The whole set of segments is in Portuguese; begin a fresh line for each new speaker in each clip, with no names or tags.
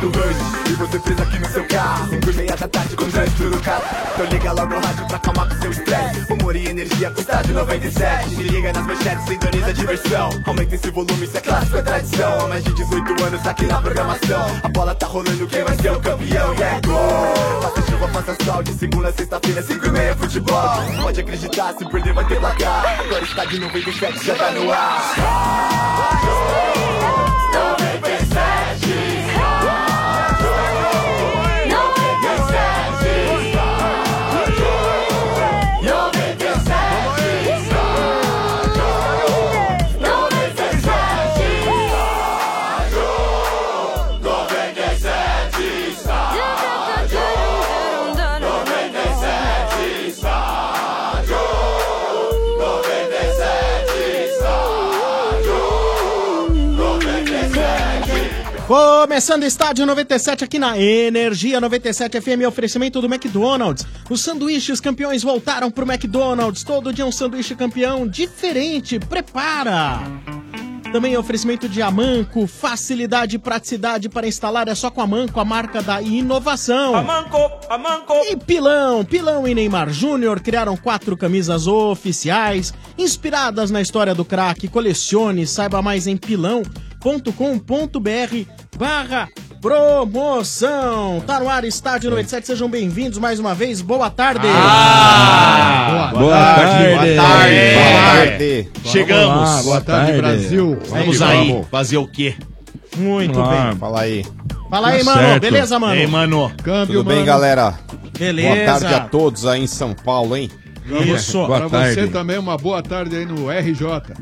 do banho E você presa aqui no seu carro Cinco e meia da tarde com trânsito no carro Então liga logo o rádio pra acalmar com seu estresse Humor e energia custa de 97 Me liga nas manchetes, sintoniza a diversão Aumenta esse volume, isso é clássico, é tradição Há mais de 18 anos aqui na programação A bola tá rolando, quem vai ser o campeão? E é gol! Faça chuva, faça sol De segunda a sexta-feira, cinco e meia, futebol Pode acreditar, se perder vai ter placar Agora está de 97, já tá no ar
Começando estádio 97 aqui na Energia 97 FM, oferecimento do McDonald's. Os sanduíches campeões voltaram pro McDonald's. Todo dia um sanduíche campeão diferente. Prepara! Também é oferecimento de Amanco, facilidade e praticidade para instalar é só com a Amanco, a marca da inovação.
Amanco, Amanco.
E Pilão, Pilão e Neymar Júnior criaram quatro camisas oficiais, inspiradas na história do craque. Colecione, saiba mais em pilão.com.br barra promoção. Tá no ar, Estádio 97, sejam bem-vindos mais uma vez, boa tarde.
Ah, boa, boa tarde.
Boa tarde.
Boa
tarde.
Chegamos.
Vamos lá, boa tarde, Brasil.
Vamos
Vamos
aí.
vamos.
Fazer o quê?
Muito bem.
Fala aí.
Fala aí, mano. Beleza, mano?
Ei, mano.
Tudo bem, galera?
Beleza.
Boa tarde a todos aí em São Paulo, hein?
Isso.
Boa
Pra você
tarde.
também, uma boa tarde aí no RJ.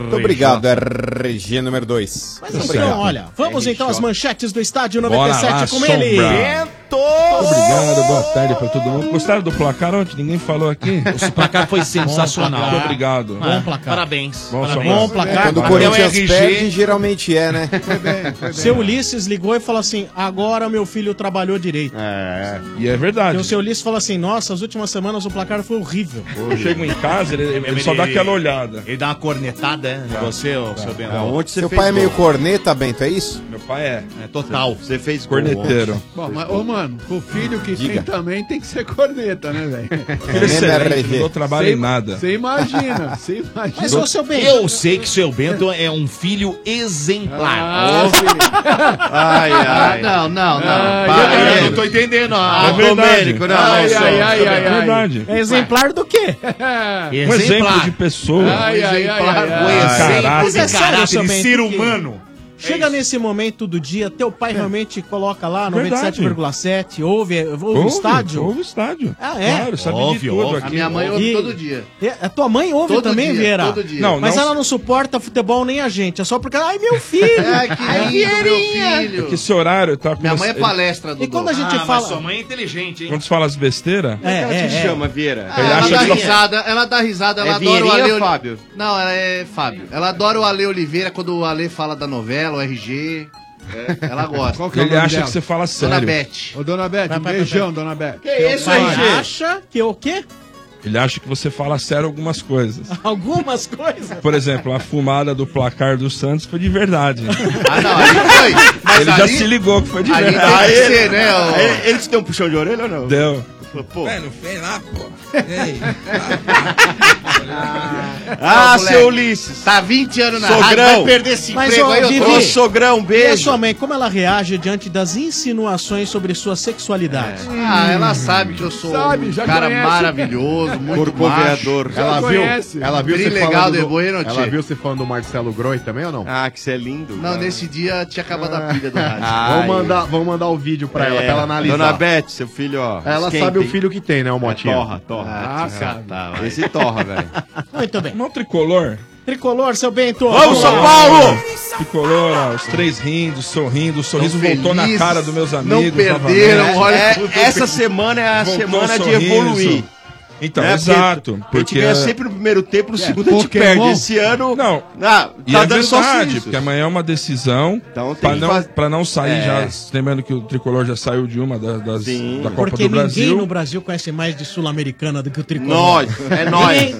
Muito obrigado, RG número 2.
Mas então, olha, vamos então às manchetes do Estádio 97
Bora lá,
com ele.
Sombra. Obrigado, boa tarde pra todo mundo. Gostaram do placar ontem? Ninguém falou aqui.
Esse placar foi sensacional. É.
Muito obrigado.
Bom
placar.
Parabéns.
Bom,
Parabéns.
Bom placar.
Quando o
Valeu,
Corinthians
RG.
perde, geralmente é, né?
Seu Ulisses ligou e falou assim: agora meu filho trabalhou direito.
É.
E é verdade.
E o seu Ulisses falou assim: nossa, as últimas semanas o placar foi horrível.
Eu chego em casa, ele, ele
Ele-
só dá aquela olhada.
Ele dá uma cornetada, né? Você, ô, seu Bento.
Ontem Seu pai é meio corneta, Bento, é isso?
Meu pai é
É total.
Você fez gol
corneteiro.
Bom, mas, ô mano, o filho que
Diga.
tem também tem que ser corneta, né, velho?
Ele é excelente,
RG.
não dou trabalho em
Cê-
nada.
Você imagina, você imagina.
Mas, ô seu bem,
Eu sei que seu Bento é um filho exemplar.
Ah, filho.
Ai,
Ah,
ai. não, não, não. Para, eu não tô entendendo. Ah,
É verdade.
Domênico, não,
Ai,
não,
ai,
só-
ai, ai,
É
ai.
verdade.
é exemplar do quê?
Um exemplo
Exemplar.
de pessoa.
Ai, ai, ai, ai,
Um
ai.
exemplo
Caraca.
Mas é
de
sério,
caráter
seu
de
Bento,
ser
que-
humano.
Chega nesse momento do dia, teu pai realmente coloca lá
É Verdade.
97,7, ouve, ouve, o
Ouve,
estádio.
Ouve o estádio.
Ah, é?
Claro, sabe de
Óbvio,
tudo
óbvio.
aqui.
A minha mãe
E-
ouve todo dia.
E A tua mãe ouve
Todo
também,
dia,
Vieira?
todo dia.
Não,
Mas
não.
ela não suporta futebol nem a gente, é só porque, ai meu filho!
Ai, que lindo, meu filho.
Que esse horário tá...
Minha mãe é
começando-
palestra, Dudu.
e quando a gente fala.
mãe é inteligente,
Quando você fala as besteiras...
É, é, é.
Ah,
Ele
ela
acha
dá
que-
risada, ela dá risada, ela
É
adora o
Vieirinha
Ale
ou
Oli-
Fábio?
Não, ela é Fábio. Ela adora o Ale Oliveira quando o Ale fala da novela, o RG. Ela gosta.
Qual que é o
Ele
nome
acha
dela?
que você fala
Dona
sério.
Beth.
Ô, Dona Beth, um
pra
beijão, Dona Beth.
Que isso,
Pai, acha que eu o quê?
Ele acha que você fala sério algumas coisas.
Algumas coisas.
Por exemplo, a fumada do placar do Santos foi de verdade.
Ah, não, ali foi. Mas
Ele
ali,
já se ligou que foi de
ali
verdade.
tem que ser, né? ô-
Ele te deu um puxão de orelha ou não?
Deu.
Pô,
não fez lá, pô.
ah, seu Ulisses. Tá 20 anos na rádio, vai perder esse
Mas,
emprego
ô,
aí,
Vivi,
ô, sogrão,
E a sua mãe, como ela reage diante das insinuações sobre sua sexualidade?
Ah, ela sabe que eu sou
Sabe,
um
já
cara
conhece.
maravilhoso, muito
Corpo
macho.
veador.
Ela conhece.
Ela viu
Bem
você
legal,
falando
de
do,
bueno,
Ela
tchê.
viu você falando do Marcelo Groi também ou não?
Ah, que você é lindo. Não, nesse dia tinha acabado a pilha do rádio.
vamos mandar, vamos mandar o vídeo pra ela, pra ela analisar.
é, Dona Beth, seu filho, ó. É
ela sabe o filho que tem, né, o Motinha?
Torra, torra. Ah, sabe. Esse torra, velho.
Muito bem.
Não tricolor.
Tricolor, seu Bento.
Vamos, São Paulo!
Tricolor, ó, os três rindo, sorrindo, o sorriso
Felizes,
voltou na cara dos meus amigos.
Não perderam,
novamente. é,
olha.
essa semana é a
Voltou o sorriso. Então,
é
exato. Porque,
no primeiro tempo, no segundo
a gente Pokémon. perde.
Esse ano...
Não,
tá
Ah,
e é verdade, porque amanhã é uma decisão
Então tem
pra
que
não,
faz-
pra não sair
É.
já. Lembrando que o Tricolor já saiu de uma da- das,
Sim.
da Copa
Hum. Porque
do
ninguém
Brasil.
no Brasil conhece mais de Sul-Americana do que o Tricolor.
Nós, é nós.
Ninguém-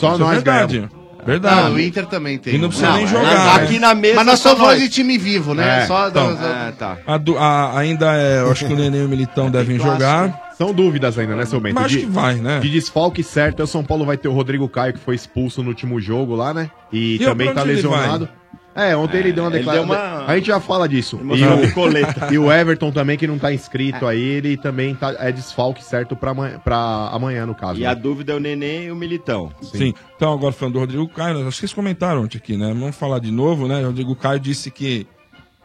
Só
Isso é
nós
verdade.
ganhamos.
Verdade.
Ah, o Inter também tem.
E não precisa nem
é.
jogar, né?
Aqui na mesa.
Mas nós
só
estamos falando de
nós.
time vivo, né?
É,
Só da-
então.
da-
Ah, tá.
A do- a- ainda é, eu acho que o Nenê e o Militão devem jogar.
É São dúvidas ainda, né, seu Bento?
Mas acho que vai, né?
De desfalque certo, é o São Paulo vai ter o Rodrigo Caio, que foi expulso no último jogo lá, né? E,
E
também
pra
tá
onde ele
lesionado. É, ontem ele deu uma
ele deu
declaração.
uma-
A gente já fala disso. E
mostrou
o,
picoleta.
e o Everton também, que não tá inscrito
É.
aí, ele também tá, é desfalque certo pra, amanhã- pra amanhã, no caso.
E a
né?
dúvida é o Nenê e o Militão.
Sim. Então, agora falando do Rodrigo Caio, né, acho que vocês comentaram ontem aqui, né? Vamos falar de novo, né? O Rodrigo Caio disse que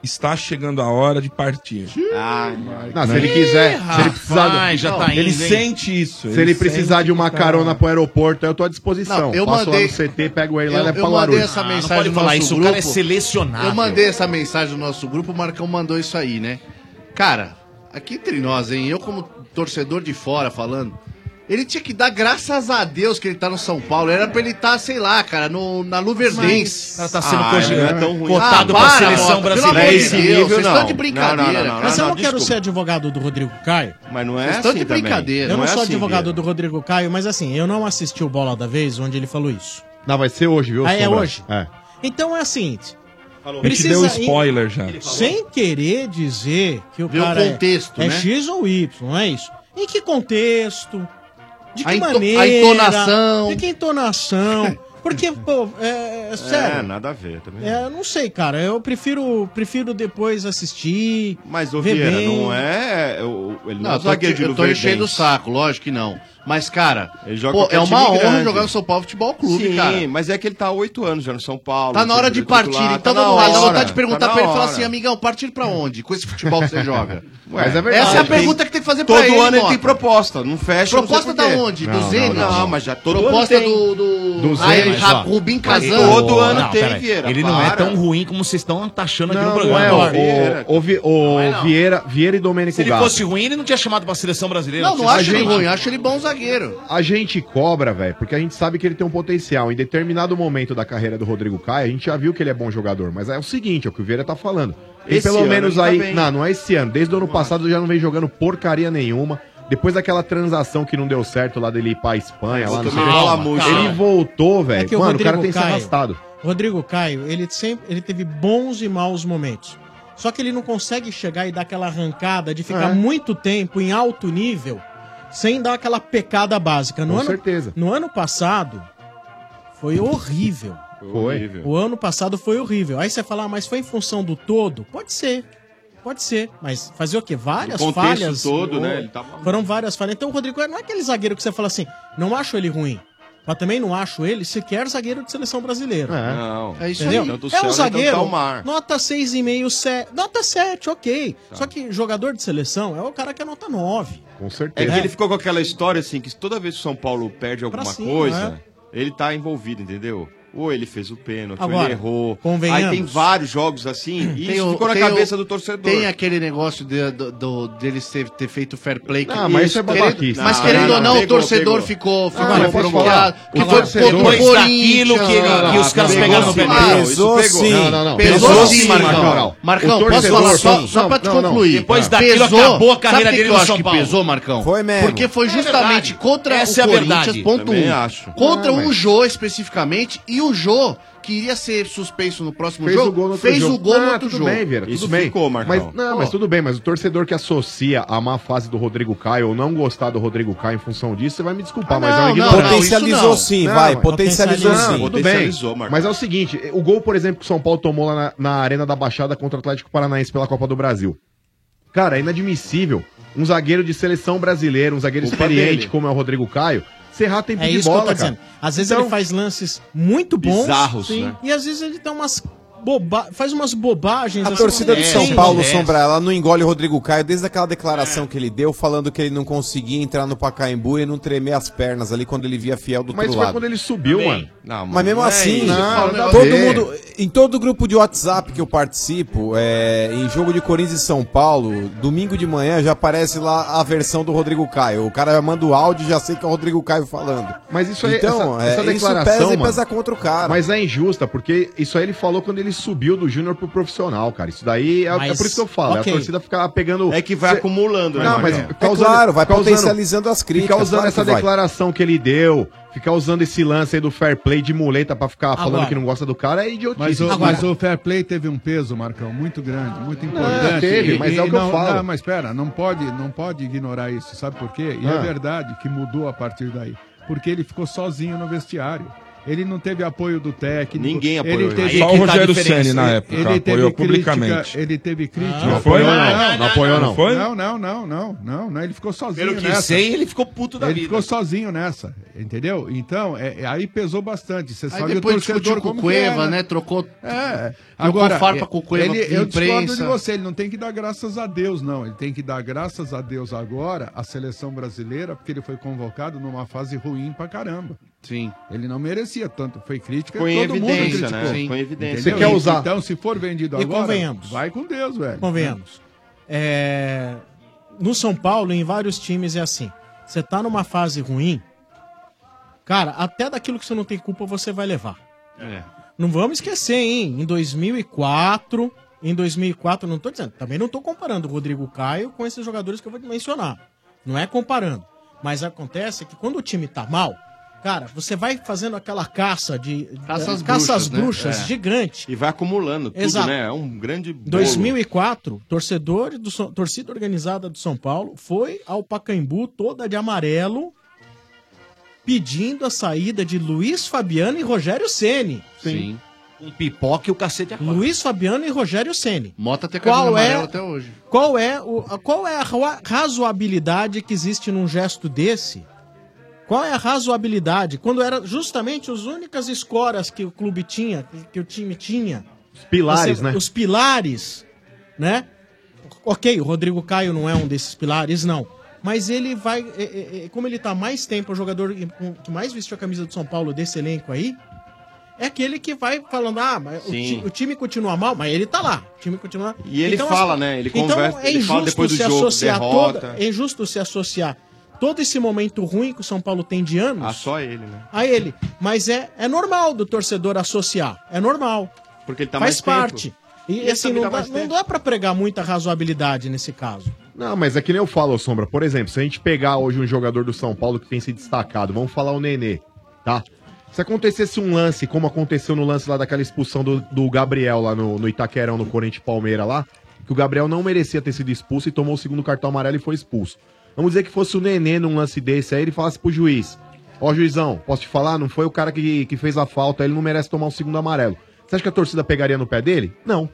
está chegando a hora de partir.
Ah,
Não, se ele quiser, se ele precisar,
Ai, já tá indo,
Ele
hein?
sente isso.
se ele precisar
sente
de uma
que tá-
carona pro aeroporto, eu tô à disposição.
Não, eu
Passo
mandei-
lá no CT, pego ele lá e
Eu,
levo pra
eu mandei
Larus.
essa
Ah, não
mensagem
pode
no
falar
nosso
isso,
grupo.
o cara é selecionado.
Eu mandei essa mensagem no nosso grupo, o Marcão mandou isso aí, né? Cara, aqui entre nós, hein? Eu, como torcedor de fora falando, ele tinha que dar graças a Deus que ele tá no São Paulo. Era pra ele estar, sei lá, cara, no, na Luverdense.
Ela tá sendo
Ah,
cogitado,
não é tão ruim.
Tá
cotado pra
para,
seleção
Mota,
brasileira. é
Pelo
É
amor de
Esse
Deus,
nível,
vocês
não.
estão de
Não,
brincadeira.
não, não, não,
cara.
Mas eu
não,
não quero
desculpa.
ser advogado do Rodrigo Caio.
mas não é
Vocês
assim
estão de
também.
brincadeira.
Eu não,
é
sou
assim,
advogado
Bira.
do Rodrigo Caio, mas assim, eu não assisti o Bola da Vez, onde ele falou isso.
Não, vai ser hoje, viu?
Ah, é
Sombra?
hoje?
É.
Então é o seguinte.
Ele te
um
deu spoiler já.
Sem querer dizer que o
Vê o
cara é-
contexto,
é,
né?
X ou Y, não é isso? Em que contexto? De que
A into- a
maneira?
entonação.
De que entonação? Porque, pô, é, é
É,
sério.
nada a ver também.
É, eu não sei, cara. Eu prefiro, prefiro depois assistir.
Mas o
ver
Vieira
bem.
não é. o- Ele não,
Não,
é
eu tô,
zagueiro
aqui,
de
eu tô
Luverdense.
enchendo o saco, lógico que não. Mas, cara,
Ele joga
pô,
com
é
um
uma
time
honra
grande.
jogar no São Paulo Futebol Clube,
Sim,
cara.
mas é que ele tá há oito anos já no São Paulo.
Tá na hora de
titular,
partir.
tá
Então
na
vamos lá, dá
hora,
vontade de perguntar
tá na
pra ele e falar
hora.
assim, amigão, partir pra onde? Com esse futebol que você joga.
Mas é verdade.
Essa é a
ele tem-
pergunta que tem que fazer pra
Todo
ele.
ano ele
Mota.
tem proposta, não fecha. eu não sei
Proposta da
por quê.
onde?
Não,
do Zene?
Não, mas já todo
Proposta
ano tem.
do. do...
Do
Ah,
Zene,
ele-
mas, ó.
Rubim Kazan.
Todo
Ô,
ano tem,
peraí.
Vieira,
Ele não é
para.
tão ruim como vocês estão taxando aqui no
Não, não
um programa.
é,
ó.
o,
Vieira.
o, o, Vi- o
é,
Vieira, Vieira e Domênico
Se ele
Gato.
fosse ruim, ele não tinha chamado pra seleção brasileira.
Não, não
tinha
acho ele
chamado.
ruim, acho ele bom zagueiro.
A gente cobra, velho, porque a gente sabe que ele tem um potencial. Em determinado momento da carreira do Rodrigo Caio, a gente já viu que ele é bom jogador. Mas é o seguinte, é o que o Vieira tá falando. Tem
Esse
pelo
ano
menos
ele tá
aí.
bem.
não, não é esse ano. Desde o ano passado já não vem jogando porcaria nenhuma. Depois daquela transação que não deu certo lá dele ir pra Espanha, lá no
Também fala muito.
Ele voltou, velho.
É que o
Mano, o cara
Rodrigo
tem se
Caio-
arrastado.
Rodrigo Caio, ele sempre ele teve bons e maus momentos. Só que ele não consegue chegar e dar aquela arrancada de ficar
É.
muito tempo em alto nível sem dar aquela pecada básica. No
Com
ano,
certeza.
no ano passado foi horrível.
Foi.
O ano passado foi horrível. Aí você fala, ah, mas foi em função do todo? Pode ser. Pode ser, mas fazer o quê? Várias
Do contexto
falhas.
todo,
Ou-
né? Ele tá maluco.
Foram várias falhas. Então o Rodrigo não é aquele zagueiro que você fala assim, não acho ele ruim. Mas também não acho ele sequer zagueiro de seleção brasileira.
É.
Não.
É isso
Entendeu?
aí.
Tanto
é
céu,
um
né?
zagueiro,
Tanto tá o mar.
nota 6,5, 7, nota 7, ok.
Tá.
Só que jogador de seleção é o cara que é nota 9.
Com
É
certeza.
que ele ficou com aquela história assim que toda vez que o São Paulo perde alguma
cima,
coisa, ele tá envolvido, entendeu? Ou ele fez o pênalti, ou
Agora,
ele errou.
convenhamos.
Aí tem vários jogos assim, e
Tem
isso
o-
ficou na
tem o-
cabeça do torcedor.
Tem aquele negócio de- do, do- dele ser- ter feito fair play. que-
Ah, mas isso é
Querido-
babaquice.
Mas
Não,
querendo
não,
ou não, o
pegou,
torcedor
pegou.
ficou, ficou
mas posso
bloqueado,
falar?
Que
O
foi
torcedor-
contra o
Depois daquilo
Corinthians.
que, que os caras
pegou
pegaram no
sim.
pé
Ah,
dele.
isso pegou.
Não, não, não.
Pesou,
Pesou
sim,
sim,
Marcão.
Marcão.
Marcão,
O
posso
torcedor-
falar só,
Sim.
só pra te
Não, não, não.
concluir?
Depois daquilo acabou a carreira
Sabe
dele
que eu
no
acho
São
que
Paulo?
pesou, Marcão?
Foi mesmo.
Porque foi justamente
É verdade.
contra
Essa é
o
a
Corinthians,
verdade.
ponto
Também
um.
acho.
Contra
Ah, mas-
o Jô, especificamente, e o Jô, que iria ser suspenso no próximo
Fez
Um jogo,
o gol no outro
fez
jogo.
o gol no
Ah,
outro
tudo
jogo.
bem, Vieira.
Isso
tudo bem.
ficou, Marcão.
Mas, não,
Pô.
mas tudo bem. Mas o torcedor que associa a má fase do Rodrigo Caio ou não gostar do Rodrigo Caio em função disso, você vai me desculpar, mas é um
não, não, isso não.
sim,
Não,
vai.
mas-
Potencializou
Potencializou,
sim.
sim.
Tudo bem.
Potencializou, Marcão.
Mas é o seguinte, o gol, por exemplo, que o São Paulo tomou lá na, na Arena da Baixada contra o Atlético Paranaense pela Copa do Brasil. Cara, é inadmissível um zagueiro de seleção brasileira, um zagueiro
Culpa
experiente
dele.
como é o Rodrigo Caio, se errar tempo
É
de
isso que eu tô
bola,
dizendo.
cara.
Às vezes
Então-
ele faz lances muito bons.
Bizarros,
sim,
né?
E às vezes ele dá umas boba... faz umas bobagens.
A
assim,
torcida do
é,
São
sim.
Paulo, Sombra, ela não engole o Rodrigo Caio desde aquela declaração que ele deu, falando que ele não conseguia entrar no Pacaembu e não tremer as pernas ali quando ele via fiel do
Mas
outro
foi
lado.
quando ele subiu, mano.
Não,
Mas mesmo
não é
assim,
isso.
Não, nada a
todo
ver.
mundo, em todo grupo de WhatsApp que eu participo, é, em jogo de Corinthians e São Paulo, domingo de manhã já aparece lá a versão do Rodrigo Caio. O cara manda o áudio e já sei que é o Rodrigo Caio falando.
Mas isso aí,
então,
essa, essa
é, isso
declaração,
pesa e
mano,
pesa contra o cara.
Mas é injusta, porque isso aí ele falou quando ele ele subiu do júnior pro profissional, cara. Isso daí é,
Mas-
é por isso que eu falo.
ok.
A torcida fica pegando.
É que vai acumulando, né,
Não, mas
Magrão?
causando-
É claro, vai potencializando as críticas,
Ficar usando
claro
essa
que vai.
declaração que ele deu, ficar usando esse lance aí do fair play de muleta pra ficar falando
Agora.
que não gosta do cara é idiotice.
Mas o,
Agora-
mas o fair play teve um peso, Marcão, muito grande, muito importante.
teve, mas é o que eu
não-
falo.
não, mas espera, não pode, não pode ignorar isso, sabe por quê? E
Ah.
é verdade que mudou a partir daí, porque ele ficou sozinho no vestiário. Ele não teve apoio do técnico.
Ninguém
ele
apoiou ele.
teve-
Só o
Aí que tá a
Rogério
diferença.
Ceni na época,
Ele teve
apoiou
crítica-
publicamente.
Ele teve crítica.
Não apoiou, não. Não apoiou, não.
Não,
Foi?
não, não, não, não, não, não, Ele ficou sozinho
Pelo que
nessa.
sei, ele ficou puto da
Ele
vida.
ficou sozinho nessa, entendeu? Então, é- é- aí pesou bastante. Você
Aí
sabe o
depois
torcedor
discutiu com o
como que é,
Cueva, né? Trocou.
É.
Trocou
Agora,
farpa com o Cueva,
ele, eu discordo de
imprensa.
você, ele não tem que dar graças a Deus, não. Ele tem que dar graças a Deus agora à seleção brasileira, porque ele foi convocado numa fase ruim pra caramba.
Sim.
Ele não merecia tanto, foi crítica,
Com
todo mundo
evidência,
criticou.
né? Sim. Com evidência.
Entendeu?
Você quer usar.
Então, se for vendido
E
agora,
convenhamos.
vai com Deus, velho.
Convenhamos. É, No São Paulo, em vários times, é assim. Você tá numa fase ruim, cara, até daquilo que você não tem culpa, você vai levar.
É.
Não vamos esquecer, hein? Em 2004, em 2004, não tô dizendo, também não tô comparando o Rodrigo Caio com esses jogadores que eu vou mencionar. Não é comparando. Mas acontece que quando o time tá mal, cara, você vai fazendo aquela caça de
Caça às
eh, caça às
bruxas, né?
bruxas
É.
gigante.
E vai acumulando tudo,
Exato.
né? É um grande bolo.
2004, torcedor do São- torcida organizada do São Paulo foi ao Pacaembu toda de amarelo pedindo a saída de Luiz Fabiano e Rogério Ceni.
Sim.
Um pipoca e o cacete a
Luiz Fabiano e Rogério Ceni.
Mota até
Qual
cabelo
é-
amarelo até hoje.
Qual é o a- qual é a ra- razoabilidade que existe num gesto desse? Qual é a razoabilidade quando era justamente as únicas escoras que o clube tinha, que, que o time tinha? Os
pilares, né?
Os pilares, né? Ok, o Rodrigo Caio não é um desses pilares, não. Mas ele vai. é, é, é, como ele tá há mais tempo, o jogador que que mais vestiu a camisa do São Paulo desse elenco aí, é aquele que vai falando, ah, mas o,
Sim.
ti- o time continua mal, mas ele tá lá. O time continua.
E ele
Então,
fala, né? Ele conversa- ele fala depois do
é se
jogo,
associar
derrota.
toda- é injusto se associar todo esse momento ruim que o São Paulo tem de anos
Ah, só ele, né?
a ele. Mas é, é normal do torcedor associar. É normal.
Porque ele tá mais
Faz parte.
tempo.
E,
Ele
assim,
também
não
tá
dá,
mais
não dá pra pregar muita razoabilidade nesse caso.
Não, mas é que nem eu falo, Sombra. Por exemplo, se a gente pegar hoje um jogador do São Paulo que tem se destacado, vamos falar o Nenê, tá? Se acontecesse um lance, como aconteceu no lance lá daquela expulsão do, do Gabriel lá no, no Itaquerão, no Corinthians e Palmeira lá, que o Gabriel não merecia ter sido expulso e tomou o segundo cartão amarelo e foi expulso. Vamos dizer que fosse o Nenê num lance desse, aí ele falasse pro juiz, ó juizão, posso te falar, não foi o cara que, que fez a falta, ele não merece tomar o segundo amarelo. Você acha que a torcida pegaria no pé dele? Não.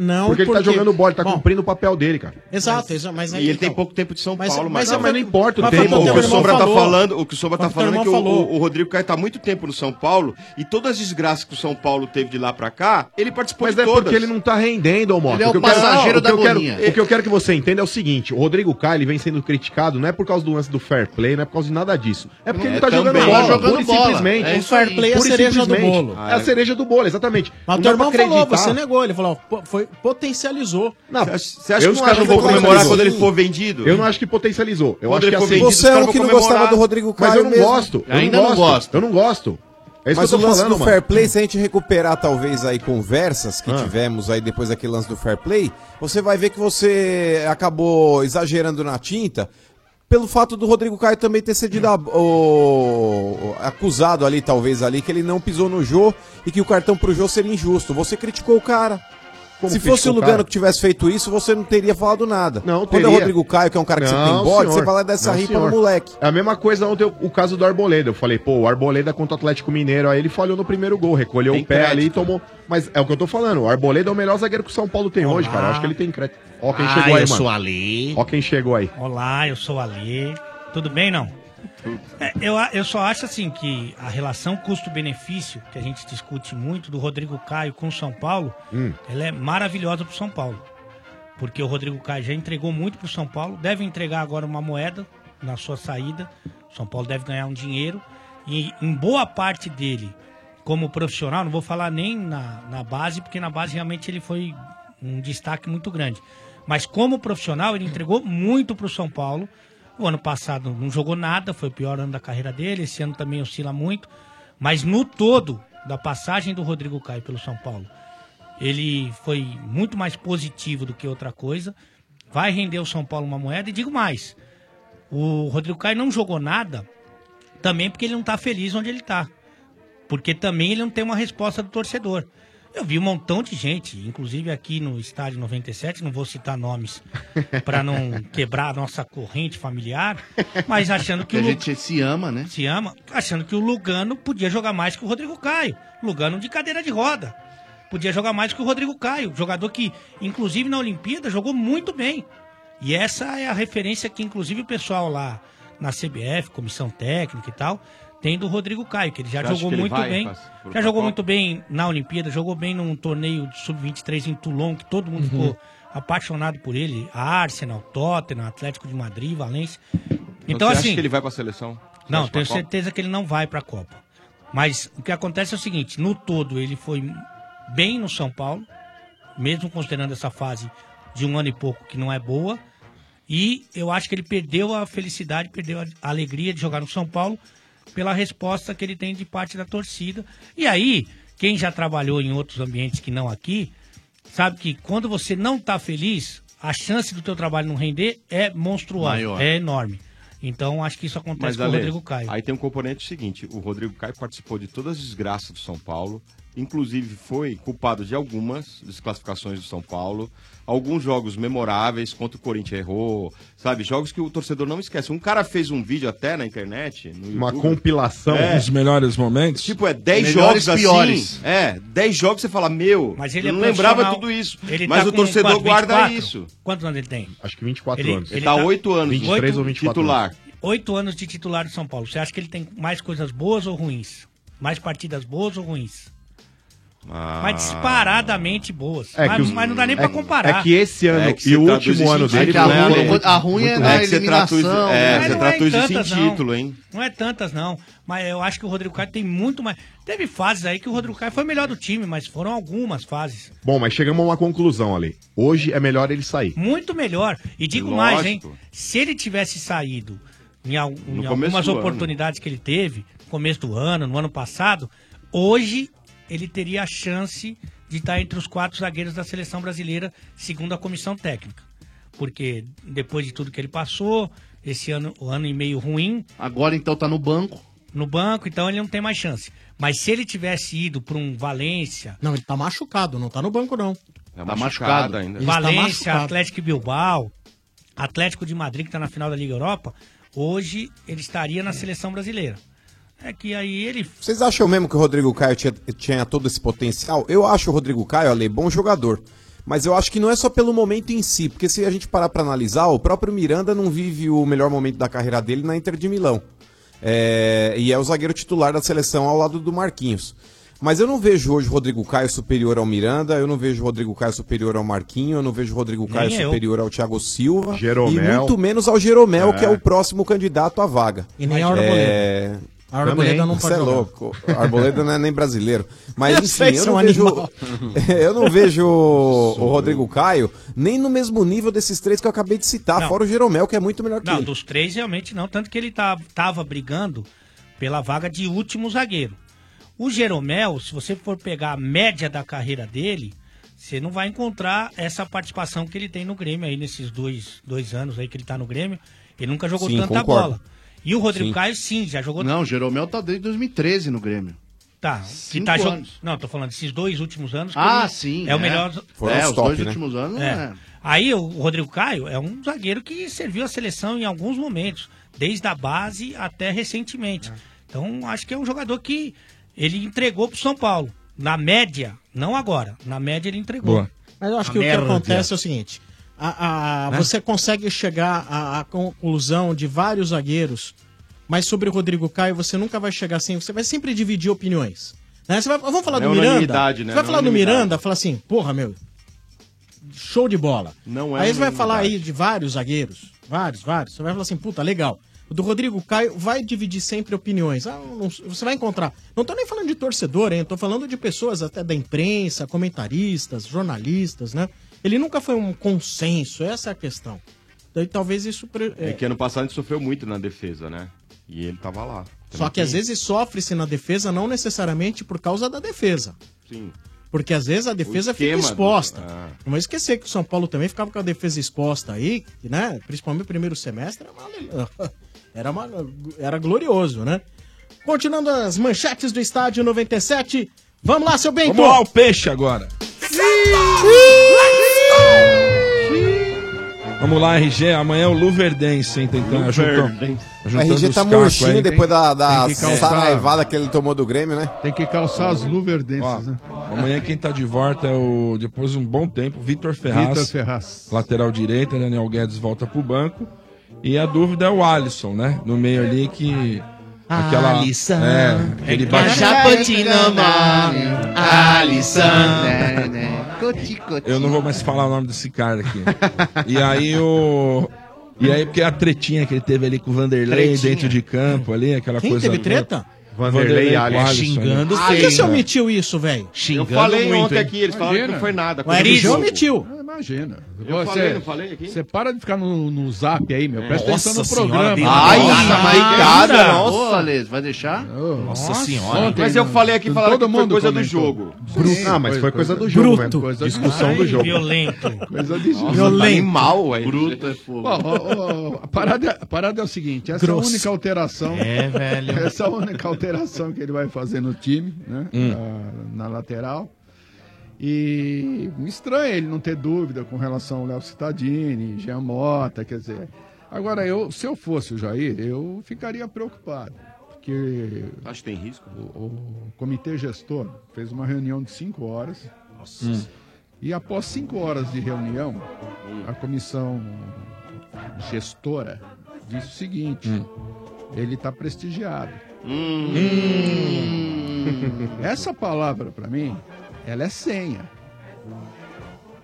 Não,
porque ele tá
porque-
jogando bola, ele tá
Bom,
cumprindo o papel dele, cara.
Exato, exa- mas, então.
E ele tem pouco tempo de São Paulo, mas,
é
Não, mas
foi-
não importa o
mas foi
tempo.
o
O
teu
que o
irmão
Sombra tá
falou.
falando, o que o Sombra tá
Foi o teu
falando é que
irmão
o,
falou.
o- o Rodrigo Caio tá muito tempo no São Paulo e todas as desgraças que o São Paulo teve de lá pra cá, ele participou
Mas
de
é
todas.
porque ele não tá rendendo, ô Mota.
Ele é o
que eu quero-
passageiro
o que eu
da
quero-
bolinha.
O que eu quero que você entenda é o seguinte: o Rodrigo Caio ele vem sendo criticado não é por causa do lance do fair play, não é por causa de nada disso. É porque
É,
ele não tá
também.
jogando bola,
Tá jogando
pura e
bola.
simplesmente.
É isso aí. O fair play é a
Pura e
cereja do
simplesmente.
bolo.
Ah,
É a cereja do bolo, exatamente.
Mas o teu irmão falou, você negou. Ele falou, ó, po- foi, potencializou.
Você acha que os
um
caras não vão comemorar quando ele for vendido?
Eu não acho que potencializou. Eu
Quando
acho
ele
que
for
assim,
vendido, Você os é caras o vão que não comemorar. gostava do Rodrigo
Mas
Caio
eu não
mesmo.
gosto. Eu
Ainda
não
não
gosto.
gosto.
Eu não gosto. É isso
Mas
que eu
o
tô
lance
falando,
do
mano. Ah.
fair play, se a gente recuperar talvez aí conversas que tivemos aí depois daquele lance do fair play, você vai ver que você acabou exagerando na tinta pelo fato do Rodrigo Caio também ter cedido a- o, o- acusado ali talvez ali que ele não pisou no Jô e que o cartão pro Jô seria injusto. Você criticou o cara.
Como
se
criticou
fosse o
o
Lugano
cara?
que tivesse feito isso, você não teria falado nada.
Não,
Quando é o
teria.
Rodrigo Caio, que é um cara que você tem
Não,
bode, você
senhor.
fala dessa
Não,
ripa
senhor.
no moleque.
É a mesma coisa ontem o, o caso do Arboleda. Eu falei, pô, o Arboleda contra o Atlético Mineiro. Aí ele falhou no primeiro gol, recolheu
Tem
o pé ali e
crédito.
tomou. Mas é o que eu tô falando. O Arboleda é o melhor zagueiro que o São Paulo tem hoje, cara. Eu acho que ele tem crédito. Ó
Ah,
quem chegou aí, mano.
Ali.
Ó quem chegou aí.
Olá, eu sou Ali. Tudo bem, não? É, eu, a- eu só acho assim que a relação custo-benefício, que a gente discute muito, do Rodrigo Caio com o São Paulo,
Hum.
ela é maravilhosa pro São Paulo. Porque o Rodrigo Caio já entregou muito pro São Paulo, deve entregar agora uma moeda na sua saída. O São Paulo deve ganhar um dinheiro. E em boa parte dele, como profissional, não vou falar nem na, na base, porque na base realmente ele foi um destaque muito grande. Mas como profissional, ele entregou muito pro São Paulo. O ano passado não jogou nada, foi o pior ano da carreira dele. Esse ano também oscila muito. Mas no todo, da passagem do Rodrigo Caio pelo São Paulo Ele foi muito mais positivo do que outra coisa. Vai render o São Paulo uma moeda. E digo mais: o Rodrigo Caio não jogou nada também porque ele não tá feliz onde ele tá. Porque também ele não tem uma resposta do torcedor. Eu vi um montão de gente, inclusive aqui no estádio 97, não vou citar nomes para não quebrar a nossa corrente familiar, mas achando que
a
o Lu-
gente se ama, né?
se ama, achando que o Lugano podia jogar mais que o Rodrigo Caio. Lugano de cadeira de roda. Podia jogar mais que o Rodrigo Caio, jogador que, inclusive na Olimpíada, jogou muito bem. E essa é a referência que, inclusive, o pessoal lá na CBF, comissão técnica e tal, tem do Rodrigo Caio, que ele já
Eu acho
jogou
que ele
muito
vai
bem.
pra- pro-
Já
pra
jogou
Copa.
muito bem na Olimpíada, jogou bem num torneio de sub-23 em Toulon, que todo mundo
Uhum.
ficou apaixonado por ele. Arsenal, Tottenham, Atlético de Madrid, Valência. Então,
você
assim.
acha que ele vai pra seleção?
Não,
Vai pra
tenho
Copa?
certeza que ele não vai para a Copa. Mas o que acontece é o seguinte: no todo ele foi bem no São Paulo, mesmo considerando essa fase de um ano e pouco que não é boa. E eu acho que ele perdeu a felicidade, perdeu a alegria de jogar no São Paulo pela resposta que ele tem de parte da torcida. E aí, quem já trabalhou em outros ambientes que não aqui, sabe que quando você não tá feliz, a chance do teu trabalho não render é monstruosa,
Maior.
é enorme. Então acho que isso
Mas,
acontece com
Ale,
o Rodrigo Caio.
aí tem um componente seguinte, o Rodrigo Caio participou de todas as desgraças do São Paulo, inclusive foi culpado de algumas desclassificações do São Paulo, alguns jogos memoráveis contra o Corinthians errou, sabe, jogos que o torcedor não esquece. Um cara fez um vídeo até na internet, no
Uma
YouTube,
compilação.
É.
Os melhores momentos.
Tipo, é 10
Melhores,
jogos assim.
piores.
É, 10 jogos você fala, meu,
Mas ele
eu
é
não lembrava
profissional.
tudo isso.
Ele
mas
tá
o
com
torcedor
quase
guarda
24.
isso.
Quantos anos ele tem?
Acho que 24
Ele-
anos.
ele Ele tá tá-
oito anos.
23
Oito
ou 24
titular.
anos.
Oito anos de titular de São Paulo. Você acha que ele tem mais coisas boas ou ruins? Mais partidas boas ou ruins?
Ah.
Mas disparadamente boas.
É
mas,
que os-
mas não dá nem
é-
pra comparar.
é que esse ano e o último ano dele
a
foi
ruim-
muito-
a ruim é
muito
na
ruim.
eliminação, né?
é,
Mas
você
não
tratou isso
tantas,
sem
não.
título, hein?
Não é tantas, não. Mas eu acho que o Rodrigo Caio tem muito mais. Teve fases aí que o Rodrigo Caio foi melhor do time, mas foram algumas fases.
Bom, mas chegamos a uma conclusão ali. Hoje é melhor ele sair.
Muito melhor. E digo
Lógico.
mais, hein? Se ele tivesse saído em, al- em
começo
algumas
do ano.
oportunidades que ele teve, no começo do ano, no ano passado, hoje ele teria a chance de estar entre os quatro zagueiros da seleção brasileira, segundo a comissão técnica. Porque depois de tudo que ele passou, esse ano, o ano e meio ruim.
Agora então tá no banco.
No banco, então ele não tem mais chance. Mas se ele tivesse ido para um Valência,
Não, ele tá machucado, não tá no banco, não.
Tá
machucado ainda. Ele tá
Valência,
machucado.
Atlético e Bilbao, Atlético de Madrid, que está na final da Liga Europa, hoje ele estaria na seleção brasileira. É que aí ele.
Vocês acham mesmo que o Rodrigo Caio tinha, tinha todo esse potencial? Eu acho o Rodrigo Caio, Ale, bom jogador. Mas eu acho que não é só pelo momento em si, porque se a gente parar pra analisar, o próprio Miranda não vive o melhor momento da carreira dele na Inter de Milão. É, e é o zagueiro titular da seleção ao lado do Marquinhos. Mas eu não vejo hoje o Rodrigo Caio superior ao Miranda, eu não vejo o Rodrigo Caio superior ao Marquinho, eu não vejo o Rodrigo Caio
eu.
superior ao Thiago Silva.
Jeromel.
E muito menos ao Jeromel,
É.
que é o próximo candidato à vaga.
E nem ao Arboleda.
É,
A Arboleda
também.
não pode
Você é
né?
jogar.
louco. Arboleda não é nem brasileiro. Mas
Eu
enfim,
sei,
eu
é
seu
não,
um
vejo,
animal.
eu não vejo o Rodrigo Caio nem no mesmo nível desses três que eu acabei de citar, fora o Jeromel, que é muito melhor que
Não,
ele.
dos três realmente não. Tanto que ele tá, tava brigando pela vaga de último zagueiro. O Jeromel, se você for pegar a média da carreira dele, você não vai encontrar essa participação que ele tem no Grêmio aí nesses dois, dois anos aí que ele tá no Grêmio. Ele nunca jogou
Sim,
tanta
concordo.
bola. E o Rodrigo
Sim.
Caio, sim, já jogou
Não, o Jeromel tá desde 2013 no Grêmio.
Tá, que
Cinco
tá jo-
anos.
Não, tô
assim.
falando desses dois últimos anos. que
Ah,
ele
sim,
É, o
é.
melhor.
Foram É, os os top, dois né? últimos anos, é.
Aí o Rodrigo Caio é um zagueiro que serviu a seleção em alguns momentos, desde a base até recentemente. Então acho que é um jogador que ele entregou pro São Paulo. Na média, não agora, na média ele entregou.
Boa. Mas eu acho
A
que o
merda.
que
né?
acontece é o seguinte: a- a- você consegue chegar à, à conclusão de vários zagueiros, mas sobre o Rodrigo Caio você nunca vai chegar assim. Você vai sempre dividir opiniões. né? Você vai- vamos falar
É
do Miranda.
unanimidade, né?
Você vai
Não
falar do
unanimidade.
Miranda, fala assim, porra, meu, show de bola.
Não é
Aí você vai
unanimidade.
falar aí de vários zagueiros, vários, vários. Você vai falar assim, puta, legal. O do Rodrigo Caio vai dividir sempre opiniões. Ah, eu não- você vai encontrar. Não tô nem falando de torcedor, hein? Eu tô falando de pessoas até da imprensa, comentaristas, jornalistas, né? Ele nunca foi um consenso, essa é a questão. Daí talvez isso. pre-
É.
é,
que ano passado a gente sofreu muito na defesa, né? E ele tava lá. Tá
Só que às vezes sofre-se na defesa, não necessariamente por causa da defesa.
Sim.
Porque às vezes a defesa fica
esquema do-
exposta.
Ah.
Não vou esquecer que o São Paulo também ficava com a defesa exposta aí, que, né? Principalmente o primeiro semestre, era uma le- era, uma- era glorioso, né? Continuando as manchetes do estádio 97. Vamos lá, seu Bento!
Vamos ao peixe agora. Vamos lá, RG. Amanhã é o Luverdense, hein? Tentando
Luverdense.
ajuntar.
O RG tá murchinho depois da, da
tem que calçar.
saraivada que ele tomou do Grêmio, né?
Tem que calçar as luverdenses, né?
Amanhã quem tá de volta é o, depois de um bom tempo, Vitor Ferraz.
Vitor Ferraz.
Lateral direita, Daniel Guedes volta pro banco. E a dúvida é o Alisson, né? No meio ali que. Aquela.
Alisson.
É, aquele
A Japotinama. Alisson.
Né,
Eu não vou mais falar o nome desse cara aqui. E aí o. E aí, porque a tretinha que ele teve ali com o Vanderlei
Tretinha.
dentro de campo ali, aquela
Quem
coisa.
teve treta?
Vanderlei e
Alisson.
Alisson.
Xingando
né?
Por que você omitiu isso, velho?
Ah, é. Eu falei ontem aqui, eles falaram que
Imagina.
não foi nada.
O Eric omitiu.
Ah, Imagina.
Eu falei, não falei aqui?
Você para de ficar no, no zap aí, meu. Presta
Nossa
atenção no
senhora,
programa.
deu uma Ai, olhada nossa, maricada. cara.
tá Nossa,
Nossa.
Lês, vai deixar?
Nossa senhora. Mas eu falei aqui, falaram que foi coisa do jogo.
Bruto. Ah, mas foi coisa do jogo mesmo. Discussão do jogo.
Coisa de jogo.
Animal, aí.
Bruto é
Ó,
fogo.
ó, ó, a, parada, a parada é o seguinte, essa
Grosso.
é a única alteração.
É, velho.
Essa é a única alteração que ele vai fazer no time, né?
Hum.
Na, na lateral. E me estranha ele não ter dúvida com relação ao Léo Cittadini, Jean Mota, quer dizer. Agora, eu, se eu fosse o Jair, eu ficaria preocupado. Porque
Acho que tem risco.
o comitê gestor fez uma reunião de cinco horas.
Hum.
E após cinco horas de reunião, a comissão gestora disse o seguinte: ele está prestigiado. Hum. Essa palavra, para mim, ela é senha.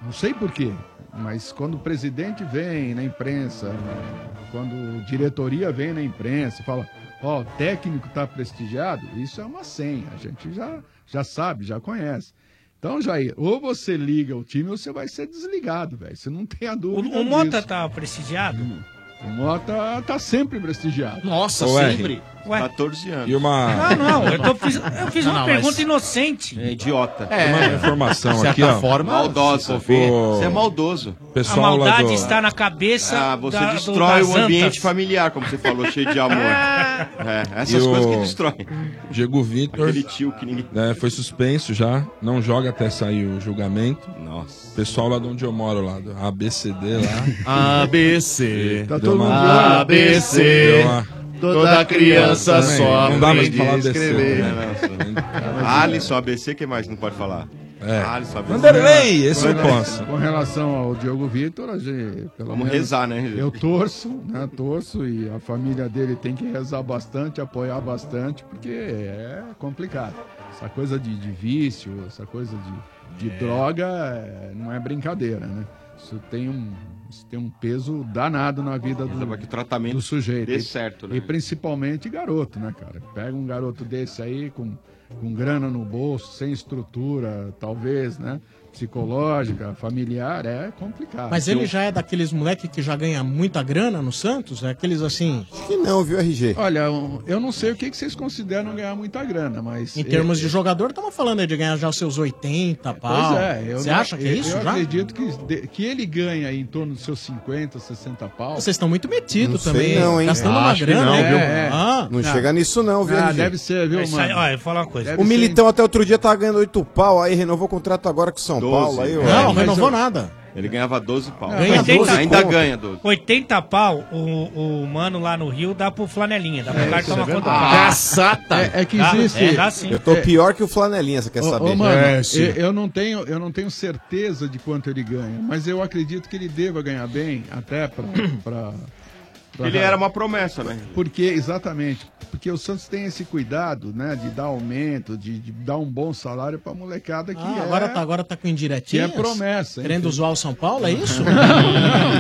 Não sei porquê, mas quando o presidente vem na imprensa, quando diretoria vem na imprensa e fala, ó, o técnico está prestigiado, isso é uma senha, a gente já, já sabe, já conhece. Então, Jair, ou você liga o time ou você vai ser desligado, velho. Você não tem a dúvida.
O Mota
disso.
tá prestigiado?
Hum. O Mota tá sempre prestigiado.
Nossa,
Ô, sempre.
Ué.
14 anos.
E uma.
Não, não, eu, tô- fiz, eu fiz
Não,
uma
não,
pergunta
mas-
inocente.
É idiota.
É. Uma informação
De certa
aqui, ó.
forma, Maldosa.
se for ver.
Você é maldoso.
A maldade está na cabeça
Ah, você
da- do-
destrói
das
o ambiente
antas.
familiar, como você falou, cheio de amor. É, essas
E o-
coisas que destroem.
Diego Vitor.
Aquele tio que ninguém.
né, foi suspenso já, não joga até sair o julgamento.
Nossa.
O pessoal lá de onde eu moro, lá do ABCD lá.
ABC.
Tá
todo mundo de olho. ABC. Toda criança só
Não dá mais
aprende
pra falar
a
ABC.
escrever.
né?
Ah,
Ah,
Alisson, ABC, que mais? Não pode falar.
É.
Alisson, ABC.
Com relação- Com relação ao Diogo Vitor, a gente, pelo
Vamos rezar, né?
Eu torço, né? Torço e a família dele tem que rezar bastante, apoiar bastante, porque é complicado. Essa coisa de, de vício, essa coisa de, de
É.
droga, é, não é brincadeira, né? Isso tem um, isso tem um peso danado na vida do,
que o tratamento
do sujeito.
dê
E-
certo, né?
E principalmente garoto, né, cara? Pega um garoto desse aí com, com grana no bolso, sem estrutura, talvez, né? Psicológica, familiar, é
Ah,
complicado.
Mas ele já é daqueles moleque que já ganha muita grana no Santos? É aqueles assim.
Que não, viu, RG?
Olha, um, eu não sei o que que vocês consideram ganhar muita grana, mas.
Em termos
é,
de jogador, estamos falando aí de ganhar já os seus 80 pau.
Pois é, eu
Você
não-
acha que é
eu-
isso
eu
já?
acredito que, de- que ele ganha em torno dos seus 50, 60 pau.
Vocês estão muito
Não
metidos
sei
também.
não, hein?
Gastando uma
Acho que
grana,
não,
né?
viu?
É, é. Ah.
Não chega nisso não, viu,
Ah,
RG?
deve ser, viu,
É isso aí,
mano?
Olha, eu vou falar uma coisa.
O Militão até outro dia tava ganhando 8 pau, aí renovou o contrato agora com o São Paulo. Aí,
é. Não, renovou
nada.
Ele ganhava 12 pau.
Não, 80
Ainda
conto.
ganha 12.
80 pau, o, o mano lá no Rio dá pro flanelinha, dá pro cara
isso é
tomar conta do
verdade.
cara.
Caçata. É- é que
Dá,
existe-
É, dá sim.
Eu tô pior que o Flanelinha, você quer
Ô,
saber?
ô, mano,
É,
eu-
sim.
eu, não tenho, eu não tenho certeza de quanto ele ganha, mas eu acredito que ele deva ganhar bem, até pra. pra- pra-
Ele era uma promessa, né?
Porque, exatamente, porque o Santos tem esse cuidado, né, de dar aumento, de, de dar um bom salário pra molecada que
Ah,
é...
agora, tá, agora tá com indiretinhas?
Que é promessa, hein?
Querendo zoar o São Paulo, é isso?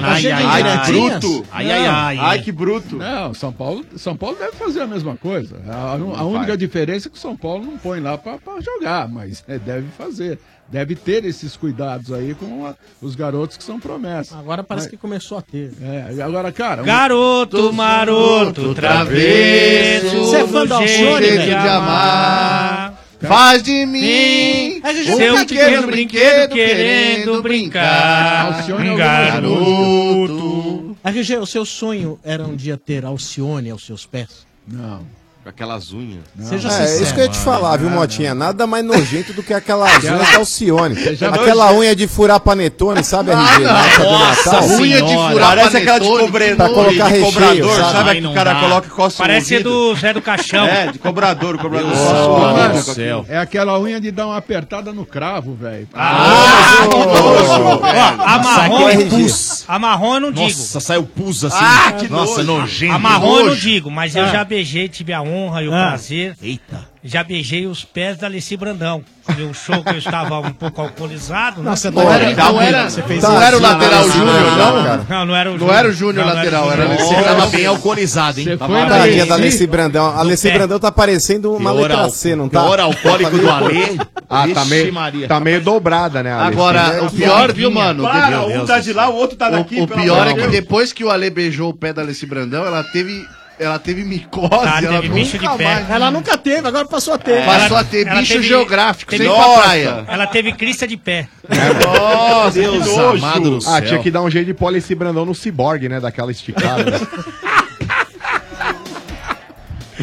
Ai,
Chega
ai, ai,
indiretinhas?
bruto. Ai, ai,
Não.
ai. Ai, que
bruto.
Não, São Paulo, São Paulo deve fazer a mesma coisa. A, a única diferença é que o São Paulo não põe lá pra pra jogar, mas é, deve fazer. Deve ter esses cuidados aí com a- os garotos que são promessas.
Agora parece que começou a ter.
É, agora, cara. um-
Garoto, maroto, travesso.
Você é fã
do
da
jeito
Alcione,
de
velho?
amar.
Faz de mim
A
um
gente
Seu
não tá
pequeno
querendo
brinquedo querendo brincar.
Um
Alcione é
Um
o
garoto. RG, o seu sonho era um dia ter Alcione aos seus pés?
Não.
Com aquelas unhas.
Seja
É, isso que eu ia te falar, viu, Motinha? Nada mais nojento do que aquela unha da Alcione.
já- Ah,
Aquela unha de furar panetone, sabe, RG? Na época do Natal.
Parece aquela de cobrador,
Pra colocar
de
recheio,
cobrador
sabe?
sabe?
Aí
Que
não
o cara
dá.
coloca e coça o
Parece
ouvido.
do Zé do Caixão.
É, de cobrador, cobrador.
Meu
Nossa,
Deus
mano,
do
com
céu.
aquilo.
É aquela unha de dar uma apertada no cravo, velho.
Ah, que nojo, velho. Amarrou
Saco
e
RG.
pus. Amarrou eu não digo.
Nossa, saiu pus assim.
Ah, que
Nossa,
nojo.
nojento.
Amarrou eu não
Nojo.
digo, mas eu
Ah.
já beijei, tive a honra e o
Ah.
prazer. Eita. Já beijei os pés da Alessi Brandão. Em um show que eu estava um pouco alcoolizado. né?
Nossa, tá Não era-
então
brincando, não era- você fez não isso. era o lateral
Não,
júnior, não, cara?
Não, assim, não era o
Não
júnior.
era o júnior
Não, não
lateral,
o
era
júnior.
Alessi.
Tava bem alcoolizado, hein?
Tá
Tava bem-
Tadinha da Alessi Brandão. A Alessi
pé.
Brandão tá parecendo uma
Pior
letra
al-
C, não tá?
pior alcoólico
Tá
do
meio-
Alê.
Ah, tá
Vixe
meio,
Maria.
tá meio dobrada, né, Alex?
Agora,
É,
o pior, viu, mano?
Para,
Meu
um
Deus
tá
do
de
céu.
lá, o outro tá daqui,
O, o
pelo
pior
amor
é
de
que
Deus.
depois que o Ale beijou o pé da Alessi Brandão, ela teve. Ela teve micose,
Tá,
ela
teve bicho de
nunca
pé.
mais. É.
Ela nunca teve, agora passou a ter.
Passou a ter bicho geográfico, sem ir pra praia.
Ela teve crista de pé.
Nossa,
Deus amado do
Ah,
céu.
tinha que dar um jeito de pôr esse Brandão no ciborgue, né? Daquela esticada. né?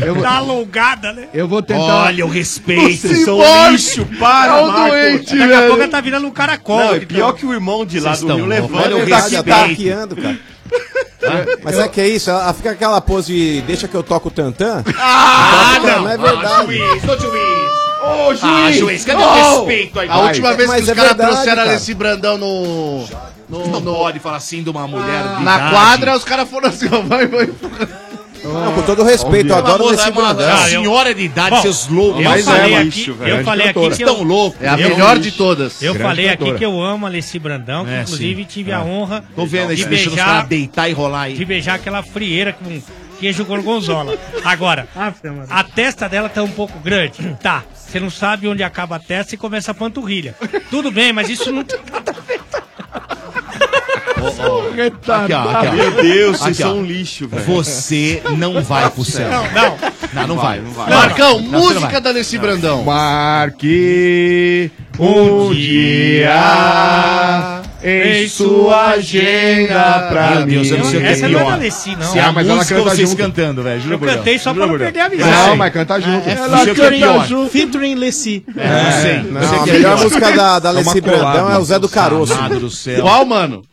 Eu vou-
Tá alongada, né?
Eu vou tentar.
Olha o
respeito,
Vocês são um lixo, para,
É um
Marco.
doente,
Daqui a
velho.
pouco ela
tá virando um caracol.
Não,
e pior que o irmão de lá
Vocês
do
tão
Rio
louco.
levando.
Olha o
ele tá
respeito.
ataqueando,
cara. Mas é que é isso, ela fica aquela pose de deixa que eu toco o tantã.
Ah,
Toca,
não.
não é verdade.
juiz, ô juiz.
Ô,
juiz. Ah, juiz, cadê
Ô,
o respeito aí?
A última vez que
Mas
os
é
caras
verdade,
trouxeram a
cara.
Alessi Brandão no. no-
Não
no- Ah.
pode falar assim de uma mulher de
na
idade.
quadra, os caras foram assim, ó, vai, vai.
Não, com todo respeito, eu
Pelo
adoro
amor
esse
da mãe,
Brandão.
a Senhora Ah, de idade,
Bom,
seus loucos.
eu
Mas
falei
é uma
aqui-
lixo,
eu
velho.
falei aqui
Cantora.
que eu-
Estão loucos.
É a melhor de
todas.
Eu
Grande
falei
cantora.
aqui que eu amo a Alessi Brandão, que
É,
inclusive
sim.
tive
É.
a honra
Tô vendo
de
esse bicho nos
beijar,
caras deitar e rolar
de
aí.
beijar aquela frieira com queijo gorgonzola. Agora, a testa dela tá um pouco grande. Tá, você não sabe onde acaba a testa e começa a panturrilha. Tudo bem, mas isso não tem nada
Aqui, ó, aqui, ó.
Ah, Meu Deus, vocês
ó.
são um lixo, velho.
Você não vai pro céu.
Não,
não. Não, não vai.
Marcão,
Não, você não
música
vai.
da Alessi Brandão.
Marque um dia em sua agenda pra
Meu Deus, eu não sei o que
Essa
é
não é
pior.
da Alessi, não.
Se a
Ah, mas ela
música
canta
vocês
junto.
cantando, velho. juro
Eu
por Deus.
cantei só
Juro
pra
por
não
Deus.
perder a amizade. Não, mas canta junto.
É,
Ela
featuring-
canta
junto. Featuring É, Lessi.
sei.
É, Não,
Não sei
a
que
melhor
é.
música da, da
É uma
Alessi
colada,
Brandão é o Zé do
Deus
Caroço.
amado do céu.
Qual, mano?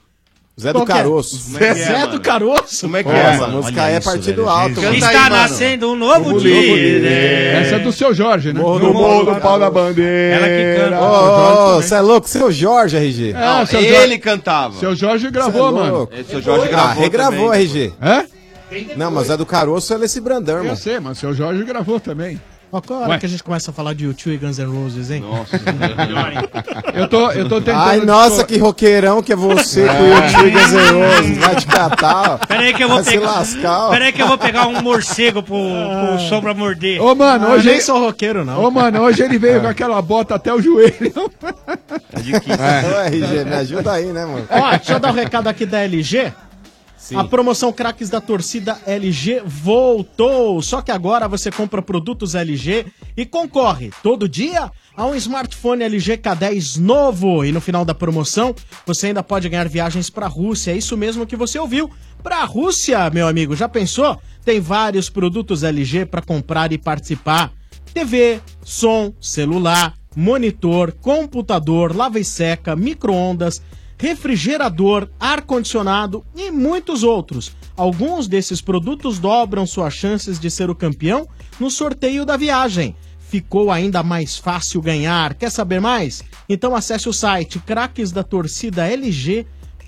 Zé
Qual
do
que é?
Caroço.
Zé do Mano.
Caroço?
Como é que
Pô,
é,
Essa
mano?
música
Olha
é
isso,
partido
velho.
alto.
Canta
Está nascendo um novo
Novo
dia.
líder. Essa é do seu Jorge, né?
No morro do pau da bandeira. Ela que
canta.
Ô, ô, você é louco? Seu Jorge, RG.
Ah, seu Jorge-
Ele cantava.
Seu Jorge
Cê
gravou,
é
mano.
louco. Ah, regravou,
também.
RG.
Hã?
Não, mas é do Caroço, ela é esse Brandão,
Eu
irmão.
sei, mas seu Jorge gravou também.
Ó, qual hora que a gente começa a falar de U2 e Guns N' Roses, hein? Nossa.
eu, tô, eu tô tentando...
Ai, nossa, que roqueirão que é você com o YouTube Gazeroso. Vai te catar, ó.
Peraí que eu vou
Vai se
pegar.
lascar, ó.
Peraí que eu vou pegar um morcego pro, pro sombra morder.
Ah. Ô, mano,
Ah,
hoje... é-
nem
ele-
sou roqueiro, não.
Ô, mano, hoje ele veio com aquela bota até o joelho.
Ô, RG, me ajuda aí, né, mano?
Ó, deixa eu dar um recado aqui da LG. A promoção Craques da Torcida LG voltou! Só que agora você compra produtos LG e concorre todo dia a um smartphone LG K10 novo. E no final da promoção, você ainda pode ganhar viagens para a Rússia. É isso mesmo que você ouviu. Para a Rússia, meu amigo, já pensou? Tem vários produtos LG para comprar e participar. TV, som, celular, monitor, computador, lava e seca, micro-ondas, refrigerador, ar-condicionado e muitos outros. Alguns desses produtos dobram suas chances de ser o campeão no sorteio da viagem. Ficou ainda mais fácil ganhar. Quer saber mais? Então acesse o site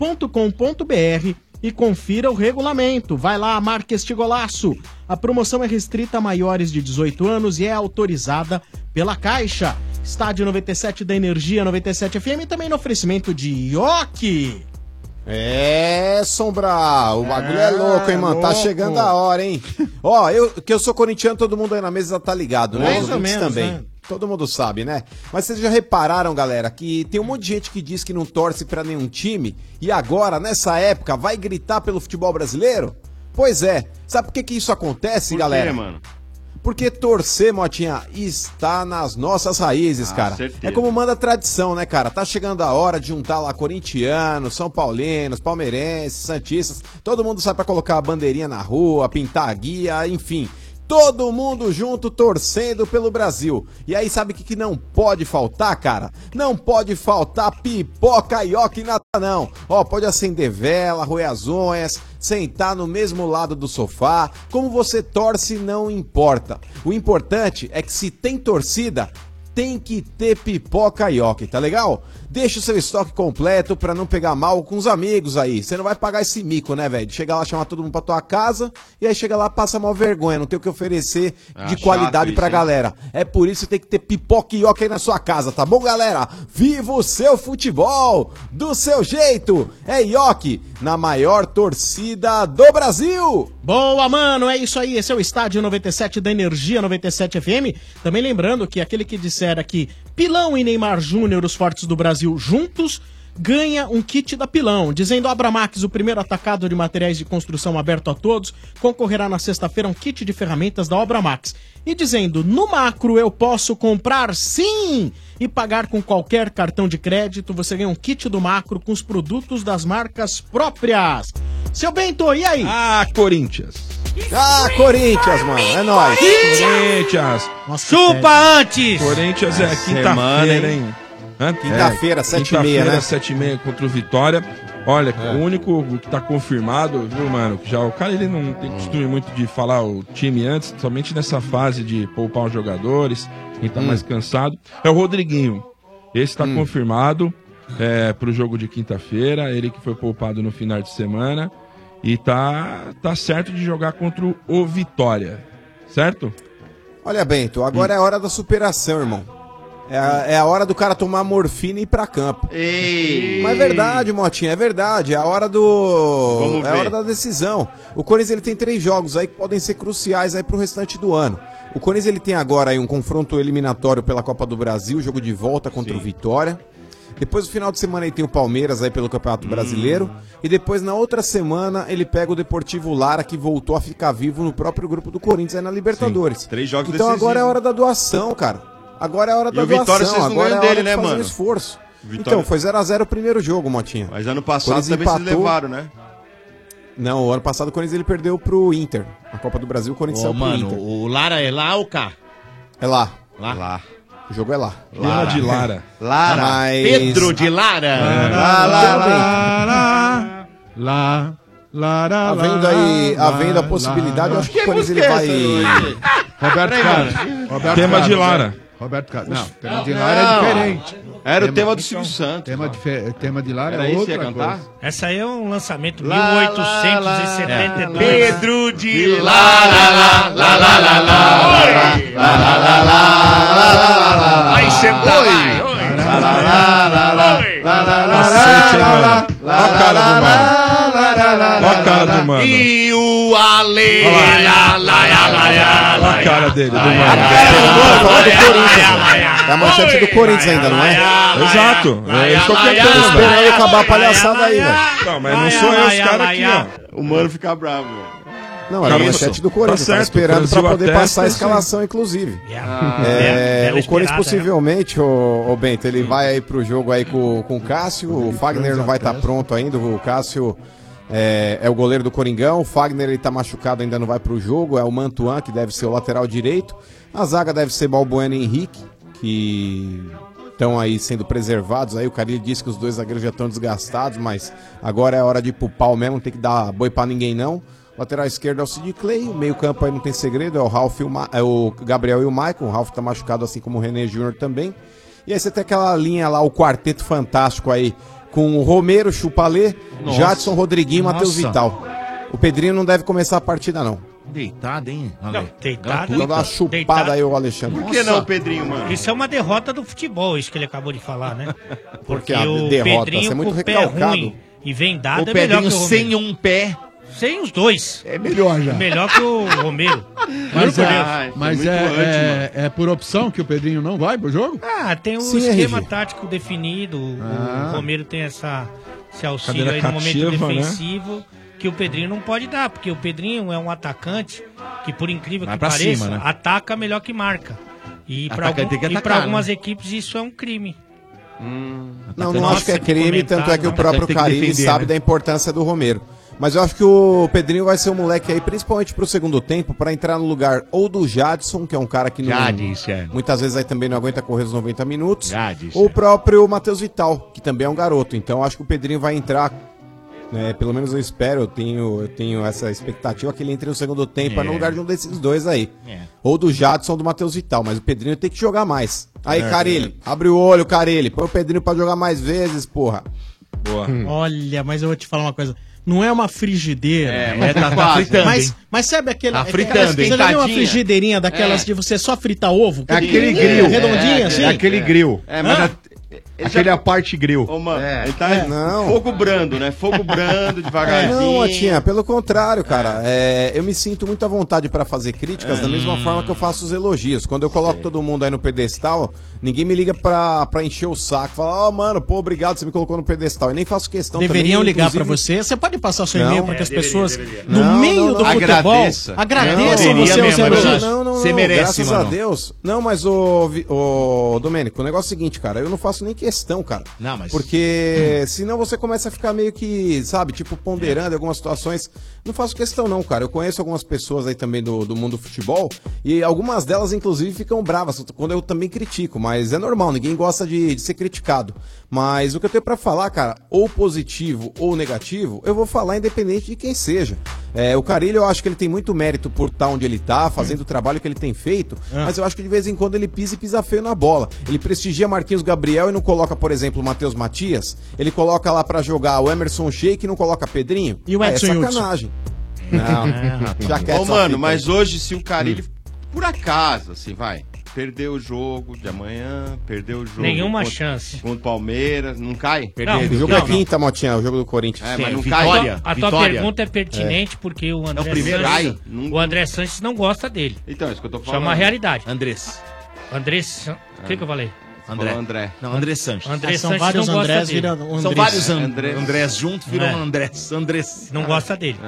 craquesdatorcidalg.com.br e confira o regulamento. Vai lá, marque este golaço. A promoção é restrita a maiores de 18 anos e é autorizada pela Caixa. Estádio 97 da Energia 97 FM e também no oferecimento de Ioki.
É, Sombra, o bagulho é,
É,
louco, hein, mano? Tá
louco.
chegando a hora, hein? Ó, eu que eu sou corintiano, todo mundo aí na mesa tá ligado, né?
Mais
Os
ou
ouvintes
menos,
também.
né?
Todo mundo sabe, né? Mas vocês já repararam, galera, que tem um monte de gente que diz que não torce pra nenhum time e agora, nessa época, vai gritar pelo futebol brasileiro? Pois é. Sabe por que que isso acontece,
Por quê,
galera?
mano?
Porque torcer, Motinha, está nas nossas raízes,
Ah,
cara.
certeza.
É como manda a tradição, né, cara? Tá chegando a hora de juntar lá corintianos, são paulinos, palmeirenses, santistas. Todo mundo sai pra colocar a bandeirinha na rua, pintar a guia, enfim. Todo mundo junto torcendo pelo Brasil. E aí, sabe o que, que não pode faltar, cara? Não pode faltar pipoca e oque nata, Ah, não. Ó, pode acender vela, roer as unhas, sentar no mesmo lado do sofá. Como você torce, não importa. O importante é que se tem torcida, tem que ter pipoca e ok, tá legal? Deixa o seu estoque completo pra não pegar mal com os amigos aí. Você não vai pagar esse mico, né, velho? Chega lá, chamar todo mundo pra tua casa e aí chega lá, passa mal vergonha, não tem o que oferecer
Ah,
de
chato
qualidade
isso,
pra
hein?
galera. É por isso que tem que ter pipoca e ok na sua casa, tá bom, galera? Viva o seu futebol! Do seu jeito! É Ioki, na maior torcida do Brasil!
Boa, mano, é isso aí. Esse é o estádio 97 da Energia 97 FM. Também lembrando que aquele que dissera que Pilão e Neymar Júnior, os fortes do Brasil, juntos, ganha um kit da Pilão. Dizendo Abramax, o primeiro atacado de materiais de construção aberto a todos, concorrerá na sexta-feira a um kit de ferramentas da Abramax. E dizendo, no macro eu posso comprar sim! E pagar com qualquer cartão de crédito, você ganha um kit do macro com os produtos das marcas próprias. Seu Bento, e aí?
Ah, Corinthians.
Ah, Corinthians, mano, é nóis.
Corinthians.
Chupa antes!
Corinthians é
Essa
quinta-feira,
semana, hein?
hein? Hã?
Quinta-feira,
É,
sete e meia, né?
Quinta-feira, sete e meia contra o Vitória. Olha,
É.
o único que tá confirmado, viu, mano? que Já, o cara ele não tem costume muito de falar o time antes, somente nessa fase de poupar os jogadores, quem tá
Hum.
mais cansado. É o Rodriguinho. Esse
Hum.
tá confirmado é, pro jogo de quinta-feira. Ele que foi poupado no final de semana. E tá, tá certo de jogar contra o Vitória. Certo?
Olha, Bento, agora é a hora da superação, irmão. É a, é a hora do cara tomar morfina e ir pra campo. Mas é verdade, Motinha, é verdade. É a hora do.
Vamos
é a
ver.
hora da decisão. O Corinthians ele tem três jogos aí que podem ser cruciais aí pro restante do ano. O Corinthians ele tem agora aí um confronto eliminatório pela Copa do Brasil, jogo de volta contra o Vitória. Depois no final de semana ele tem o Palmeiras aí pelo Campeonato Brasileiro.
Hum.
E depois na outra semana ele pega o Deportivo Lara, que voltou a ficar vivo no próprio grupo do Corinthians aí na Libertadores.
Três jogos
Então
decisivos.
agora é hora da doação, cara. Agora é hora
E
da
o
doação.
Vitória vocês não
agora
ganham
é hora
dele,
de
né,
fazer um
mano?
esforço.
Vitória-
Então, foi 0x0 o primeiro jogo, Motinha.
Mas ano passado também vocês levaram, né?
Não, ano passado o Corinthians ele perdeu pro Inter. Na Copa do Brasil o Corinthians
Ô,
saiu pro
mano,
Inter.
o Lara é lá ou cá?
É lá.
Lá. lá.
O jogo é lá.
Lara de Lara.
Tá
Lara. Mas...
Pedro de Lara.
Ah,
Ah,
Ah,
Lá, lá,
Lá, lá, lá,
Havendo aí, havendo a possibilidade, eu acho que o Corinthians ele vai...
Roberto
Peraí,
Carlos.
mano.
Roberto
Tema
Carlos,
de Lara.
né? Roberto Carlos. Não,
Não,
tema de Lara é
não.
diferente.
Era o tema do Silvio
Santos. Tema, dife- tema de Lara
Era
é
esse que
outra
ia cantar?
coisa.
Essa aí é um lançamento
Lá,
1872.
Pedro
de
Lara, É. lá, lá, lá, lá, lá, lá, lá, lá, lá, lá. Vai sentar, vai. Lá, lá, lá, lá, lá, lá, lá, lá, lá, lá, lá, lá, lá, lá, lá, lá, lá. E o Ale, lá, lá, lá, lá, lá, lá.
A cara dele, do
É a manchete do Corinthians ainda, não é?
Exato. É isso que eu
Tô
quero pensar.
esperando ele acabar a palhaçada aí, velho.
Não, mas não sou eu os caras aqui,
O mano fica bravo.
Não, era a
Isso.
manchete do Corinthians.
Tá
Tá
certo,
esperando pra
Brasil
poder
atesta,
passar a
isso aí.
escalação, inclusive.
Ah, bela-
É,
bela
o Corinthians
esperada, né?
possivelmente, ô, ô Bento, ele vai aí pro jogo aí com, com o Cássio. O Fagner não vai estar pronto ainda. O Cássio é, é o goleiro do Coringão. O Fagner ele tá machucado, ainda não vai pro jogo. É o Mantuan, que deve ser o lateral direito. A zaga deve ser Balbuena e Henrique, que estão aí sendo preservados. Aí o Carilho disse que os dois zagueiros já estão desgastados, mas agora é hora de ir pro pau mesmo, não tem que dar boi pra ninguém não. Lateral esquerdo é o Sid Clay, o meio campo aí não tem segredo, é o Ralf e o, Ma- é o Gabriel e o Michael. O Ralf tá machucado assim como o René Júnior também. E aí você tem aquela linha lá, o quarteto fantástico aí, com o Romero, Chupalê,
Nossa.
Jadson, Rodriguinho e Matheus
Nossa.
Vital. O Pedrinho não deve começar a partida não.
Deitado, hein?
Não, deitado.
Então dá uma chupada
Deitado.
aí o Alexandre.
Pedrinho, mano? Isso é uma derrota do futebol, isso que ele acabou de falar, né?
Porque a derrota, isso é muito
com o pé
recalcado.
ruim e vendado
O
é melhor que
Pedrinho
o
sem
um pé. Sem os dois. É
melhor já.
Melhor Ah, que o Romero.
Mas,
Juro por Deus.
é, mas é, é, é por opção que o Pedrinho não vai pro jogo?
Ah, tem um
Sim,
esquema
RG.
tático definido. o-
Ah.
O Romero tem essa, esse auxílio
Cadeira
aí no momento
cativa, né?
defensivo que o Pedrinho não pode dar, porque o Pedrinho é um atacante que por incrível
Vai
que
pra
pareça,
cima, né?
ataca melhor que marca. E pra
Ataca-
algum-
tem que
e pra
atacar, né?
algumas equipes isso é um crime.
Não, não acho que é
que
crime,
comentário,
tanto é que o
né?
próprio
Tem que defender,
Carilli sabe
né?
da importância do Romero. Mas eu acho que o Pedrinho vai ser um moleque aí, principalmente pro segundo tempo, pra entrar no lugar ou do Jadson, que é um cara que não,
Jadson, é.
muitas vezes aí também não aguenta correr os 90 minutos,
Jadson.
ou o próprio Matheus Vital, que também é um garoto. Então eu acho que o Pedrinho vai entrar, né, pelo menos eu espero, eu tenho, eu tenho essa expectativa que ele entre no segundo tempo
É.
no lugar de um desses dois aí.
É.
Ou do Jadson ou do Matheus Vital, mas o Pedrinho tem que jogar mais. Aí,
É.
Carilli, abre o olho, Carilli. Põe o Pedrinho pra jogar mais vezes, porra.
Boa.
Hum.
Olha, mas eu vou te falar uma coisa. Não é uma frigideira.
É, mas tá- tá fritando,
Mas,
hein?
mas sabe aquele.
Tá
é que-
fritando,
Você
hein?
já viu uma
Tadinha.
frigideirinha daquelas
É.
de você só fritar ovo?
É aquele
Pequenininha,
grill.
Redondinha,
é,
assim?
É aquele grill.
É, mas
Hã?
a-
Aquele é a parte grill.
Ô, mano, ele tá
É. Não.
fogo brando, né? Fogo brando, devagarzinho.
Não, Atinha, pelo contrário, cara. É, eu me sinto muito à vontade pra fazer críticas da mesma forma que eu faço os elogios. Quando eu coloco todo mundo aí no pedestal, ninguém me liga pra, pra encher o saco. Fala, ó, mano, pô, obrigado, você me colocou no pedestal. Eu nem faço questão
Deveriam
também,
ligar pra
inclusive-
você. Você pode passar seu
Não.
e-mail para que
É,
as
deveria,
pessoas,
deveria.
no
Não,
meio
não,
do
não.
futebol,
Agradeça.
agradeçam
Não,
você
deveria
aos
mesmo, é
elogios.
Não, não,
Você
não,
merece,
graças
mano.
a Deus. Não, mas o, Vi- o Domênico, o negócio é o seguinte, cara, eu não faço nem questão, cara.
Não, mas-
Porque senão você começa a ficar meio que, sabe, tipo, ponderando algumas situações. Não faço questão não, cara. Eu conheço algumas pessoas aí também do, do mundo do futebol e algumas delas, inclusive, ficam bravas quando eu também critico, mas é normal, ninguém gosta de, de ser criticado. Mas o que eu tenho pra falar, cara, ou positivo ou negativo, eu vou falar independente de quem seja. É, o Carilho, eu acho que ele tem muito mérito por estar onde ele tá, fazendo o trabalho que ele tem feito, mas eu acho que de vez em quando ele pisa e pisa feio na bola. Ele prestigia Marquinhos Gabriel e não coloca, por exemplo, o Matheus Matias. Ele coloca lá pra jogar o Emerson Sheik e não coloca Pedrinho.
E o
Ah,
Edson
É
Hudson?
sacanagem. Não, já quer
Ô,
essa
mano,
fita
mas
aí.
hoje, se o Carilli, por acaso, assim, vai, perdeu o jogo de amanhã, perdeu o jogo.
Nenhuma
contra-
chance.
Contra o Palmeiras, não cai?
Não, o jogo é quinta, Motinha, o jogo do Corinthians.
É, mas não
A
cai.
tua-
Vitória,
a tua
vitória.
pergunta é pertinente porque
É
o André,
primeiro
Sanches,
cai, não-
o André Sanches não gosta dele.
Então, é isso que eu tô
Isso é
falando.
uma realidade.
Andrés.
Andrés. O que, que eu falei?
André.
Falou André.
Não, André Sanches.
André Ah, são Sanches vários não gosta Andrés dele. virando
São
Andrés.
vários And-
Andrés.
Andrés. um juntos viram
É.
Andrés. Andrés.
Não
Ah.
gosta dele.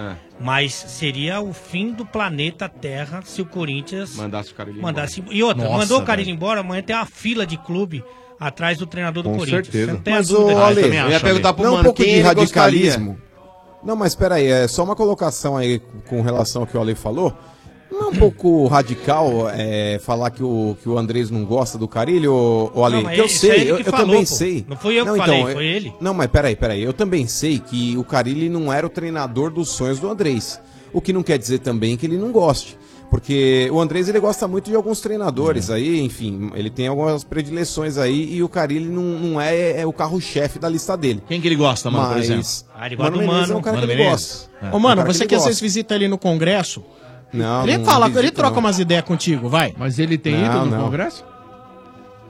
Mas seria o fim do planeta Terra se o Corinthians
Mandasse o Carilli
mandasse
embora.
E outra,
Nossa,
mandou o Carilho
velho.
embora, amanhã tem uma fila de clube atrás do treinador do
Com
Corinthians.
certeza.
Você não tem
Mas
a dúvida
o
disso.
Ale, Eu ia perguntar pro Não, um mano pouco quem de ele radicalismo. Não, mas peraí, é só uma colocação aí com relação ao que o Ale falou. Não é um pouco radical é, falar que o, que o Andrés não gosta do Carilho, ô, ô Ale?
Não, mas
que eu
isso é
sei,
ele
eu,
que
eu
falou,
também
pô.
sei. então,
Não fui eu que falei, foi ele.
Não, mas peraí, peraí. Eu também sei que o Carilli não era o treinador dos sonhos do Andrés. O que não quer dizer também que ele não goste. Porque o Andrés ele gosta muito de alguns treinadores
É.
aí, enfim, ele tem algumas predileções aí e o Carilli não, não é, é o carro-chefe da lista dele.
Quem que ele gosta, mano, por
Mas-
exemplo?
Ah, ele
Mano Menezes é um cara que ele gosta.
Ô,
É um
mano,
cara
você
ele
que às
gosta.
vezes visita ele no Congresso,
Não,
ele
não
fala,
visita,
ele troca
não.
umas ideias contigo, vai.
Mas ele tem
Não,
ido no
não.
Congresso?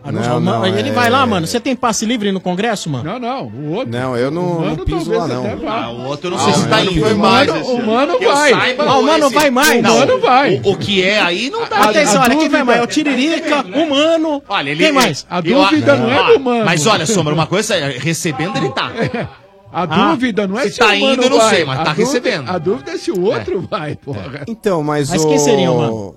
Ah, não,
Não,
mano,
não,
ele
é-
vai lá, mano. Você tem passe livre no Congresso, mano?
Não, não. O outro.
Não, eu não,
Mano,
não piso
talvez
lá, não.
até vá.
Ah, o outro eu não
Ah,
sei
o
se tá
Mano
indo.
foi mais esse
o
ano.
mano
Que eu
vai.
saiba, Ah, o
mano vai mais.
Não,
O mano vai.
O, o que é aí não dá.
Atenção, olha, quem vai mais? É o Tiririca, o Mano.
Olha, ele,
é-
Quem mais?
eu a- é
Ó,
Ó, Mas olha, Sombra, uma coisa, é, recebendo ele tá.
A
Ah,
dúvida não é
se tá
o Mano
indo, eu não sei, mas
A
tá
dúvida-
recebendo.
A dúvida é se o outro vai,
É.
porra.
Então, mas,
Mas
o...
quem seria, mano?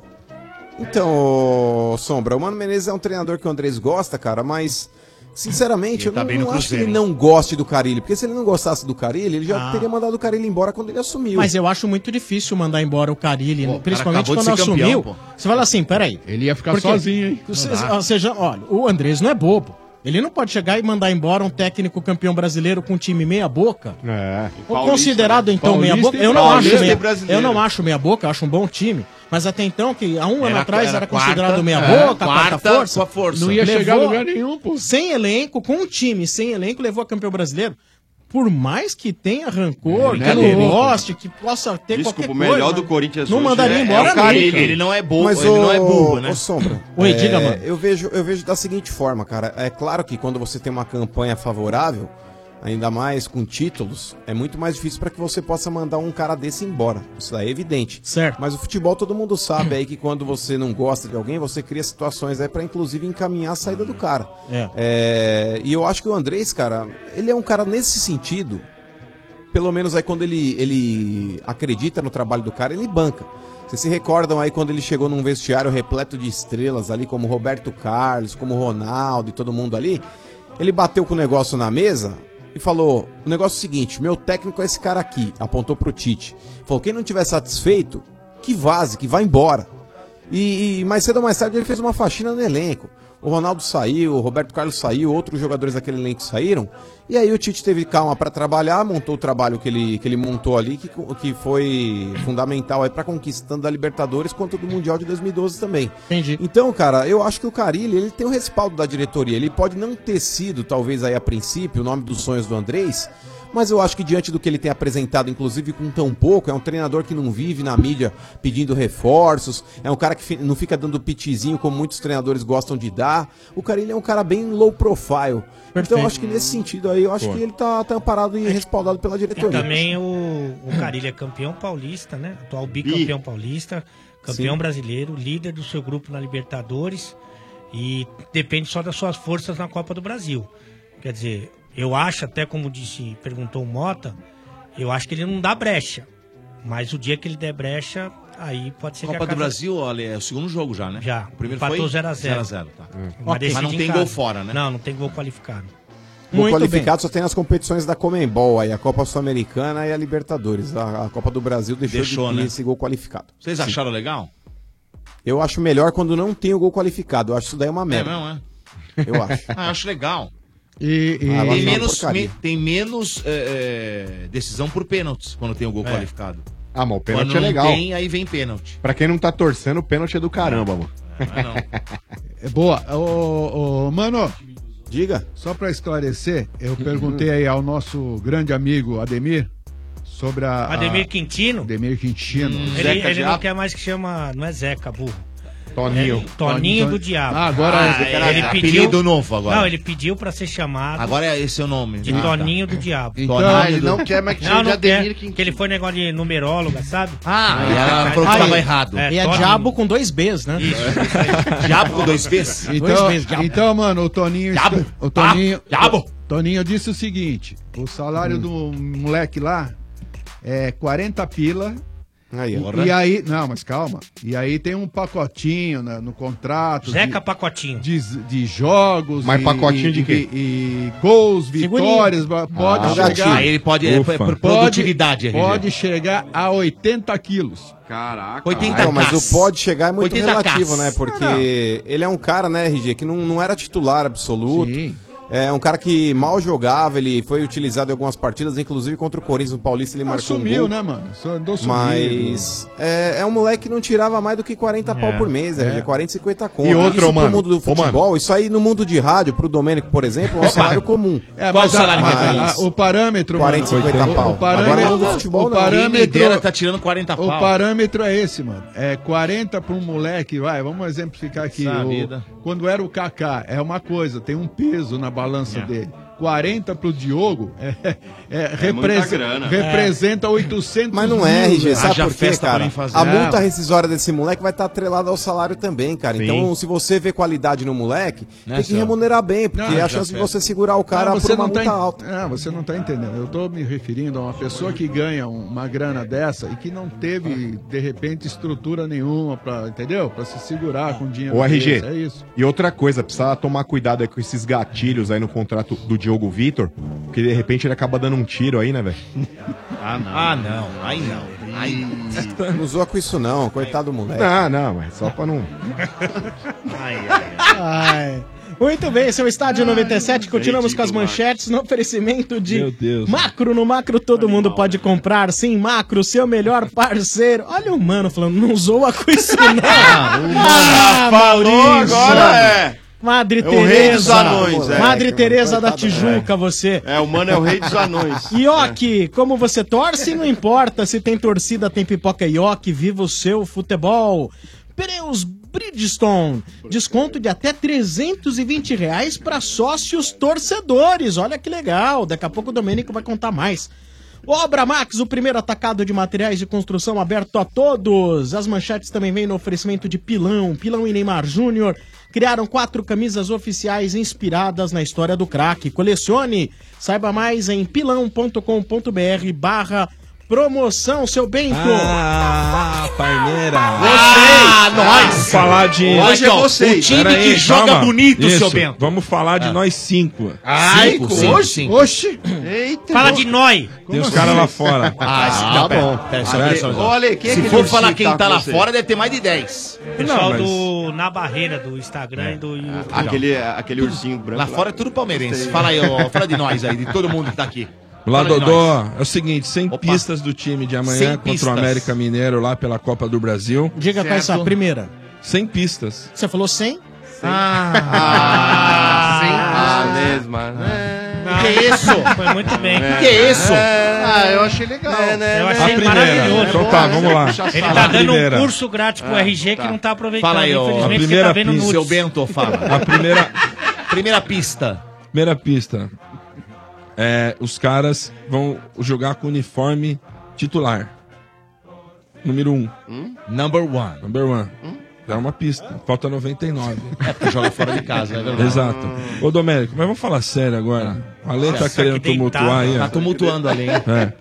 Então, ô, Sombra, o Mano Menezes é um treinador que o Andrés gosta, cara, mas... Sinceramente,
Ele
eu
tá
não,
bem no
não acho que
Cruzeiro,
ele
hein?
não goste do Carilli, porque se ele não gostasse do Carilli, ele já
Ah.
teria mandado o Carilli embora quando ele assumiu.
Mas eu acho muito difícil mandar embora o Carilli,
cara
principalmente
acabou de
quando
ser campeão,
assumiu.
pô.
você fala assim, peraí.
Ele ia ficar sozinho, hein?
Você,
Não dá.
ou seja, olha, o Andrés não é bobo. Ele não pode chegar e mandar embora um técnico campeão brasileiro com um time meia boca.
É.
Ou
né?
considerado então meia boca, eu não acho meia, eu não acho meia boca, eu acho um bom time, mas até então que há um ano
Era-
atrás
era
era,
quarta,
considerado meia
é,
boca, quarta,
quarta
força,
com a força. Não ia
Levou-
chegar a lugar nenhum,
Sem elenco, com um time sem elenco levou a campeão brasileiro. Por mais que tenha rancor,
Ele
que
não é
não
bobo.
goste, que possa ter
Desculpa,
qualquer
o
coisa.
melhor do Corinthians
Não
hoje
mandaria
é- é
embora
o Carille.
nunca.
Ele não é bobo,
Mas
ele
ô-
não é burro, né?
ô, Sombra.
Oi,
é,
diga, mano.
Eu vejo, eu vejo da seguinte forma, cara. É claro que quando você tem uma campanha favorável, ainda mais com títulos, é muito mais difícil para que você possa mandar um cara desse embora. Isso daí é evidente.
Certo.
Mas o futebol todo mundo sabe aí que quando você não gosta de alguém, você cria situações aí para inclusive encaminhar a saída do cara.
É.
É, e eu acho que o Andrés, cara, ele é um cara nesse sentido pelo menos aí quando ele, ele acredita no trabalho do cara, ele banca. Vocês se recordam aí quando ele chegou num vestiário repleto de estrelas ali, como Roberto Carlos, como Ronaldo e todo mundo ali? Ele bateu com o negócio na mesa e falou: o negócio é o seguinte, meu técnico é esse cara aqui, apontou pro Tite. Falou: quem não tiver satisfeito, que vaze, que vá embora. E, e mais cedo ou mais tarde ele fez uma faxina no elenco. O Ronaldo saiu, o Roberto Carlos saiu, outros jogadores daquele elenco saíram. E aí o Tite teve calma para trabalhar, montou o trabalho que ele, que ele montou ali, que, co- que foi fundamental aí para conquistando da Libertadores quanto do Mundial de 2012 também. Entendi. Então, cara, eu acho que o Carilli, ele tem o respaldo da diretoria. Ele pode não ter sido, talvez aí a princípio, o nome dos sonhos do Andrés, mas eu acho que diante do que ele tem apresentado, inclusive com tão pouco, é um treinador que não vive na mídia pedindo reforços, é um cara que fi- não fica dando pitizinho como muitos treinadores gostam de dar. O cara ele é um cara bem low profile. Então eu acho que nesse sentido aí, eu acho
Pô.
que ele tá, tá amparado e respaldado pela
E
diretoria.
também o, o Carilli é campeão paulista, né? Atual bicampeão paulista, campeão
Sim.
brasileiro, líder do seu grupo na Libertadores e depende só das suas forças na Copa do Brasil. Quer dizer, eu acho, até como disse, perguntou o Mota, eu acho que ele não dá brecha. Mas o dia que ele der brecha, aí pode ser que
Copa
a
do
casa-
Brasil, olha, é o segundo jogo já, né? Já. O primeiro
Empatou
foi
0x0.
0x0, tá.
Mas
Mas não
decide Hum. em
tem
casa.
gol fora, né?
Não, não tem gol qualificado.
O qualificado só tem as competições da Comembol, aí a Copa Sul-Americana e a Libertadores. A, a Copa do Brasil deixou,
Deixou,
de ter
né?
esse gol qualificado.
Vocês
Sim.
acharam legal?
Eu acho melhor quando não tem o gol qualificado. Eu acho isso daí uma merda.
É mesmo, é?
Eu acho.
ah, eu acho legal.
e- Ah, eu acho
tem,
uma
menos,
porcaria.
me- tem menos é, é, decisão por pênaltis quando tem o gol
É.
qualificado.
Ah, mas o pênalti
Quando
é
não
legal.
Tem, aí vem pênalti.
Pra quem não tá torcendo, o pênalti é do caramba, mano.
É boa. Ô, ô, mano.
Diga.
Só pra esclarecer, eu perguntei aí ao nosso grande amigo Ademir sobre a.
Ademir
a-
Quintino? Hum.
Ademir Quintino.
Ele, ele não quer mais que chama. Não é Zeca, burro.
Toninho.
É Toninho do Diabo.
Ah, agora
ele,
é- era
pediu.
apelido novo agora.
Não, ele pediu pra ser chamado.
Agora é esse é o nome.
De
Ah, tá.
Ah, tá. Toninho do Diabo.
Então, Ah, ele não
quer mais que
não,
chame
não
de Ademir
quer, Que ele foi negócio de numeróloga, sabe?
Ah, e ela falou que tava errado.
e é
Toninho.
diabo com dois Bs, né?
Diabo com dois P's?
Então, então, mano, o Toninho. O Toninho.
Ah,
Toninho disse o seguinte: o salário do moleque lá é 40 pila.
Aí,
e, e aí, não, mas calma. E aí tem um pacotinho né, no contrato.
Zeca Pacotinho.
De, de jogos.
Mas
e-
pacotinho
e-
de quê?
E, e gols, vitórias.
Segurinha.
Pode
Ah,
chegar.
gatinho. Aí ele pode- é, Ufa. por produtividade,
Pode,
RG.
pode chegar a 80 quilos.
Caraca.
80
Então, mas
cas.
o pode chegar é muito
80
relativo,
cas.
né?
Ah, não.
Porque ele é um cara, né, RG, que não, não era titular absoluto. É um cara que mal jogava, ele foi utilizado em algumas partidas, inclusive contra o Corinthians no Paulista, ele marcou um
Sumiu,
gol.
né, mano? Só andou sumido.
Mas é, é um moleque que não tirava mais do que 40 pau por mês, é.
É.
40, 50 conto.
E outro,
isso
mano,
pro mundo do
ô,
futebol, isso aí no mundo de rádio, pro Domênico, por exemplo, é um salário comum.
É, mas a- a- a- o parâmetro,
40, 50
o-
pau.
O parâmetro,
Agora, é no futebol,
o
não.
parâmetro,
Quem me dera tá tirando 40
O
pau.
parâmetro é esse, mano. É 40 para um moleque, vai, vamos exemplificar aqui.
Essa
o-
vida.
quando era o Kaká, é uma coisa, tem um peso na balança
É.
dele. 40 pro Diogo é, é,
muita
represe-
grana. né?
representa 800
Mas não é, RG, sabe
Haja
por quê,
festa pra
cara?
mim fazer.
A
Não.
multa rescisória desse moleque vai estar atrelada ao salário também, cara.
Sim.
Então, se você vê qualidade no moleque,
Né,
tem que
senhor?
remunerar bem, porque
Não,
é a
já
chance de
fez.
você segurar o cara
Não,
por uma
tá
multa
en-
alta.
Ah, você não tá entendendo. Eu tô me referindo a uma pessoa que ganha um- uma grana dessa e que não teve, de repente, estrutura nenhuma pra, entendeu? Pra se segurar com dinheiro.
O RG.
desse, É isso.
E outra coisa, precisa tomar cuidado aí com esses gatilhos aí no contrato do Diogo Vitor, porque de repente ele acaba dando um tiro aí, né, velho?
Ah, não. Ah, não. Aí não. Aí
Não zoa com isso não, coitado do moleque.
Não, não, é só pra não...
Ai. Muito bem, seu estádio 97. Continuamos com as
Ridículo,
manchetes no oferecimento de
Meu Deus.
Macro. No Macro todo mundo
né?
pode comprar. Sim, Macro, seu melhor parceiro. Olha o mano falando, não zoa com isso não.
Ah, falou agora é.
Madre
É o
Teresa.
rei dos anões, é.
Madre Teresa da Tijuca, você.
É, o mano é o rei dos anões. É.
Ioki, como você torce, não importa. Se tem torcida, tem pipoca Ioki. Viva o seu futebol. Pneus Bridgestone. Desconto de até 320 reais para sócios torcedores. Olha que legal. Daqui a pouco o Domênico vai contar mais. Obra Max, o primeiro atacado de materiais de construção aberto a todos. As manchetes também vêm no oferecimento de Pilão. Pilão e Neymar Júnior criaram quatro camisas oficiais inspiradas na história do craque. Colecione Saiba mais em pilão.com.br barra promoção, seu Bento.
Ah, parmeira.
Ah, nós.
Falar de...
Hoje é
Ó,
vocês.
o time
Pera
que
aí,
joga
calma.
bonito,
Isso.
seu Bento. Vamos falar de nós cinco.
Ai,
cinco,
cinco, cinco.
Oxi.
Eita.
Fala de nós.
Tem os
assim?
caras lá fora.
Ah, esse-
Tá
não, pera, pera, só- pera, só-
Olha, quem é
Se
que
for
deve
falar
citar
quem tá
com
lá
você?
fora, deve ter mais de 10.
Pessoal do Na Barreira, do Instagram e do YouTube.
Aquele, aquele ursinho branco.
É. Lá fora é tudo palmeirense. Fala aí, ó, fala de nós aí, de todo mundo que tá aqui.
Lá,
Fala de
Dodó,
nós.
é o seguinte, sem pistas do time de amanhã
Sem
contra
pistas.
o América Mineiro lá pela Copa do Brasil.
Diga qual é essa primeira.
Sem pistas.
Você falou 100?
Ah, sim.
Ah, mesma.
Que isso?
Foi muito bem.
Que
é
isso?
É.
Ah, eu achei legal.
Eu achei
primeira.
maravilhoso.
Então tá, vamos lá.
Ele
A
tá dando
primeira.
um curso grátis pro
Ah,
RG que
tá.
não tá aproveitando.
Fala aí, ó,
Infelizmente,
a
você
primeira
tá vendo
pista.
nudes.
Seu Bento, fala.
A primeira-
Primeira pista.
Primeira pista. É, os caras vão jogar com uniforme titular. Número 1. Um.
Number one.
Number one. Dá uma pista. Falta 99.
Hum? É, porque joga fora de casa, é verdade.
Exato. Ô, Domérico, mas vamos falar sério agora. O Ale
Hum. Nossa,
tá querendo
que deitado.
tumultuar aí. ó.
Tá tumultuando ali, hein?
É.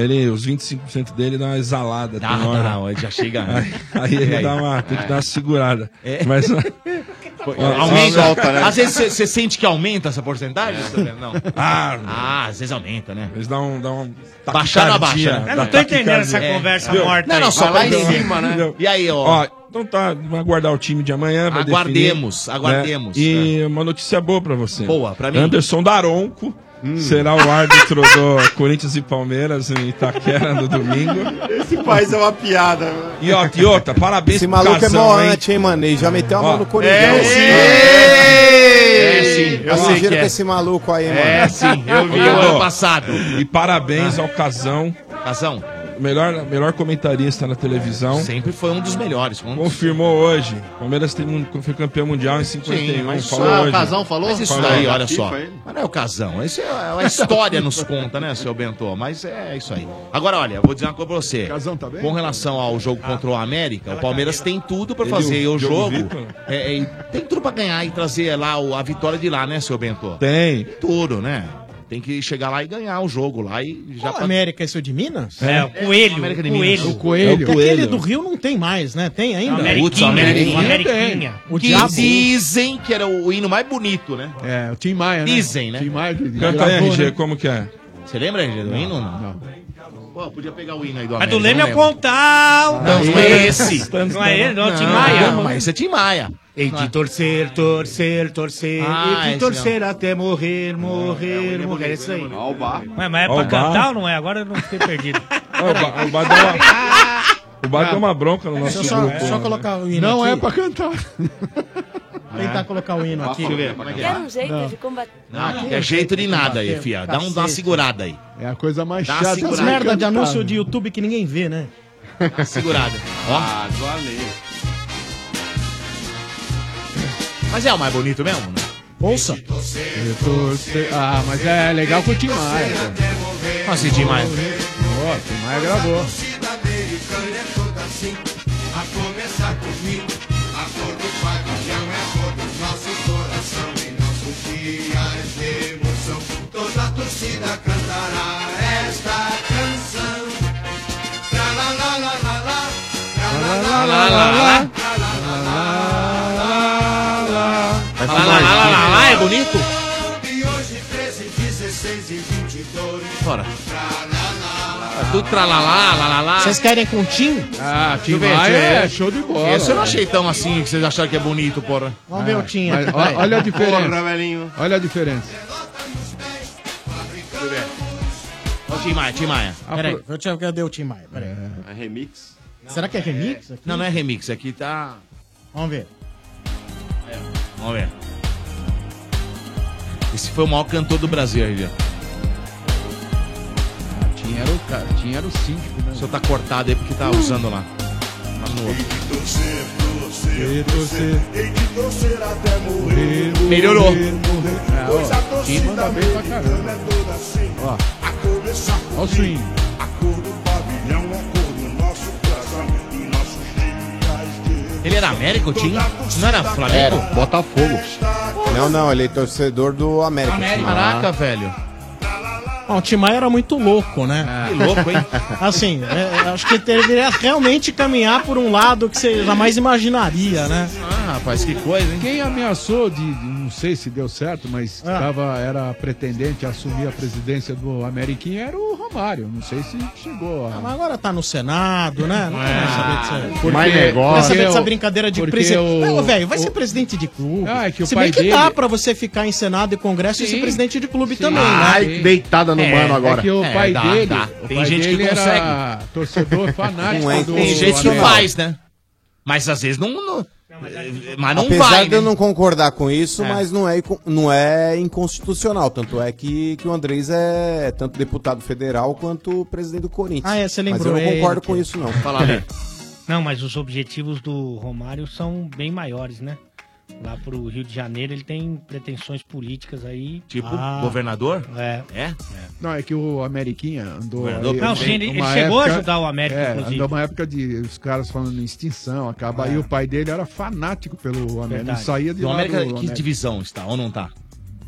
Ele, os 25% dele dá uma exalada.
Dá,
tem hora.
dá, ó, já chega.
Aí, aí ele
E aí?
dá uma, tem que dar uma segurada.
É.
Mas...
tá Aumenta.
né?
Às vezes você- você sente que aumenta essa porcentagem? seu Bento? Não.
É. Ah,
às vezes aumenta, né?
Eles dão um. Dão um
Baixaram a
taquicardia,
baixa. né?
dá taquicardia. É. Entendeu?
Não, não, só lá em
Entendeu?
cima, né?
Entendeu?
E aí, ó.
Ó, então tá, vamos aguardar o time de amanhã. vai
Aguardemos,
definir,
aguardemos. É.
né? E uma notícia boa pra você.
Boa, pra mim. Hum.
Anderson Daronco será o árbitro do Corinthians e Palmeiras em Itaquera no domingo.
Esse país é uma piada.
E ó, e outra, parabéns
Esse
pro
maluco é
Casão, hein?
moante, hein, mano? Ele já meteu a mão no Corinthians.
é, sim.
né?
É, sim, eu
Tá
sei
ligeiro
que é.
com esse maluco aí, mano.
É, sim, eu vi
Ô,
o
Dodô,
ano passado.
E parabéns ao Casão.
Casão.
Melhor, melhor comentarista na televisão.
Sempre foi um dos melhores.
Confirmou hoje. Palmeiras tem, mun- foi campeão mundial em 51.
Sim, mas
falou
só-
hoje.
o Casão falou? Mas isso
Falou.
daí, olha só. Mas não é o casão, isso é, a história nos conta, né, seu Bento? Mas é isso aí. Agora, olha, eu vou dizer uma coisa pra você. Casão tá bem? Com relação ao jogo contra o América, o Palmeiras tem tudo pra
Ele,
fazer
um
o
o
Diogo
jogo.
Vitor?
É, e tem tudo pra ganhar e trazer lá o- a vitória de lá, né, seu Bento?
Tem.
Tudo, né? Tem que chegar lá e ganhar o jogo lá e já.
Qual América, esse é o de Minas?
É, o Coelho,
América de
o
Minas.
Coelho.
O Coelho.
É o
Aquele
Coelho.
do Rio não tem mais, né? Tem ainda?
Putz, a Ameriquinha.
Ameriquinha.
O
que
diabo.
dizem que era o hino mais bonito, né?
É, o Tim Maia, né?
Dizem, né?
Tim Maia que diz.
Canta aí, RG, como que é?
Você lembra, RG, do hino? Não.
Pô, podia pegar o hino aí do
Mas
Mas do
América,
Leme
não
é
lembro.
Pontal.
Não, não é esse.
Não é ele, não. Tim
Não,
Maia.
não, mas esse é Tim Maia. é.
E de torcer, torcer, torcer.
Ah,
e
esse
de
né?
torcer até morrer, morrer, morrer. É isso aí. Ué, mas é pra
Alba.
cantar ou não é? Agora eu não fiquei perdido.
Ó, o Ba- o Bá deu uma, o
Ah.
Bá deu uma bronca no nosso
Deixa eu só,
grupo.
só
né?
colocar o hino
Não
aqui. É.
é pra cantar.
Tentar colocar o hino aqui.
Quer um jeito de combater.
é Não, é jeito de nada aí, fia. Dá, um, dá uma segurada aí.
É a coisa mais
Dá
chata. assim,
segurada.
Essas merda de anúncio de YouTube que ninguém vê, né?
Dá uma segurada. Ó.
Ah, valeu.
Mas é o mais bonito mesmo, né?
Ouça.
Eu tô se- Ah, mas é legal com o Tim Maia. pô.
Não assisti mais.
Ó, o Tim Maia gravou.
Vai lá, lá, lá, lá, lá, é bonito? Bora. É tudo tralalá, lalalá.
Vocês querem com o Tim?
Ah, Tim
eu ver,
Maia
deixa eu ver.
é show de bola.
Esse eu não achei tão assim que vocês acharam que é bonito, porra.
Vamos ver o Tim
Mas
aqui.
ó- olha a
Porra,
diferença.
velhinho.
Olha a diferença.
Ó, Tim Maia, Tim Maia.
Ah,
Peraí, deixa Ah, eu ver cadê o Tim Maia. Peraí.
É remix.
Será que é remix? aqui?
Não, não é remix, aqui tá.
Vamos ver.
Vamos ver. Esse foi o maior cantor do Brasil, RG.
Tinha era o, cara, tinha era o síndico, né?
O senhor tá cortado aí porque tá usando lá. Tá
E você
Melhorou.
ó, Tim manda bem pra caramba. Ó, ó o swing.
Ele era América, o Tim? Não era
Era,
Flamengo?
Botafogo. Não, não, ele é torcedor do América.
Caraca, velho.
Bom, o Timaya era muito louco, né?
Ah. Que louco, hein?
assim, é, acho que deveria realmente caminhar por um lado que você jamais imaginaria, né?
Ah, rapaz, que coisa, hein?
Quem ameaçou de, de- não sei se deu certo, mas tava, era pretendente a assumir a presidência do Ameriquinha era o Romário. Não sei se chegou a.
Mas agora tá no Senado, né? Não quer saber
É.
disso.
Porque- Mais negócio.
Quer saber dessa
Porque o-
brincadeira de
porque
presidente.
o-
Não, velho, vai
o-
ser presidente de clube.
Ah, é que o
Se
pai
bem que
dele-
dá pra você ficar em Senado e Congresso e ser
Sim.
presidente de clube também, né?
Ai, deitada no mano agora.
É que o
É,
pai
dá,
dele.
dá.
o
Tem
pai
gente que
dele era
consegue.
torcedor fanático.
Não é,
do
tem gente que
América.
faz, né? Mas às vezes não. não- eh, mas não
Apesar
vai.
de eu
né?
não concordar com isso,
É.
mas não é, inco- não é inconstitucional. Tanto é que, que o Andrés é tanto deputado federal quanto presidente do Corinthians.
Ah, é, você
Mas
lembrou
eu não
ele
concordo
que-
com isso, não.
Fala, Ale.
Não, mas os objetivos do Romário são bem maiores, né? Lá pro Rio de Janeiro ele tem pretensões políticas aí.
Tipo,
Ah.
governador?
É.
É?
Não, é que o Ameriquinha andou.
Governador
aí,
Não,
uma
sim, ele- ele
época-
chegou a ajudar o América,
é,
inclusive.
Andou uma época de os caras falando em extinção, acabar. E o pai dele era fanático pelo América. Não
É Verdade.
saía de
Do
lá do
América, que
América.
divisão está ou não está?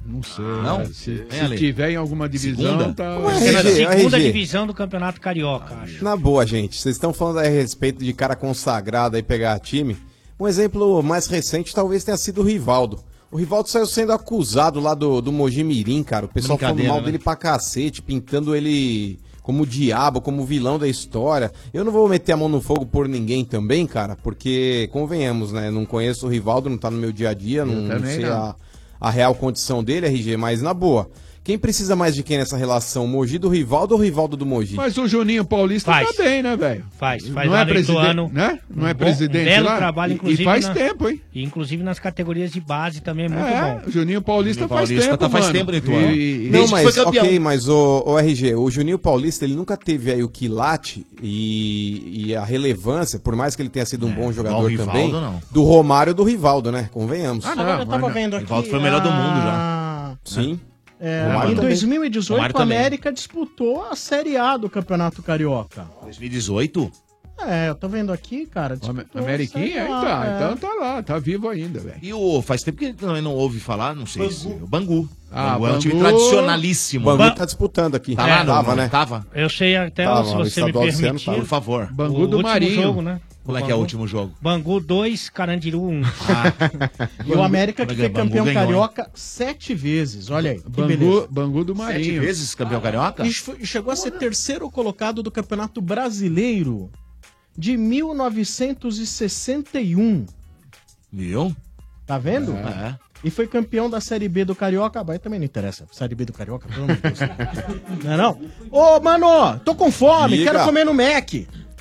Não sei.
Não?
cara. Se,
Hein,
se
Ale?
tiver em alguma divisão,
Segunda? é
tá.
Ué,
Pela
RG,
segunda
RG.
divisão do Campeonato Carioca, acho.
Na boa, gente, vocês estão falando a respeito de cara consagrado aí pegar time. Um exemplo mais recente talvez tenha sido o Rivaldo. O Rivaldo saiu sendo acusado lá do, do Mogi Mirim, cara. O pessoal falando
Brincadeira,
mal
né?
dele pra cacete, pintando ele como diabo, como vilão da história. Eu não vou meter a mão no fogo por ninguém também, cara, porque, convenhamos, né? Não conheço o Rivaldo, não tá no meu dia a dia, não, não
também
sei
não.
a, a real condição dele, RG, mas na boa. Quem precisa mais de quem nessa relação? O Mogi do Rivaldo ou o Rivaldo do Mogi?
Mas o Juninho Paulista
Faz.
tá bem, né, velho?
Faz, faz
Não
lá
é
no Ituano.
presidente, né? Não é
Um bom-
presidente
um belo
lá?
trabalho,
E-
inclusive.
E faz
na-
tempo, hein?
E inclusive nas categorias de base também é muito
É,
bom.
o Juninho Paulista faz tempo. mano. E- e-
não,
desde que
mas
foi campeão.
ok, mas o, o RG, o Juninho Paulista, ele nunca teve aí o quilate e, e a relevância, por mais que ele tenha sido um bom jogador
igual o
também,
É, Rivaldo, não.
do Romário e do Rivaldo, né? Convenhamos.
Ah, não, Agora eu tava mas não. vendo aqui, ah,
Rivaldo foi o melhor do mundo
já.
Sim.
É,
Romário
em
também.
2018,
Romário
o
também.
América disputou a Série A do Campeonato Carioca.
2018?
É, eu tô vendo aqui, cara. disputou a Série
Ameriquinha,
A,
aí tá.
é.
Então tá lá, tá vivo ainda, velho.
E o. Faz tempo que ele também não ouve falar, não sei se. O Bangu.
Ah,
Bangu é um time
Bangu.
tradicionalíssimo.
O Bangu tá disputando aqui.
Tá lá, não,
Tava,
não,
né?
Tava.
Eu sei até
Tava, o
se você me
estadual desse ano
permitir.
tava. Por favor. Bangu
O
do
último
Marinho.
Jogo, né?
Como é que é o último jogo?
Bangu 2, Carandiru 1.
E o América que foi
Bangu
campeão
ganhou, hein?
carioca sete vezes. Olha aí. que
Bangu,
beleza. Ah,
Bangu do Marinho.
Sete vezes campeão carioca?
E foi- chegou a ser terceiro colocado do Campeonato Brasileiro de 1961.
Viu?
Tá vendo?
É.
E foi campeão da Série B do Carioca, mas também não interessa. Série B do Carioca, pelo amor de Deus. não é não? Ô, mano, tô com fome,
Liga.
quero comer no Mac.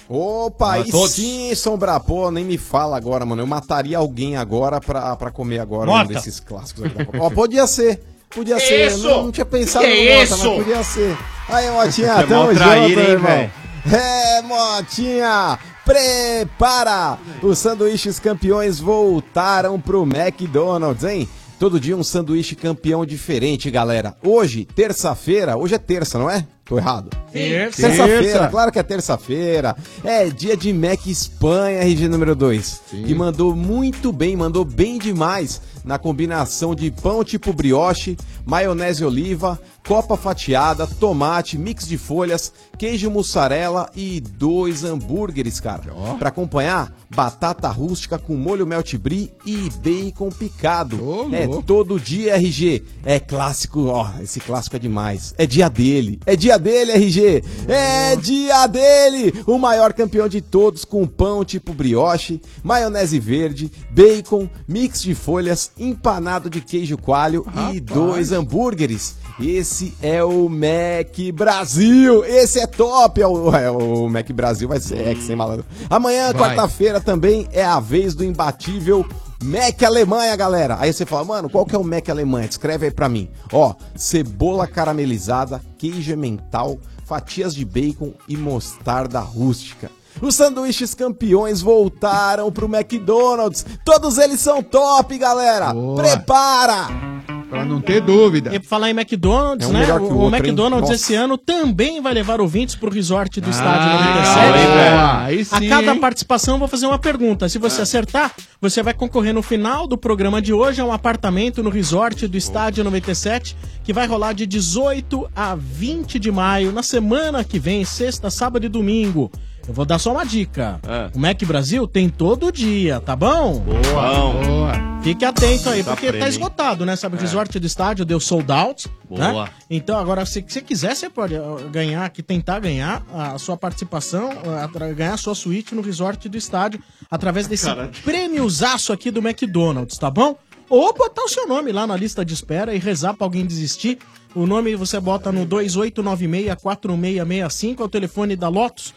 Opa, aí
Todos.
sim, Sombra, pô, nem me fala agora, mano. Eu mataria alguém agora pra, pra comer agora
Mota.
um desses clássicos. aqui da Copa. Ó, podia ser. Podia ser.
Isso.
Não, não tinha pensado
Que
no Mota,
isso?
mas podia ser. Aí, Motinha,
Você é mó
tamo junto,
traíra, hein,
irmão.
velho?
É, Motinha, prepara! Os sanduíches campeões voltaram pro McDonald's, hein? Todo dia um sanduíche campeão diferente, galera. Hoje, terça-feira, hoje é terça, não é? Tô errado.
Terça.
Terça-feira,
Terça.
claro que é terça-feira. É dia de Mac Espanha, RG número 2. Que mandou muito bem, mandou bem demais na combinação de pão tipo brioche, maionese oliva, copa fatiada, tomate, mix de folhas, queijo mussarela e dois hambúrgueres, cara. Pra acompanhar, batata rústica com molho melt brie e bacon picado. é
louco.
todo dia, RG. É clássico, ó, esse clássico é demais. É dia dele. É dia dele, RG. É dia dele. O maior campeão de todos com pão tipo brioche, maionese verde, bacon, mix de folhas, empanado de queijo coalho e dois hambúrgueres. Esse é o Mac Brasil. Esse é top. É o, é o Mac Brasil vai ser, é que sem malandro. Amanhã,
Vai.
quarta-feira feira também é a vez do imbatível Mac Alemanha, galera. Aí você fala, mano, qual que é o Mac Alemanha? Escreve aí pra mim. Ó, cebola caramelizada, queijo mental, fatias de bacon e mostarda rústica. Os sanduíches campeões voltaram pro McDonald's. Todos eles são top, galera. Prepara!
Pra não ter dúvida.
É. E pra falar em McDonald's,
É um
né?
melhor
o,
que o
o
outro, hein?
McDonald's
Nossa. Ah,
esse ano também vai levar ouvintes pro resort do estádio
legal,
97.
hein, velho? Aí
a
sim,
cada
hein? É.
participação eu vou fazer uma pergunta. Se você acertar, você vai concorrer no final do programa de hoje a um apartamento no resort do estádio 97, que vai rolar de 18 a 20 de maio, na semana que vem, sexta, sábado e domingo. Eu vou dar só uma dica.
É.
O Mac Brasil tem todo dia, tá bom?
Boa. Boa.
Fique atento aí,
Tá
porque
prêmio, hein?
tá
É.
esgotado, né? Sabe, o resort do estádio deu sold out. né?
Boa.
Então, agora, se você quiser, você pode ah, ganhar aqui, tentar ganhar a sua participação, ah, atra- ganhar a sua suíte no resort do estádio, através desse prêmiozaço aqui do McDonald's, tá bom? Ou botar o seu nome lá na lista de espera e rezar pra alguém desistir. O nome você bota no 2896-4665, é o telefone da Lotus,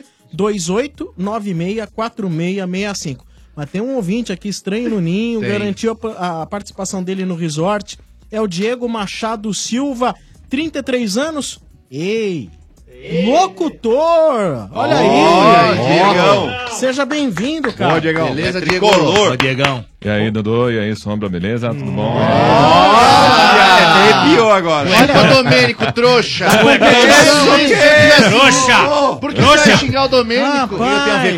2896-4665. Mas tem um ouvinte aqui estranho no ninho,
Tem.
garantindo garantiu a pa- a, participação dele no resort. É o Diego Machado Silva, 33 anos. Ei! Locutor! Olha aí!
Diegão!
Seja bem-vindo, cara.
Beleza,
É
Diego?
Tricolor.
Diegão.
E aí, Dudu? E aí, Sombra, beleza? Tudo bom?
Ah,
É,
é
Arrepiou agora.
Olha o Domênico, trouxa.
Não é que é isso,
Por que
que
você
é
fica assim?
Trouxa.
Por que você vai
Trouxa.
xingar o Domênico?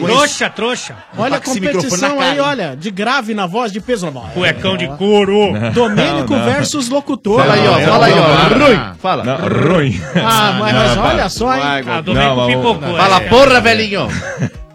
Trouxa, trouxa.
Olha a competição aí, olha, de grave na voz, de peso na voz.
Cuecão de couro.
Domênico
Não, não.
versus locutor.
Fala aí, ó, fala aí, ó. Ruim.
Fala.
Não, ruim.
Ah, mas,
Não,
mas
para.
olha só, hein?
Ah, Domênico Não, mas- pipocou,
Fala,
é.
porra, velhinho.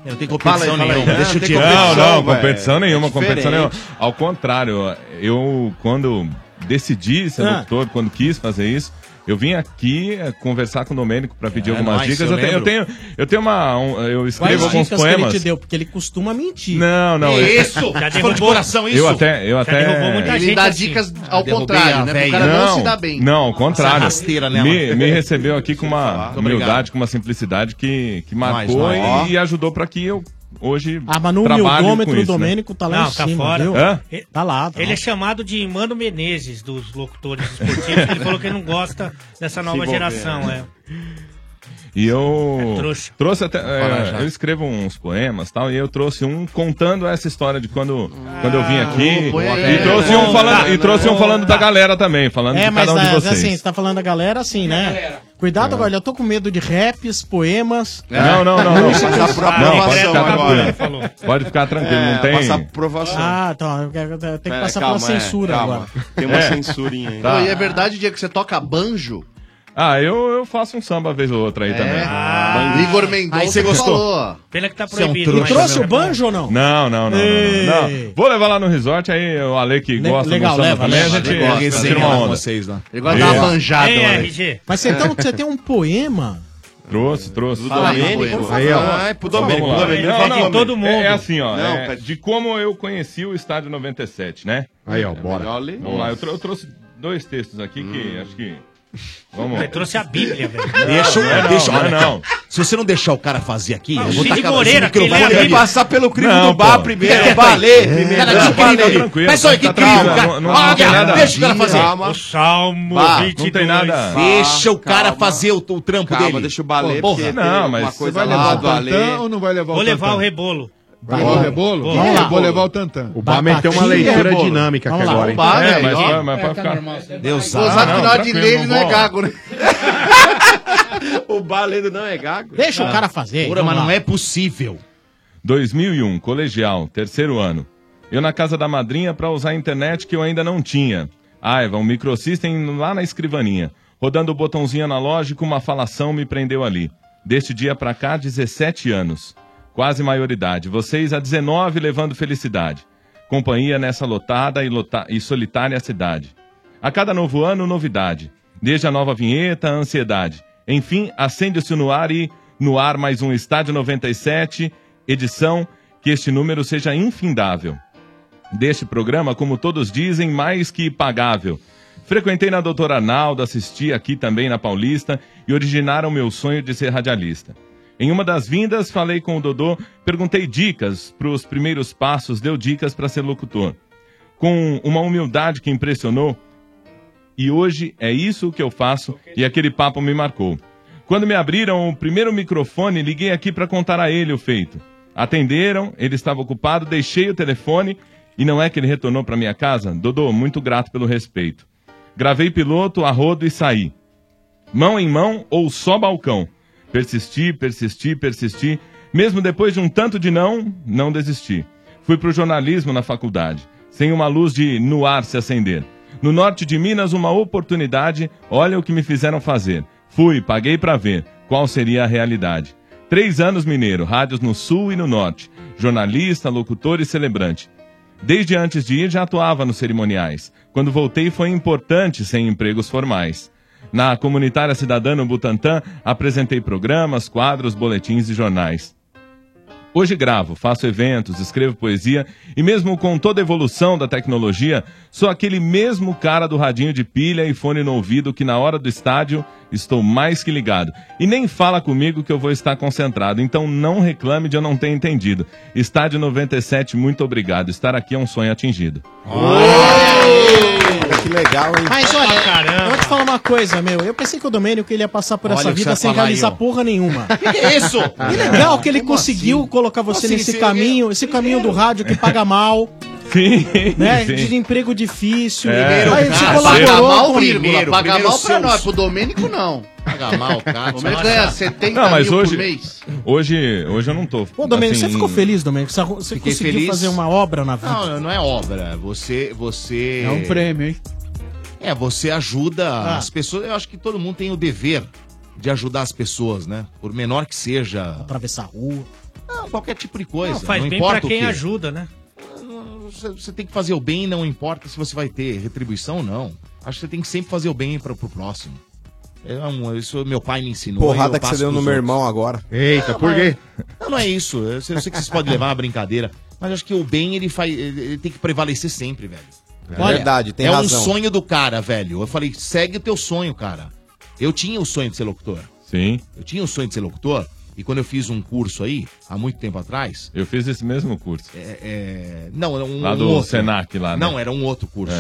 Eu tenho
competição nenhuma, deixa eu tirar.
Não,
velho.
não, competição nenhuma,
É
competição nenhuma.
diferente.
Ao contrário, eu quando decidi ser
Ah.
locutor, quando quis fazer isso, eu vim aqui eh, conversar com o Domênico pra pedir
É,
algumas
nóis,
dicas.
eu
Eu tenho, eu tenho,
lembro.
eu tenho uma, um- eu
Quais
escrevo alguns
dicas que ele
poemas.
te deu? Porque ele costuma mentir.
Não, não.
Que
eu-
isso? Já
Tá
derrubou-
falando de coração isso? Eu até, eu
Já
até.
derrubou muita
Ele gente dá assim. dicas ao
Ah, Derrubei
contrário,
a
né? Pro
véia.
cara não se dar bem.
Não, ao contrário.
Essa rasteira né, nela.
Me, me recebeu aqui com uma
Muito obrigado.
humildade, com uma simplicidade que, que
Nós,
marcou
nós.
e, e ajudou pra que eu hoje
Ah, mas no
trabalhe com
humildômetro, o
isso, né?
Domênico tá lá
Não,
em
tá
cima,
fora.
viu?
Hã?
Tá lá, tá
Ele
lá.
é chamado de Mano Menezes dos locutores esportivos. Ele falou que não gosta dessa nova
envolver,
geração, é.
né? E eu
trouxa.
trouxe até. é,
Fala já.
eu escrevo uns poemas tal, e eu trouxe um contando essa história de quando, quando eu
Ah,
vim aqui. e trouxe um falando,
Tá,
e trouxe um falando da galera também, falando
É,
de
mas
cada um de
ah,
vocês. É.
assim, você tá falando da galera assim, né? Cuidado agora, eu tô com medo de raps, poemas.
Não, não, não, não. Passar por aprovação
pode ficar
agora.
tranquilo.
Falou. Pode ficar tranquilo, não tem-
Passar por provação.
Ah, então, eu quero- eu tenho que
Pera,
passar
calma,
pela
é,
censura
calma.
agora.
Tem uma
É.
censurinha aí.
Tá.
Pô, E é verdade, o dia que você toca banjo,
Ah, eu, eu faço um samba vez ou
É.
outra aí também.
Ah, Igor Mendonça
Aí você gostou?
falou.
Pena que tá
Você é um proibido, trouxa. mas também é bom.
ou não?
Não, não, não, não, não, não. Vou levar lá no resort, aí o Ale que
Le-
gosta do
legal,
samba
leva,
também,
leva,
a gente
leva.
a gente
Resenha
tira uma
lá com
onda.
vocês lá.
Ele gosta de dar
Isso.
uma banjada, né?
Ei,
né?
olha.
RG. Mas você, então, você tem um poema?
Trouxe, trouxe.
Do Fala aí, Domênico. Domênico. Aí, ó.
Ai, pro Domênico.
Vamos lá.
Domênico,
Não,
fala do
não,
Domênico.
todo mundo.
É, é assim, ó.
Não,
é
tá-
de como eu conheci o Estádio 97, né?
Aí, ó, bora.
melhor Hum. ler. Vamos lá, eu, trou- eu trouxe dois textos aqui que acho que... Vamos.
Ele trouxe a Bíblia, velho.
Deixa,
Não, é não,
deixa,
não,
olha,
não.
cara, Se você não deixar o cara fazer aqui,
Ah,
eu
o
vou
Cid
tacar
Moreira,
esse microfone
que ele é
ali.
amigo. Passar pelo crime do bar primeiro,
Quieto aí.
pra ler.
Cara,
Não,
que incrível.
tá tranquilo,
Mas só, que
tá
incrível,
tranquilo,
cara.
não- não- não tem
Olha,
nada.
Deixa o cara fazer.
Calma. O
Salmo
Bah,
22. Não tem nada.
Deixa o cara
Calma.
fazer o, o trampo
Calma,
dele.
deixa o balé,
Pô,
porque tem Não, mas alguma
Você vai levar
um
o tantã ou não vai levar
Vou
o
levar
tantã?
o rebolo.
Vai levar o rebolo?
Vou.
Vamos lá.
Rebolo.
Vou levar o tantã.
O Bar meteu uma
Batatinha
leitura
rebolo.
dinâmicas
Vamos
aqui
lá.
agora,
O
hein?
Bar,
É,
velho,
mas
ó.
vai- mas
É,
vai
tá
ficar-
normal.
Deus
sabe.
Gozado que na hora de
tranquilo,
ler ele não é
vambora.
gago, né?
O balendo não é gago.
Deixa o cara fazer.
Porra, mas não é possível.
2001, colegial, terceiro ano. Eu na casa da madrinha pra usar a internet que eu ainda não tinha. Aiva, um microsystem lá na escrivaninha. Rodando o botãozinho analógico, uma falação me prendeu ali. Deste dia pra cá, 17 anos. Quase maioridade. Vocês a 19 levando felicidade. Companhia nessa lotada e, lota- e solitária cidade. A cada novo ano, novidade. Desde a nova vinheta, a ansiedade. Enfim, acende-se no ar e no ar mais um Estádio 97, edição que este número seja infindável. Deste programa, como todos dizem, mais que pagável. Frequentei na Doutora Arnaldo, assisti aqui também na Paulista e originaram meu sonho de ser radialista. Em uma das vindas, falei com o Dodô, perguntei dicas para os primeiros passos, deu dicas para ser locutor. Com uma humildade que impressionou, e hoje é isso que eu faço e aquele papo me marcou. Quando me abriram o primeiro microfone, liguei aqui para contar a ele o feito. Atenderam, ele estava ocupado, deixei o telefone e não é que ele retornou para minha casa? Dodô, muito grato pelo respeito. Gravei piloto, arrodo e saí. Mão em mão ou só balcão. Persisti, persisti, persisti. Mesmo depois de um tanto de não, não desisti. Fui pro jornalismo na faculdade, sem uma luz de no ar se acender. No norte de Minas, uma oportunidade, olha o que me fizeram fazer. Fui, paguei pra ver qual seria a realidade. Três anos mineiro, rádios no sul e no norte. Jornalista, locutor e celebrante. Desde antes de ir já atuava nos cerimoniais. Quando voltei foi importante sem empregos formais. Na comunitária cidadã no Butantã, apresentei programas, quadros, boletins e jornais. Hoje gravo, faço eventos, escrevo poesia e mesmo com toda a evolução da tecnologia, sou aquele mesmo cara do radinho de pilha e fone no ouvido que na hora do estádio estou mais que ligado. E nem fala comigo que eu vou estar concentrado, então não reclame de eu não ter entendido. Estádio 97, muito obrigado. Estar aqui é um sonho atingido.
Que legal, hein?
Mas olha, eu vou te falar uma coisa, meu. Eu pensei que o Domênico ele ia passar por
Olha
essa
o que
vida
você
sem
ia falar
realizar
aí, ó.
porra nenhuma.
Que que é isso?
Que legal que ele
Como
conseguiu colocar você
Assim,
nesse
se-
caminho, esse caminho do rádio que paga mal.
Sim,
né?
sim.
De emprego difícil.
É.
Aí ele se
Primeiro,
colaborou
paga mal,
com-
vírgula,
Primeiro,
paga
primeiro
mal pra
seus.
nós, pro Domênico não.
Paga mal, cara.
O Domênico ganha 70
Não, mas
mil
hoje,
por mês.
hoje, hoje eu não tô.
Pô, Domênico,
assim,
você ficou feliz, Domênico? Você, é você
Fiquei
conseguiu
feliz.
fazer uma obra na vida?
Não, não é obra. Você, você.
É um prêmio,
hein? É, você ajuda
Ah.
as pessoas. Eu acho que todo mundo tem o dever de ajudar as pessoas, né? Por menor que seja.
Atravessar a rua.
Não, qualquer tipo de coisa. Não,
faz bem pra
importa o
quem
quê.
ajuda, né?
Você, você tem que fazer o bem, não importa se você vai ter retribuição ou não. Acho que você tem que sempre fazer o bem para pro próximo. É um, isso meu pai me ensinou.
Porrada
e eu
que você
passo
deu no
pros
meu
outros.
irmão agora.
Eita,
por quê?
Não, não é isso. Eu sei, eu sei que vocês podem levar uma brincadeira, mas acho que o bem ele, faz, ele ele tem que prevalecer sempre, velho.
É verdade, tem
é
razão.
um sonho do cara, velho. Eu falei, segue o teu sonho, cara. Eu tinha o sonho de ser locutor.
Sim.
Eu tinha o sonho de ser locutor e quando eu fiz um curso aí, há muito tempo atrás,
Eu fiz esse mesmo curso.
é, é, não, era um,
Lá
um
do
outro.
Senac lá, né?
Não, era um outro curso.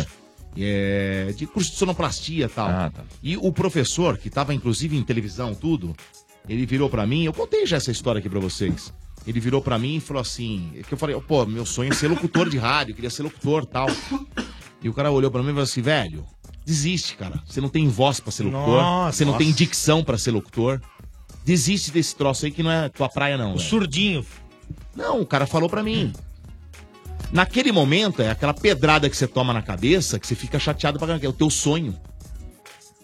É, de curso de sonoplastia e tal.
Ah, tá.
E o professor, que estava inclusive em televisão, tudo, ele virou pra mim, eu contei já essa história aqui pra vocês. Ele virou pra mim e falou assim, é que eu falei, pô, meu sonho é ser locutor de rádio, eu queria ser locutor e tal. E o cara olhou pra mim e falou assim, velho, desiste, cara. Você não tem voz pra ser locutor,
Nossa.
você não tem
Nossa.
dicção pra ser locutor. Desiste desse troço aí que não é tua praia, não. velho."
Surdinho.
Não, o cara falou pra mim. Naquele momento, é aquela pedrada que você toma na cabeça que você fica chateado pra caramba, que é o teu sonho.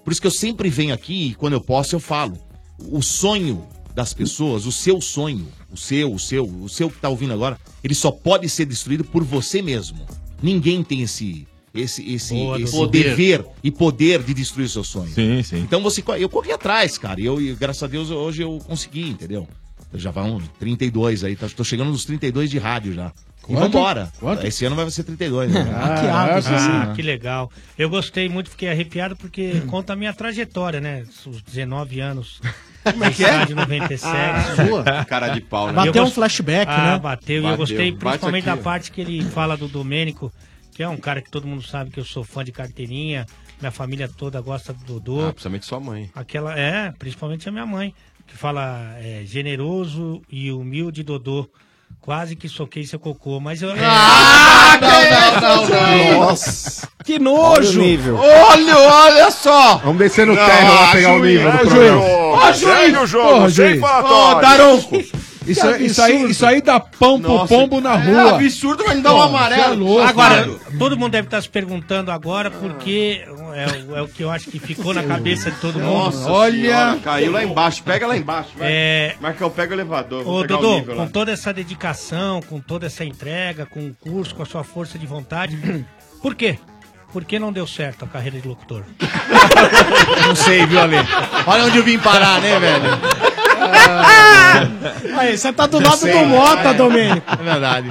Por isso que eu sempre venho aqui e quando eu posso eu falo. O sonho das pessoas, o seu sonho, o seu, o seu, o seu que tá ouvindo agora, ele só pode ser destruído por você mesmo. Ninguém tem esse esse esse,
Boa,
esse
Dudu.
dever e poder de destruir o seu
um
sonho.
Sim, sim.
Então você co- eu corri atrás, cara. E eu e graças a Deus hoje eu consegui, entendeu? Eu já vão 32 aí, tá, tô chegando nos 32 de rádio já. E
Quanto?
vambora.
Quanto?
Esse ano vai ser 32, né?
ah, que legal. Eu gostei muito, fiquei arrepiado porque conta a minha trajetória, né? Os 19 anos. Como
é que é?
97.
Ah, sua?
Cara de pau, né?
E eu
Bateu um
flashback,
ah,
né?
Bateu, e eu
Bateu.
gostei
Bate
principalmente
aqui,
da
ó.
parte que ele fala do Domênico, que é um cara que todo mundo sabe que eu sou fã de carteirinha, minha família toda gosta do Dodô.
Ah, principalmente sua mãe.
Aquela, é, principalmente a minha mãe, que fala é, generoso e humilde Dodô. Quase que soquei seu cocô, mas eu. Ah,
não, não, não.
Nossa. Que nojo!
Olha, olha só!
Vamos descer no
Não,
térreo lá
ah,
pegar o
juiz,
nível
ah,
do
juiz.
programa.
Ó, juiz. Segue o jogo,
Porra,
sem
juiz.
falatório.
Ô, Daronco. Isso,
Que
isso, aí,
absurdo.
isso aí dá pão pro
Nossa,
pombo na
é
rua.
absurdo,
mas me dá um
Porra, você
amarelo.
é louco,
agora,
mano.
todo mundo deve estar se perguntando agora, porque é, o- é o que eu acho que ficou na cabeça de todo mundo.
Nossa, senhora, caiu lá embaixo. Pega lá embaixo. Vai.
É.
Marcão, pega o elevador. vou
Ô,
pegar o
Dodô,
nível
com
lá.
toda essa dedicação, com toda essa entrega, com o curso, com a sua força de vontade, por quê? Por que não deu certo a carreira de locutor?
Não sei, viu, Ale? Olha onde eu vim parar, né, velho?
Aí, você tá do
Eu
lado
sei.
do Mota, Domênico.
É verdade.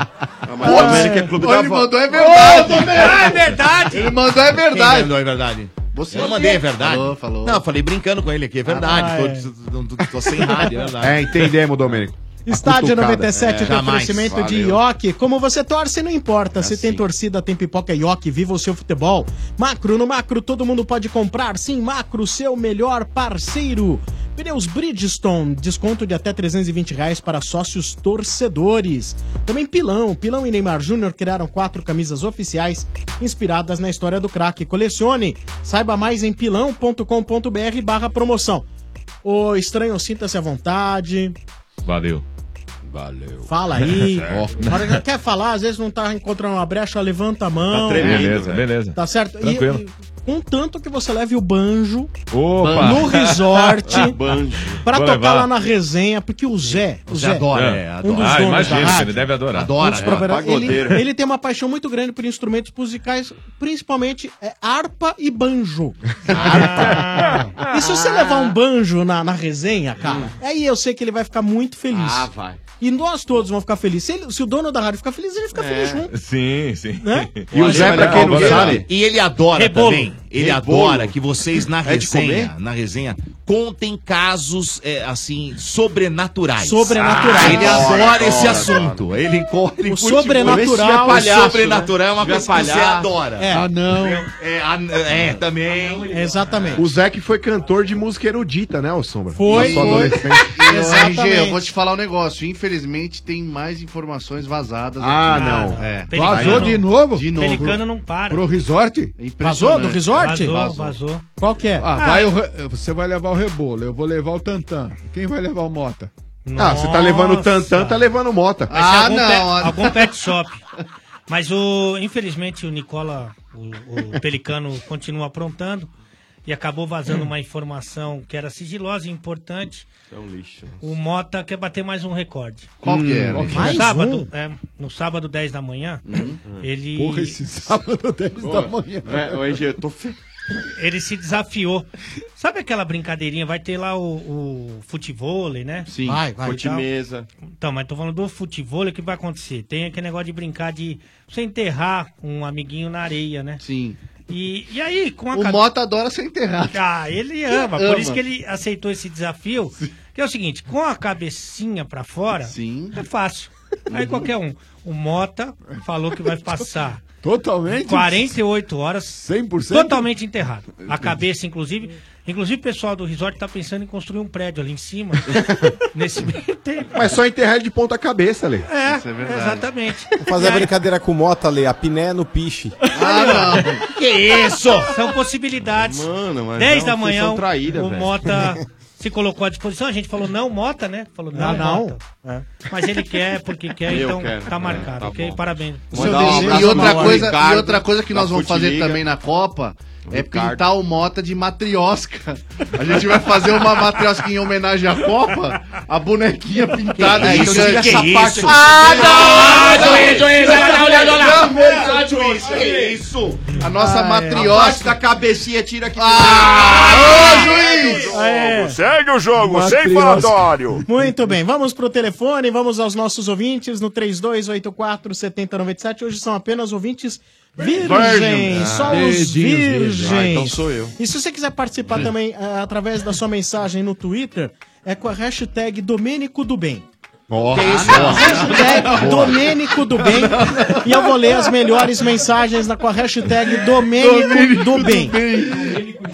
mas o Domênico é
clube
Ô,
da
ele
avó.
mandou, é
verdade.
verdade.
É verdade. Ele mandou, é verdade.
Quem mandou, é verdade.
Você
eu mandei, é
mesmo.
verdade.
Falou, falou.
Não, eu falei brincando com ele aqui, é verdade.
Ah,
tô,
é.
tô- tô- tô sem rádio, é verdade.
É, entendemos, Domênico.
Estádio 97 tem
É, jamais.
oferecimento de
Valeu. É assim.
Ioki. Como você torce, não importa. Se tem torcida, tem pipoca Ioki. Viva o seu futebol. Macro, no Macro todo mundo pode comprar. Sim, Macro, seu melhor parceiro. Pneus Bridgestone, desconto de até 320 reais para sócios torcedores. Também Pilão. Pilão e Neymar Júnior criaram quatro camisas oficiais inspiradas na história do craque. Colecione. Saiba mais em pilão.com.br barra promoção. Ô, estranho, sinta-se à vontade.
Valeu.
Valeu.
Fala aí.
É.
Na hora que quer falar, às vezes não tá encontrando uma brecha, levanta a
Tá
mão.
beleza, beleza.
Tá certo? E-
Tranquilo.
E, contanto que você leve o banjo
Opa.
no resort
Banjo.
pra
Vou
tocar
levar.
lá na resenha, porque o Zé, o
Você
Zé,
adora, é, adora.
um dos
Ah,
donos
imagino,
da rádio,
ele deve adorar.
um dos
Adora, é,
proprietários,
pagodeiro.
ele, ele tem uma paixão muito grande por instrumentos musicais, principalmente é, harpa e banjo. Harpa. e se você levar um banjo na, na resenha, cara, aí eu sei que ele vai ficar muito feliz.
Ah, vai.
E nós todos vamos ficar felizes. Se, ele- se o dono da rádio ficar feliz, ele fica feliz junto.
Sim, sim.
Né?
E o Zé, pra quem não sabe. E ele adora
Rebolo.
também. Ele
Rebolo.
adora que vocês na
É de comer?
resenha, na resenha, contem casos, é, assim, sobrenaturais.
Sobrenaturais.
Ah, ele adora
Adora,
esse
adora.
assunto. Ele corre, ele
O
curte
sobrenatural-
muito.
Esse é
O
palhaço,
sobrenatural é uma
né?
coisa que você
Palhaço.
adora.
É. Ah,
não.
É, ah, n- é, também.
Exatamente.
O Zé que foi cantor de música erudita, né, ô Sombra?
Foi,
Na sua
foi.
adolescência.
E, ô,
Exatamente.
RG, eu vou te falar um negócio. Infelizmente, tem mais informações vazadas.
Ah,
aqui.
não.
É.
Vazou de novo?
De novo.
Pelicano
não para.
Pro resort?
Vazou do resort?
né? Vazou, vazou.
Qual que é?
Ah,
Ah,
vai
é-
o re- você vai levar o rebolo, eu vou levar o tantan. Quem vai levar o mota?
Nossa.
Ah, você tá levando o tantan, tá levando o mota.
Vai
Ah,
Ah,
ser algum pet- algum pet shop. Mas o, infelizmente o Nicola, o, o Pelicano, continua aprontando e acabou vazando
Hum.
uma informação que era sigilosa e importante.
É um lixo.
O Mota quer bater mais um recorde. Hum,
Qual que é,
No
né? Mais
sábado,
um? Hum.
é, no sábado 10 da manhã, ele.
Porra, esse sábado 10 da manhã.
É, o RG, eu tô fe...
Ele se desafiou. Sabe aquela brincadeirinha? Vai ter lá o, o futevôlei, né?
Sim, Vai, vai. fute-mesa.
Então, mas tô falando do futevôlei, o que vai acontecer? Tem aquele negócio de brincar de você enterrar um amiguinho na areia, né?
Sim.
E, e aí, com a
O
cabe-
Mota adora ser enterrado.
Ah, ele ama.
Ama.
Por isso que ele aceitou esse desafio. Que é o seguinte, com a cabecinha pra fora, Sim. é fácil. Aí qualquer um. O Mota falou que vai passar
Totalmente?
48 horas
100%?
totalmente enterrado. A cabeça, inclusive. Inclusive, o pessoal do resort tá pensando em construir um prédio ali em cima. nesse meio tempo.
Mas só enterrar de ponta cabeça, Lê.
É,
Isso é verdade.
exatamente.
Vou fazer a brincadeira com o Mota ali, a piné no piche.
Que isso? São possibilidades.
Mano, mas
10
é
da
uma
manhã,
função traída,
o
velho.
Mota se colocou à disposição. A gente falou, não, Mota, né? Falou, não, É.
Não,
Mota. Mas ele quler, porque quer,
Eu
então
quero,
tá
é,
marcado,
tá
ok?
bom.
Parabéns.
um
e, outra coisa, e outra coisa que
da
nós vamos fazer
Futiliga.
também né? na Copa é
Ricardo.
pintar o Mota de matriosca. A gente vai fazer uma matriosca em homenagem à Copa, a bonequinha pintada
Que isso, que
gigante. Essa
isso?
parte aqui.
Ah, não! Ah, juiz, juiz, olha lá, olha lá, olha lá.
Não, não, não, juiz, que isso? A nossa
Ah.
matriosca.
A parte da
cabecinha tira aqui.
Segue o jogo, sem
Matriosca.
falatório.
Muito bem, vamos pro telefone, vamos aos nossos ouvintes no 3284 7097. Hoje são apenas ouvintes virgens,
Virgem.
só
Ah,
os
dedinhos virgens.
virgens.
Ah, então sou eu.
E se você quiser participar também eh, através da sua mensagem no Twitter, é com a hashtag Domênico do Bem. é
Ó,
Hashtag Domênico do Bem. E eu vou ler as melhores mensagens na- com a hashtag Domênico do Bem.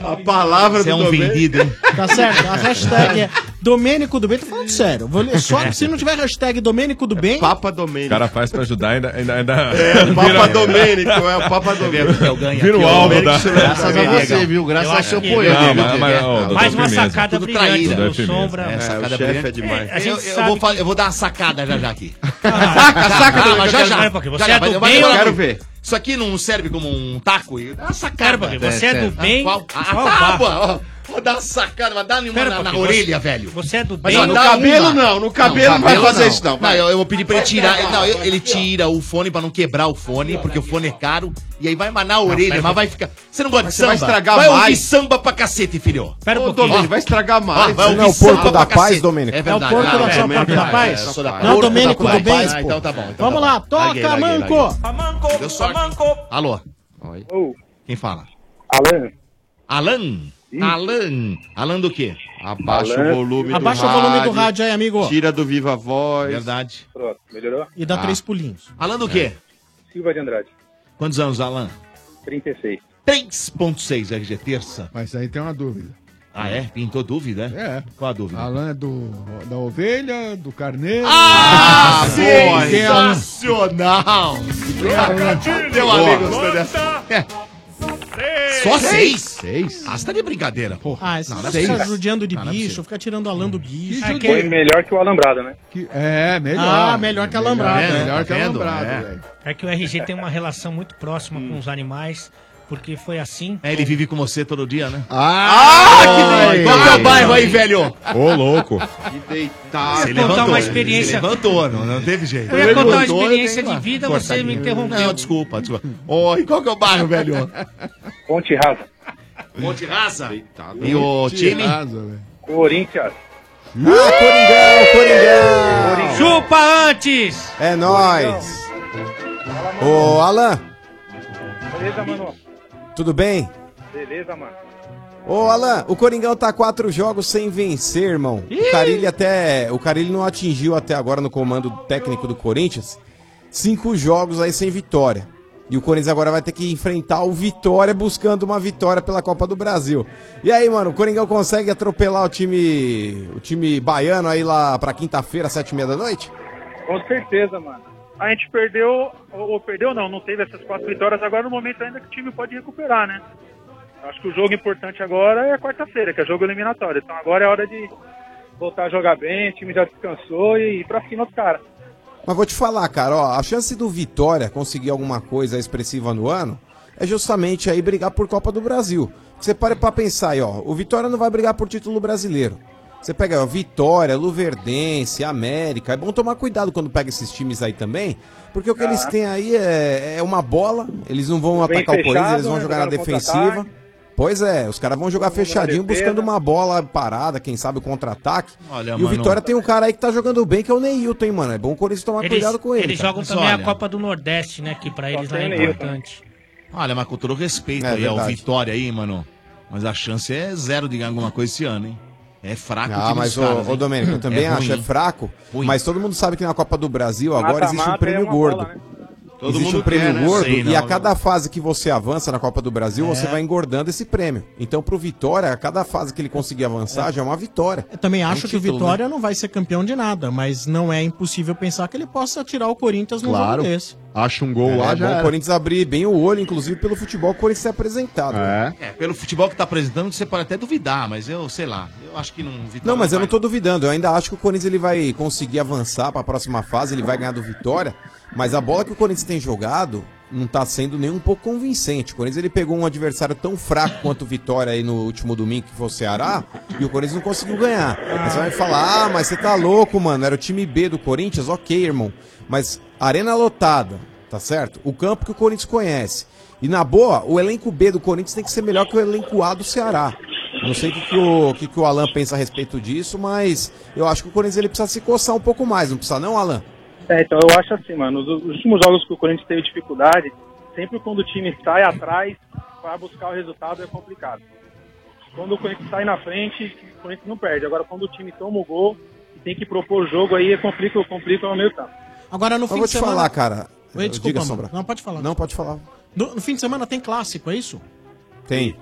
A palavra
Você é um vendido, Tá certo? A hashtag é Domênico do Bem. Tô falando sério. Vou ler só se não tiver hashtag Domênico do Bem.
É Papa
O
Domênico.
cara faz pra ajudar ainda. ainda, ainda
É, o Papa Domênico,
é o Papa Domênico.
Vira o né? alvo da.
Graças a você, viu? Graças ao seu poema.
Não, mas,
é
mas, ó, doutor
Mais uma
Firmeza.
sacada
Tudo
brilhante
traíra.
do
Doutor Firmeza.
Sombra. É, sacada
o chefe
brilhante.
é demais.
É, a gente eu, eu sabe vou, fa- eu vou dar uma sacada já já aqui.
saca, saca,
Ah, mas já
eu quero
já.
saber, porque você
Já, já,
é do
mas- mas
bem
eu
ou não?
quero ver. Isso aqui não serve como um taco? É uma sacada.
Pera, porque você é do
Ah,
bem,
qual- A
qual
tábua, ó. Vou dar uma sacada, mas dá nenhuma
Pera,
na, na
porque você-
orelha, velho.
Você é do
Mas,
bem?
ó,
No
dá
cabelo não, no cabelo não vai fazer isso, não, vai.
eu, eu vou pedir pra ele tirar. Não, eu- ele tira o fone pra não quebrar o fone, porque o fone é caro. E aí vai mas na orelha,
pera,
mas vai ficar. Você não gosta de
Mas você
samba?
vai estragar
vai ouvir
mais.
samba pra cacete, filho.
Pera
um
pouquinho.
Domênico,
vai
estragar
mais. Você não é o porco da paz, Domênico?
É verdade.
É o porco da- sou porco da paz? Não, Domênico, tudo bem?
Ah, então tá bom. então
Vamos
tá
lá,
bom.
toca,
Larguei, larguei,
Manco.
larguei.
Tamanco,
Deu sorte. Alô. Quem fala? Alan. Alan? Alan. Alan do quê?
Abaixa o volume
Abaixa
do
o
rádio.
volume do rádio aí, amigo.
Tira do Viva Voz.
Verdade.
Pronto, melhorou?
E dá
Ah.
três pulinhos. É.
Alan do quê?
Silva de Andrade,
Quantos anos, Alan?
36.
3.6 RG terça.
Mas aí tem uma dúvida.
Ah, é? Pintou dúvida?
É.
Qual a dúvida?
Alan é do, da ovelha, do carneiro.
Ah,
boa! é
sensacional! Meu amigo gostou dessa. É. Só seis? Seis. Ah, você tá de brincadeira, pô.
Ah, esse
Não,
não,
não é
fica
possível.
judiando de
Não, não é
bicho, fica tirando a lã do bicho. É
Que
Foi melhor É que o Alambrado, né?
É, melhor.
Ah, melhor que a
É,
alambrada.
Tá
né?
melhor que a
Vendo?
alambrada,
É.
velho. É que o RG tem uma relação muito próxima
Hum.
com os animais, porque foi assim.
É, ele vive com você todo dia, né?
Ah,
que
que
Qual que é o bairro aí, velho? Ah,
Ô, louco.
Deitado.
Eu ia contar uma experiência-
Você levantou, não, não teve jeito.
Eu ia contar uma
Levantou,
experiência
eu tenho
de vida,
uma
você me
cortadinha.
interrompeu.
Não, desculpa, desculpa. Ô, e qual que é o bairro, velho?
Ponte Rasa.
Monte Raça? E o time? Ah,
Corinthians.
Coringão, Coringão!
Chupa antes!
É nóis! Ô, Alan,
Beleza, mano?
tudo bem?
Beleza, mano?
Ô, Alan, o Coringão tá quatro jogos sem vencer, irmão. O Carilli até. O Carilli não atingiu até agora no comando técnico do Corinthians. Cinco jogos aí sem vitória. E o Corinthians agora vai ter que enfrentar o Vitória buscando uma vitória pela Copa do Brasil. E aí, mano, o Coringão consegue atropelar o time. o time baiano aí lá pra quinta-feira, sete e meia da noite?
Com certeza, mano. A gente perdeu, ou ou perdeu não, não teve essas quatro vitórias agora no momento ainda que o time pode recuperar, né? Acho que o jogo importante agora é quarta-feira, que é jogo eliminatório. Então agora é hora de voltar a jogar bem, o time já descansou e ir pra cima dos caras.
Mas vou te falar, cara, ó, a chance do Vitória conseguir alguma coisa expressiva no ano é justamente aí brigar por Copa do Brasil. Você para pra pensar aí, ó, o Vitória não vai brigar por título brasileiro. Você pega, ó, Vitória, Luverdense, América, é bom tomar cuidado quando pega esses times aí também, porque o que eles têm aí é, é uma bola, eles não vão
Tá. Bem
atacar o Corinthians,
fechado,
eles vão
né,
jogar na
jogar no
defensiva.
contra-ataque.
Pois é, os caras vão jogar fechadinho,
defesa.
buscando uma bola parada, quem sabe o contra-ataque.
Olha,
E o
mano.
Vitória tem um cara aí que tá jogando bem, que é o Neilton, hein, mano. É bom o Corinthians tomar
Eles,
cuidado com ele.
eles
cara.
jogam
Mas
também é
olha,
a Copa do Nordeste, né? Que pra eles lá é
tem Neilton.
importante.
Olha, mas com todo respeito
É
aí ao
verdade.
Vitória aí, mano. Mas a chance é zero de ganhar alguma coisa esse ano, hein? É fraco o
Ah,
time
mas
dos
o,
caras,
o
hein?
Domênico, eu também
ruim,
acho, é
hein?
fraco. Mas todo mundo sabe que na Copa do Brasil agora
Mata-mata
existe um prêmio
é uma
gordo.
bola, Todo
existe
mundo
um prêmio
quer, né?
gordo
Sei,
e a
não,
cada fase que você avança na Copa do Brasil,
É.
você vai engordando esse prêmio. Então, pro Vitória, a cada fase que ele conseguir avançar já é uma vitória. É um
Eu também acho que o
título, né?
Vitória não vai ser campeão de nada, mas não é impossível pensar que ele possa tirar o Corinthians num
Claro.
um jogo desse.
Acha um gol
é,
lá,
é
já
bom o
era.
Corinthians abrir bem o olho, inclusive pelo futebol que o Corinthians é apresentado. né?
É, pelo futebol que tá apresentando, você pode até duvidar, mas eu sei lá. Eu acho que não. Vitória
Não, mas eu
vai.
não tô duvidando. Eu ainda acho que o Corinthians ele vai conseguir avançar pra próxima fase, ele vai ganhar do Vitória. Mas a bola que o Corinthians tem jogado não tá sendo nem um pouco convincente. O Corinthians ele pegou um adversário tão fraco quanto o Vitória aí no último domingo, que foi o Ceará, e o Corinthians não conseguiu ganhar. Aí você vai falar, ah, mas você tá louco, mano. Era o time B do Corinthians, ok, irmão. Mas arena lotada, tá certo? O campo que o Corinthians conhece. E na boa, o elenco B do Corinthians tem que ser melhor que o elenco A do Ceará. Não sei o que, que o que, que o Alan pensa a respeito disso, mas eu acho que o Corinthians ele precisa se coçar um pouco mais, não precisa não, Alan?
É, então eu acho assim, mano, os, os últimos jogos que o Corinthians teve dificuldade, sempre quando o time sai atrás para buscar o resultado é complicado. Quando o Corinthians sai na frente, o Corinthians não perde. Agora quando o time toma o gol e tem que propor o jogo aí, é complica, complica no meio campo.
Agora no
Eu
fim
vou
de
te
semana.
falar, cara.
Oi, desculpa,
Diga,
mano.
Sombra.
Não, pode falar.
Não, pode falar.
No, no fim de semana tem clássico, é isso?
Tem.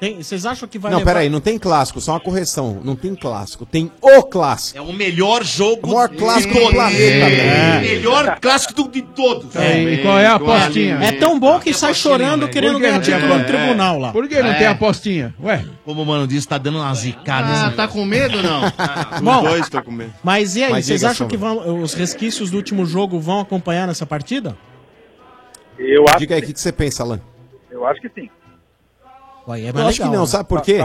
Tem, vocês acham que vai
não,
levar...
peraí, não tem clássico, só uma correção. Não tem clássico, tem o clássico. É
É o melhor jogo
O maior clássico do
todo.
planeta, né?
É.
velho.
Melhor clássico do- de todos.
e qual é a apostinha?
É tão bom que sai chorando
né?
velho.
querendo
Por que
ganhar
não tem?
título no
É.
tribunal lá.
Por que não
É.
tem apostinha? Ué?
Como o mano disse, tá dando uma zicada.
Ah,
tá com medo não?
Bom,
tô com medo.
Mas e aí,
Mas
vocês
diga,
acham que vão, os resquícios do último jogo vão acompanhar nessa partida?
Eu acho,
Diga aí, o que, que você pensa, Alan?
eu acho que sim.
Ué, é
eu acho que não, sabe por
Tá,
quê?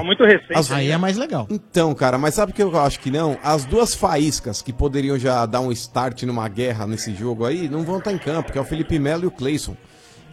As... Aí é mais legal.
Então, cara, mas sabe o que eu acho que não? As duas faíscas que poderiam já dar um start numa guerra nesse jogo aí não vão estar em campo, que é o Felipe Melo e o Cleison.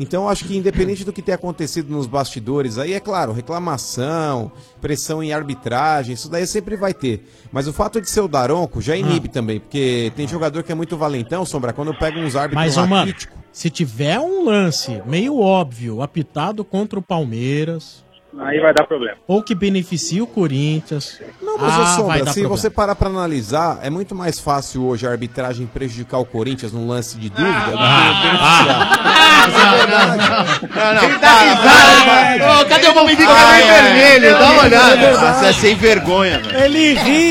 Então, eu acho que independente do que tenha acontecido nos bastidores, aí é claro, reclamação, pressão em arbitragem, isso daí sempre vai ter. Mas o fato de ser o Daronco já
Ah.
inibe também, porque tem jogador que é muito valentão, Sombra, quando pega uns árbitros
Mas, ô,
lá
mano,
crítico-
se tiver um lance meio óbvio, apitado contra o Palmeiras,
Aí vai dar problema.
Ou que beneficia o Corinthians. Ah,
Não, mas ô, Sombra, se
problema.
você parar pra analisar, é muito mais fácil hoje a arbitragem prejudicar o Corinthians num lance de dúvida do que
Ele tá risado. Ô, cadê o homem de
É,
cabelo vermelho? Dá uma olhada.
Você é sem vergonha, velho.
Ele ri.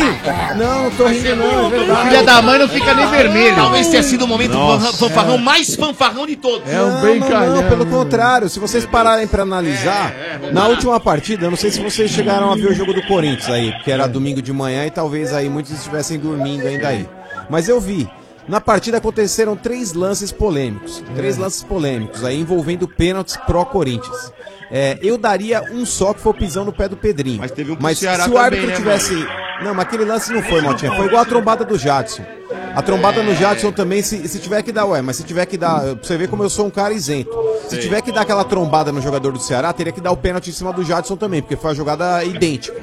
Não, tô rindo não, é verdade.
Filha da mãe não fica nem vermelho.
Talvez tenha sido o momento
Nossa,
fanfarrão
é.
mais fanfarrão de todos.
É um brincadeira. Não, pelo contrário, se vocês pararem pra analisar, na última partida, eu não sei se vocês chegaram a ver o jogo do Corinthians aí, que era domingo de manhã e talvez aí muitos estivessem dormindo ainda aí. Mas eu vi. Na partida aconteceram três lances polêmicos. Três lances polêmicos aí envolvendo pênaltis pró-Corinthians. É, eu daria um só que foi o pisão no pé do Pedrinho. Mas teve um
pro
Mas se o
Ceará
árbitro
também, né,
tivesse. Não, mas aquele lance não foi, Motinha. Foi igual a trombada do Jadson. A trombada no Jadson também, se, se tiver que dar, ué, mas se tiver que dar. Pra você ver como eu sou um cara isento. Se
Sei.
tiver que dar aquela trombada no jogador do Ceará, teria que dar o pênalti em cima do Jadson também, porque foi uma jogada idêntica.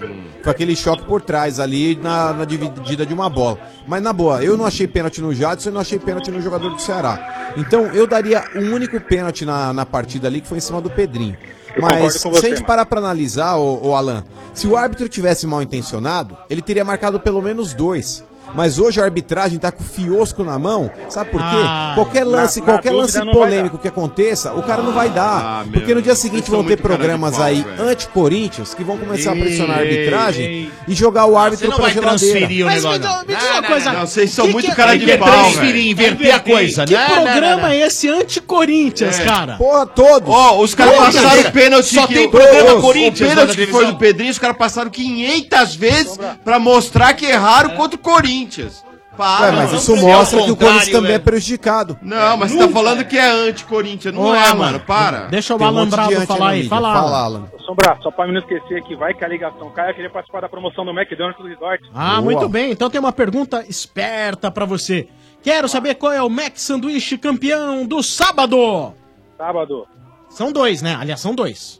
Foi aquele choque por trás ali na, na dividida de uma bola. Mas na boa, eu não achei pênalti no Jadson e não achei pênalti no jogador do Ceará. Então eu daria um único pênalti na, na partida ali, que foi em cima do Pedrinho.
Eu
Mas
concordo
se
com
a
você,
gente
Marcos.
parar pra analisar, o, Alan, se o árbitro tivesse mal intencionado, ele teria marcado pelo menos dois. Mas hoje a arbitragem tá com o fiosco na mão, sabe por quê?
Ah,
qualquer
na-
lance,
na
qualquer
dúvida
lance
não vai Ah,
polêmico que aconteça, o cara não vai dar. porque no dia
Vocês
seguinte
são
vão ter
muito cara de
programas
pau,
aí
velho.
anti-Corinthians que vão começar a pressionar a
Ei,
arbitragem
ei. Ah,
e jogar o árbitro
Você não
pra
vai
geladeira.
transferir o Mas negócio, me dá- não.
Me diz uma coisa.
não, vocês são
que
muito
que é-
cara
que
de
que é
pau,
transferir,
velho.
inverter a coisa.
Não,
Que
não, não,
programa
não.
é esse anti-Corinthians,
É.
cara?
Porra, todos.
Ó, os caras
Todos.
passaram o pênalti.
Só
que
tem
o-
programa
o-
Corinthians
O
na
pênalti que foi
televisão.
do Pedrinho, os caras passaram 500 vezes pra mostrar que erraram contra o Corinthians. Para,
Ué, mas
vamos
isso
ver.
mostra
É o
que
contrário,
o Corinthians também é
velho.
prejudicado.
Não, mas você tá falando que é anti-Corinthians. Não
Ô,
é,
Alan,
mano. Para.
deixa
o Tem um monte de alambrado gente falar aí na aí. mídia. Fala, Fala, Alan.
Sombra, só pra mim não esquecer que vai que a ligação cai, eu queria participar da promoção do McDonald's do Resort.
Ah, muito bem. Então tem uma pergunta esperta pra você. Quero saber qual é o Mac Sanduíche campeão do sábado.
Sábado.
São dois, né? Aliás, são dois.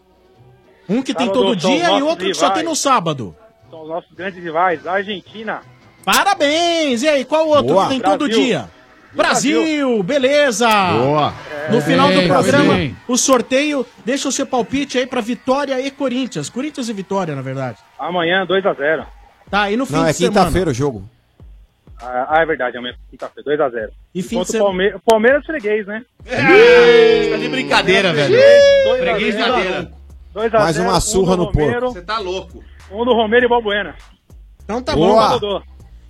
Um que tem
Sábado
todo
são
dia e
nossos
outro que só
rivais.
tem no sábado.
São os nossos grandes rivais, a Argentina.
Parabéns! E aí, qual o outro
Boa.
que tem todo
Brasil.
dia? Brasil, beleza!
Boa.
No
É,
final
bem,
do programa,
bem.
o sorteio deixa o seu palpite aí pra Vitória e Corinthians. Corinthians e Vitória, na verdade.
Amanhã, 2x0.
Tá, e no fim
Não,
de
é
semana?
quinta-feira o jogo.
Ah, é verdade, amanhã, quinta-feira, 2x0.
E fim de
Enquanto o
semana?
Palme- o Palmeiras freguês, né?
Tá de brincadeira, velho.
Freguês
brincadeira.
Mais uma surra no porco.
Você tá louco. Um do Romero e Balbuena.
Então tá
Boa.
bom. Dodô.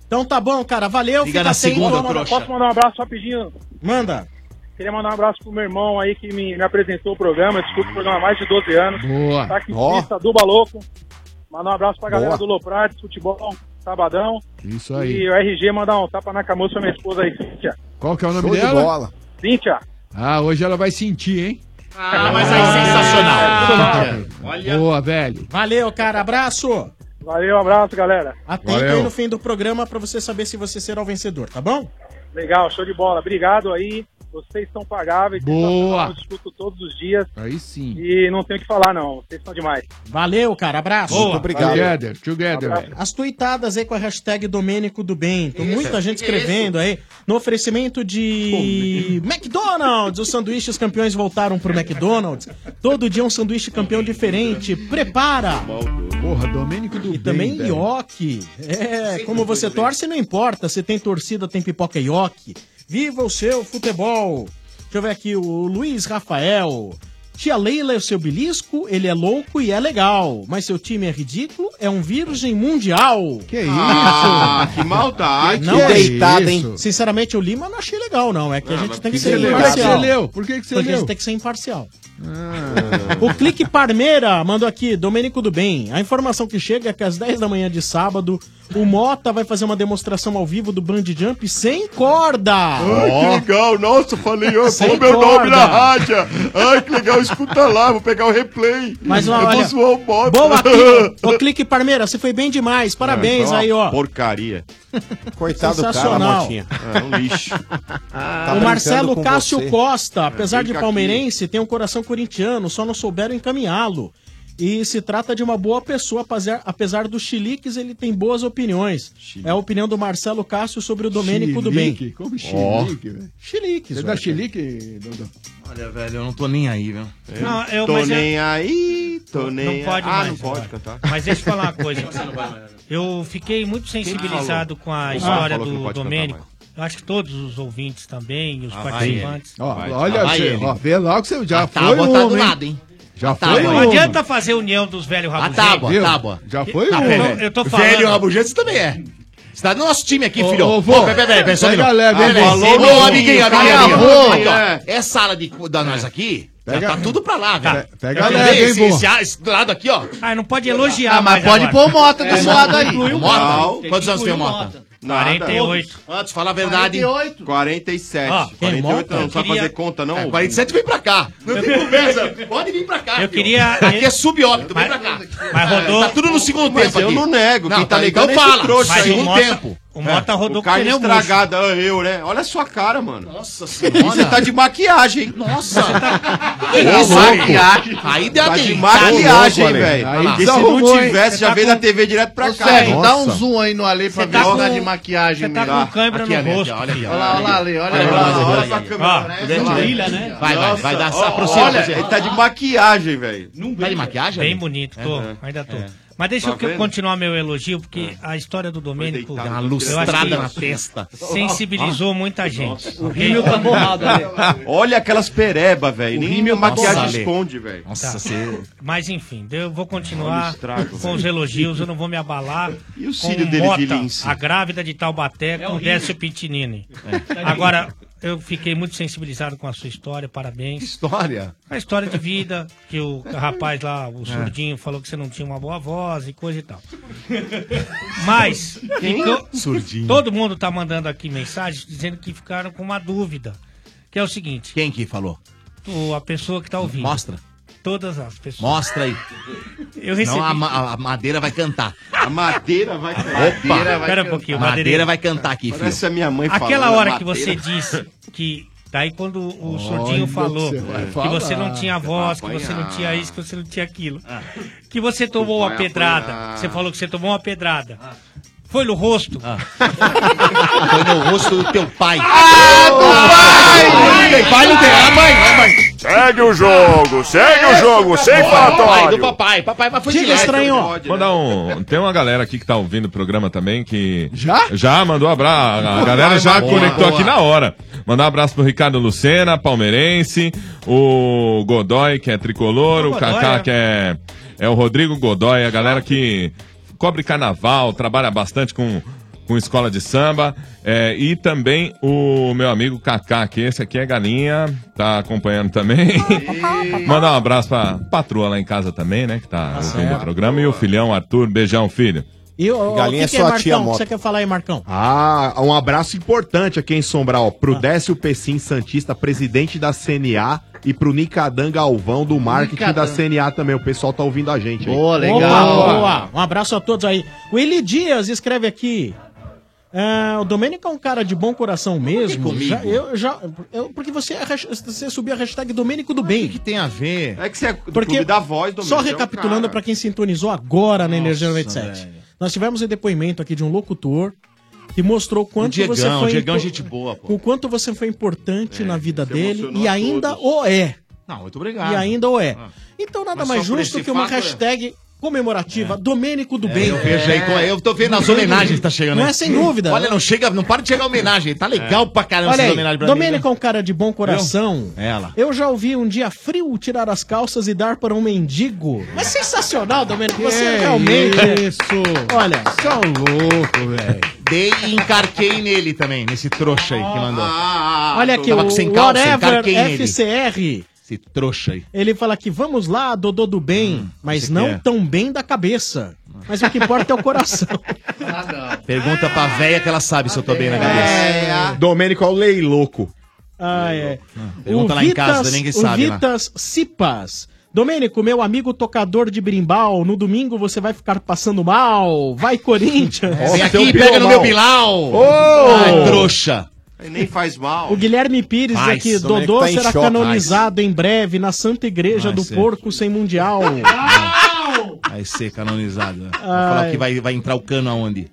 Então tá bom, cara. Valeu.
Liga
fica
na
sem
segunda,
dono.
trouxa. Posso mandar um abraço rapidinho?
Manda.
Queria mandar um abraço pro meu irmão aí que me, me apresentou o programa. Desculpa o programa há mais de 12 anos. Tá
Boa.
Taxista, Duba Louco. Mandar um abraço pra galera
Boa.
do Loprades, futebol, sabadão.
Isso
E
aí.
o RG mandar um tapa na camuça pra minha esposa aí, Cíntia.
Qual que é o nome
Show de
dela?
bola. Cíntia.
Ah, hoje ela vai sentir, hein?
Ah, mas
é
aí
Ah.
sensacional.
Boa, velho.
Valeu, cara. Abraço.
Valeu, abraço, galera.
Atento
Valeu.
aí no fim do programa pra você saber se você será o vencedor, tá bom?
Legal, show de bola. Obrigado aí. Vocês são pagáveis.
Boa.
Eu escuto todos os dias.
Aí sim.
E não tenho o que falar, não. Vocês são demais.
Valeu, cara. Abraço.
Boa. Muito obrigado.
Together, together, velho.
As tuitadas aí com a hashtag Domênico do Bem. Tem
Isso.
muita gente
Que que é
escrevendo aí. No oferecimento de McDonald's. Os sanduíches campeões voltaram pro McDonald's. Todo dia um sanduíche campeão diferente. Prepara!
Porra, Domênico do
E também
velho.
ioki. É, como você torce, não importa. Se tem torcida, tem pipoca e ioki. Viva o seu futebol! Deixa eu ver aqui, o Luiz Rafael. Tia Leila é o seu belisco, ele é louco e é legal. Mas seu time é ridículo, é um virgem mundial.
Que isso?
Ah, que maldade.
Não,
Que
é-
deitada, hein?
Sinceramente, o Lima não achei legal, não. É que a gente tem que,
que você
ser
leu? Ah,
imparcial.
Por que você leu? Por que que você
Porque a gente
leu?
tem que ser imparcial. O Clique Parmeira mandou aqui, Domênico do Bem. A informação que chega é que às 10 da manhã de sábado, o Mota vai fazer uma demonstração ao vivo do Band Jump sem corda.
Ai, que legal, nossa, falei, ó,
Sem
falou meu
corda.
nome na rádio. Ai, que legal, escuta lá, vou pegar o replay.
Mas
Eu
uma
vou
olha,
zoar o moto.
boa clique, Ô, Clique Parmeira, você foi bem demais. Parabéns
Não, então é
aí,
uma
ó.
Porcaria.
Coitado do cara,
Sensacional.
Motinha.
É um lixo.
Tá
o Marcelo Cássio Costa, apesar de
fica
palmeirense, tem um coração corintiano, só não souberam encaminhá-lo. E se trata de uma boa pessoa, apesar, apesar dos chiliques, ele tem boas opiniões. É a opinião do Marcelo Cássio sobre o Domênico do Bem.
Chilique, Como chilique, velho?
Chilique,
Você dá chilique, Dodô?
Olha, velho, eu não tô nem aí, velho.
Não, eu- Tô mas eu- nem
aí,
Tô nem-
Não pode
Ah,
mais.
não pode cantar.
Mas deixa eu falar uma coisa.
Você não vai mais.
Eu fiquei muito
Quem que
sensibilizado
falou?
com a
Ah,
história
falou que não
do
pode cantar
Domênico. Eu acho que todos os ouvintes também, os
Ah, vai
participantes.
ele. Ó, Vai, olha, vai você, ele. ó, vê logo que você já A foi
tábua
tábua tá um, do hein?
lado,
lado,
hein? Tá,
hein? Já
Tá
foi
Não
um.
adianta fazer união dos velhos
A
rabugentos.
tábua, a tábua.
Já foi
Ah,
um.
peraí.
Eu tô falando-
Velho rabugento, você também é. Você tá no nosso time aqui,
Ô,
filho.
ô, vô,
Ô, peraí, peraí, peraí, só um
pega
minuto.
leve, hein,
peraí.
vô. Alô,
Ô, amiguinho,
vô.
amiguinho.
Cala a
amiguinho.
boca.
Aqui, ó. Essa Então, é sala de, da nós aqui, já
Pega-
tá tudo pra lá, velho.
pega
Eu
leve,
falei,
hein,
esse,
vô.
esse, esse lado aqui, ó.
Ah, não pode elogiar.
Ah, mas
mais
pode
agora.
pôr o Mota desse
não,
lado aí.
inclui o
Mota.
Mota.
Quantos anos tem o Mota?
Nada.
48. Antes, fala a verdade.
48. 47.
Ó, tem
48 não,
Mota?
não sabe
Queria-
fazer conta, não.
É, 47 vem pra cá. Não tem conversa. Pode vir pra cá.
Eu
filho.
queria-
Aqui é subóbito, vem pra cá. Tá tudo no segundo
Mas
tempo
eu
aqui.
não nego. Quem tá
legal
ligado é
então
esse
fala.
trouxa aí.
segundo tempo.
O Mota rodou com pneu
murcho.
estragada, ah, eu, né? Olha a sua cara, mano.
Nossa
E você tá de maquiagem, hein?
Nossa.
Ô, maquiagem.
Aí deu
Tá
a
de
deitada.
maquiagem,
Ô, louco, Ale.
velho.
Aí
Porque se
desarrumou,
não
hein?
tivesse,
Você
já
tá
veio da
com-
TV direto pra
Ô,
cá.
Sérgio,
hein?
dá um zoom aí no Ale pra
Você
ver
tá
se tá
com-
de maquiagem.
você tá
mesmo.
com cãibra
Aqui,
no
Ale, aqui,
rosto,
Olha aqui,
filho.
olha lá, olha lá, Ale, olha
Olha
lá.
lá,
Olha
olha
lá,
lá, câmera, né?
olha lá.
Brilha, né?
Vai, vai, vai dar essa
Nossa,
aproxima.
Olha, ele tá de maquiagem, velho.
Não
Tá de maquiagem?
Bem
Ale?
bonito, tô.
É.
Ainda tô.
É.
Mas deixa
Tá
eu que-
vendo?
continuar meu elogio, porque
É.
a história do Domênico.
deitado, Dá uma
eu acho
lustrada
que
na testa.
Sensibilizou muita gente.
O
ok?
rímel tá borrado, Ale. Olha aquelas pereba, velho.
O
Nem
rímel
a
tá
maquiagem
borrado.
esconde, velho.
Tá.
você-
Mas enfim, eu vou
Olha o
continuar
estrago,
com
velho.
os elogios, eu não vou me abalar. E o
cílio dele de lince?
A grávida de Taubaté com
horrível.
Décio Pitinini. Agora, eu fiquei muito sensibilizado com a sua história, parabéns.
História?
A história de vida, que o rapaz lá, o surdinho, falou que você não tinha uma boa voz e coisa e tal. Mas,
Quem?
ficou-
Surdinho.
todo mundo tá mandando aqui mensagens dizendo que ficaram com uma dúvida. Que é o seguinte.
Quem que falou?
a pessoa que tá ouvindo.
Mostra.
Todas as pessoas.
Mostra aí.
Eu recebi.
Não, a, ma- a madeira vai cantar.
A madeira vai
cantar.
madeira vai
Pera um
cantar.
pouquinho. A
Madeira-
madeira vai cantar aqui, filho.
Parece a minha mãe
Aquela
falando,
hora
a
que você
madeira.
disse que. Daí quando o
Olha
Surdinho
o que
falou
você vai
que
falar.
você não tinha
Você
voz, que
vai
você não
apanhar.
tinha isso, que você não tinha aquilo. Que você tomou
Você
uma
vai
pedrada.
apanhar.
Você falou que você tomou uma pedraada. Foi no rosto.
Foi no rosto do teu pai.
Tem pai, não tem. Ah, mãe,
É,
ah, mãe. Segue o jogo, segue o jogo, sem
Pai,
falatório.
do papai. Papai, mas foi
Diga,
direto. né?
estranho.
Mandar um. Tem uma galera aqui que tá ouvindo o programa também que.
Já?
Já mandou abraço. A galera já
Boa,
conectou
boa.
aqui na hora. Mandar um abraço pro Ricardo Lucena, palmeirense, o Godoy, que é tricolor, o Kaká, que é. É o Rodrigo Godoy, a galera que cobre carnaval, trabalha bastante com. Com escola de samba. é, e também o meu amigo Kaká, que esse aqui é galinha, tá acompanhando também. Mandar um abraço pra patroa lá em casa também, né? Que tá ouvindo o programa. E o filhão Arthur, beijão, filho.
E o,
Galinha
o que, que
é
é,
sua
Marcão?
tia
O que
Mota.
você quer falar aí, Marcão?
Ah, um abraço importante aqui em Sombral. Pro Décio Pessim Santista, presidente da CNA, e pro Nicadan Galvão, do marketing
Nicadan.
da CNA também. O pessoal tá ouvindo a gente aí.
Boa,
Opa, boa. Um abraço a todos aí. O Eli Dias escreve aqui. "Ah, o Domênico é um cara de bom coração mesmo.
comigo.
Já- eu já, eu- porque você, é hash- você subiu a hashtag Domênico
Ah,
do Bem. O que
tem a ver?
É que você é do
Porque,
clube da voz, Domênico, é
só
um
recapitulando
cara.
pra quem sintonizou agora na Energia 97. Nós tivemos um depoimento aqui de um locutor que mostrou quanto
Diegão,
você foi
Diegão é
impo-
gente boa, pô. É,
o quanto você foi importante na vida dele
emocionou
e
a
ainda o é.
Não, muito obrigado. Ah.
E ainda o é. Então nada
Mas
mais
só por
justo
esse
que uma
fato, é.
hashtag comemorativa Domênico do
É,
Bem.
eu vejo aí,
É.
eu tô vendo as homenagens que tá chegando.
Não
aí.
é sem dúvida.
Olha, não chega, não para de chegar homenagem. Tá legal pra caramba
Olha
essas
aí,
homenagens pra mim, né?
Domênico é um cara de bom coração.
Viu? Ela.
Eu já ouvi um dia frio tirar as calças e dar para um mendigo. Mas sensacional, Domênico. Você
Que
realmente.
É
é
isso.
Olha.
São louco, velho. Dei e encarquei nele também, nesse trouxa aí que mandou.
Ah, Olha aqui,
Ah, Tava
o
sem calça,
Whatever
encarquei nele.
FCR.
Esse trouxa aí.
Ele fala que vamos lá, Dodô do bem, mas não
é.
tão bem da cabeça. Mas o que importa é o coração.
Pergunta pra véia que ela sabe se eu tô bem
É.
na cabeça.
Domênico é o lei louco.
Ah, é.
Pergunta lá em casa, ninguém
o
sabe lá.
Vitas Cipas. Domênico, meu amigo tocador de brimbal, no domingo você vai ficar passando mal. Vai, Corinthians!
É, Vem aqui e pega no meu bilau. Ai, trouxa.
Ele nem faz mal.
O Guilherme Pires
Vai,
aqui,
esse Domênico
Dodô
tá em
será
choque.
canonizado em breve na Santa Igreja
Vai
do
ser.
Porco Sem Mundial.
Vai ser canonizado. né? Vai
Ai.
falar que vai, vai entrar o cano aonde?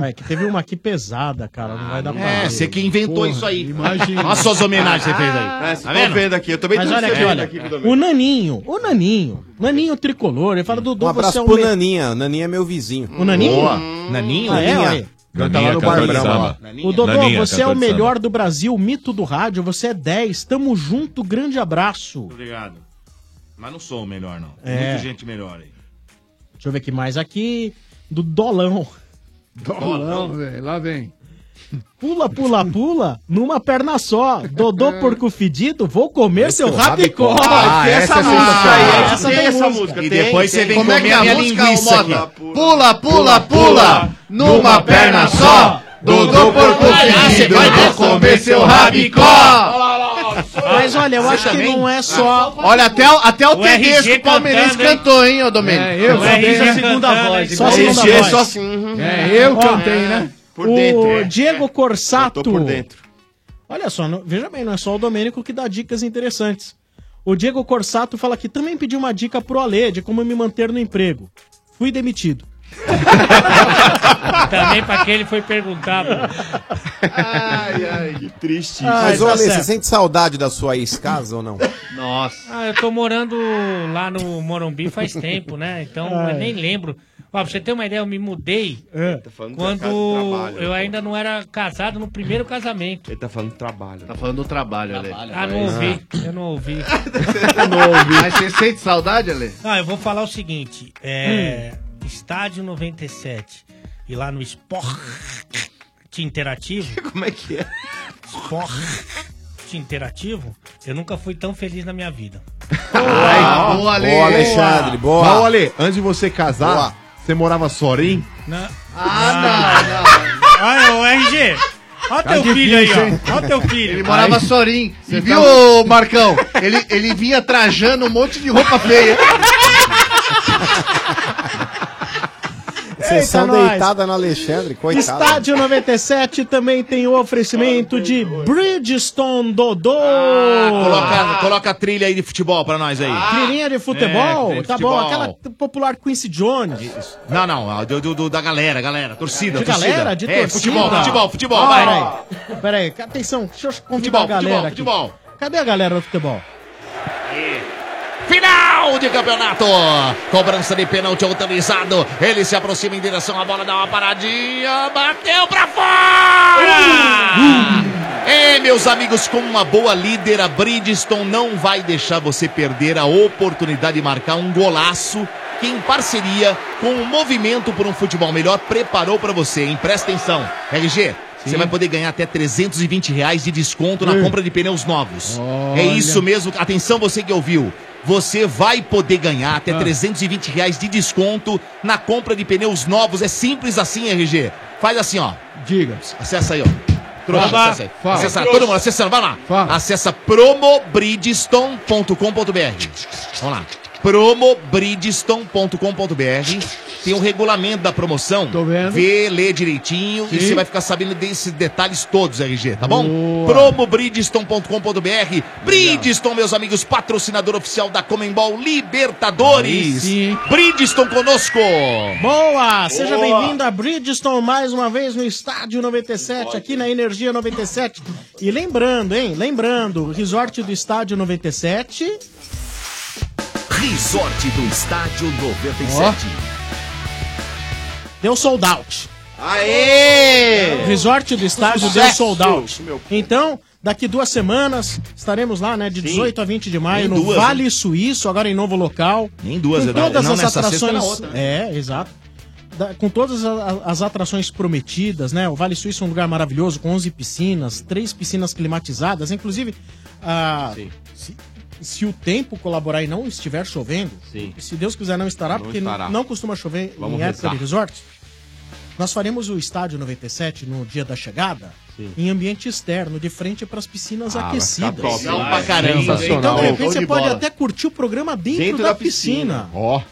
É, que teve uma aqui pesada, cara. Não vai dar pra
É,
ver.
você que inventou
Porra,
isso aí.
imagina.
Olha as suas homenagens que você fez aí.
Ah,
tá vendo?
Mas olha aqui, olha. O Naninho, o Naninho, Naninho tricolor, ele fala do
Um
você é
abraço
um
pro
le-
Naninha. Naninha é meu vizinho.
O Naninho?
Boa.
Naninho?
Ah, é, olha aí.
Canta lá no
Naninha,
barzinho
cantor de
lá.
O Dodô,
Naninha,
tá
você é o
cantor de samba.
melhor do Brasil, mito do rádio, você é 10. Tamo junto, grande abraço.
Obrigado. Mas não sou o melhor, não. Tem
É.
muita gente melhor aí.
Deixa eu ver aqui mais aqui. Do Dolão.
Dolão, velho, lá vem.
Pula, pula, pula, numa perna só. Dodô porco fedido, vou comer seu rabicó.
é Ah, essa é sensacional. Tem
tem
essa música,
E
tem,
depois
tem.
você vem
Como é
comer
que é
a
a
minha
música,
linguiça
ô,
aqui.
Mota?
Pula, pula, pula, numa perna só. Dodô porco fedido, vou comer seu rabicó.
Mas olha, eu
Você
acho que
também?
não
Ah.
é só...
Olha, até o, até o,
O RG
Tedesco palmeirense
cantando, hein?
cantou, hein, ô Domênico?
É, eu O também, RG né? segunda
Cantando,
voz,
hein?
igual
Só
o
segunda
RG,
é
voz.
só assim, uhum. Ó,
Por dentro,
né? o
é.
Diego Corsato.
Cantou por dentro.
Olha só, não- veja bem, não é só o Domênico que dá dicas interessantes. O Diego Corsato fala que também pediu uma dica pro Ale de como me manter no emprego. Fui demitido.
Também pra quem ele foi perguntar, pô. tá
Ai, ai, que triste.
Ah,
Mas,
tá
olha, você sente saudade da sua ex-casa ou não?
Nossa.
Ah, eu tô morando lá no Morumbi faz tempo, né? Então
Ai.
eu nem lembro. Ó, pra você ter uma ideia, eu me mudei
Tá falando da
quando
casa do trabalho,
eu ainda não era casado no primeiro casamento.
Ele tá falando do trabalho.
Tá falando do trabalho, Ale.
Ah, não ouvi. Eu não ouvi.
não ouvi. Mas você sente saudade, Ale?
Não, eu vou falar o seguinte. É, Estádio 97 e lá no Esporte Interativo... Como é que é? Esporte Interativo, eu nunca fui tão feliz na minha vida.
Ai,
boa, Ale.
Ah, Boa, Alexandre,
Boa.
boa. Mas, Ale, antes de você casar, você morava sozinho?
Na- Ah, não, RG. Olha o
Tá
teu filho aí,
difícil, hein?
ó. Olha o teu filho.
Ele morava sorim.
Você
viu,
tá-
ô, Marcão? Ele, ele vinha trajando um monte de roupa feia.
Sessão
Eita, nós.
deitada no Alexandre, coitado.
Estádio 97 também tem o oferecimento de Bridgestone Dodô.
Ah, Coloca, coloca a trilha aí de futebol pra nós aí.
Ah. Trilhinha de futebol?
É, de
tá
futebol.
bom, aquela t- popular Quincy Jones.
Não, não, a do, do- do- da galera, galera, torcida,
De
torcida.
galera, de
é,
torcida.
futebol, futebol, futebol,
Ah,
vai.
Peraí, peraí, ca- atenção, deixa eu convidar
Futebol,
a galera
futebol,
aqui. Cadê a galera do futebol?
Final de campeonato! Cobrança de pênalti autorizado. Ele se aproxima em direção à bola, dá uma paradinha, bateu pra fora! Ei, meus amigos, com uma boa líder, a Bridgestone não vai deixar você perder a oportunidade de marcar um golaço que, em parceria com o Movimento por um Futebol Melhor, preparou pra você, hein? Presta atenção. RG, você vai poder ganhar até 320 reais de desconto na
Hum.
compra de pneus novos.
Olha.
É isso mesmo. Atenção, você que ouviu. Você vai poder ganhar até
Ah.
320 reais de desconto na compra de pneus novos. É simples assim, RG. Faz assim, ó.
Diga.
Acessa aí, ó. Trouxa,
Fala.
acessa aí.
Fala.
Acessa,
Trouxa.
todo mundo acessando, vai lá. Acessa promobridgestone.com.br. Vamos lá. Promobridgestone.com.br. Tem o regulamento da promoção. Tô vendo. Vê, lê direitinho e
Sim.
você vai ficar sabendo desses detalhes todos, RG, tá bom?
Boa.
Promobridgestone.com.br. Bridgestone, meus amigos, patrocinador oficial da Comembol Libertadores. Bridgestone conosco.
Boa! Seja
Boa.
bem-vindo a Bridgestone mais uma vez no Estádio 97, aqui na Energia 97. E lembrando, hein? Lembrando, o resort do Estádio 97.
Resort do Estádio 97.
deu sold out.
Aê!
O resort do estádio
Sucesso,
deu sold out.
meu povo.
Então, daqui duas semanas, estaremos lá, né? De 18 a 20 de maio,
Em
no
duas,
Vale Suíço, agora em novo local.
Em duas,
com
Eduardo.
todas
Não
as
nessa
atrações.
sexta, na outra,
É, exato. Da- com todas a- a- as atrações prometidas, né? O Vale Suíço é um lugar maravilhoso, com 11 piscinas, três piscinas climatizadas, inclusive. ah, se, se o tempo colaborar e não estiver chovendo, se Deus quiser não estará,
Não
porque
estará.
Não, não costuma chover
Vamos
em época
rezar.
de resort. Nós faremos o estádio 97 no dia da chegada em ambiente externo, de frente para as piscinas
Ah, vai ficar
aquecidas.
top, Legal hein? pra caramba.
Então, de
Sensacional.
repente,
Show de
você pode
bola.
até curtir o programa dentro,
Dentro
da,
da
piscina.
piscina.
Ó.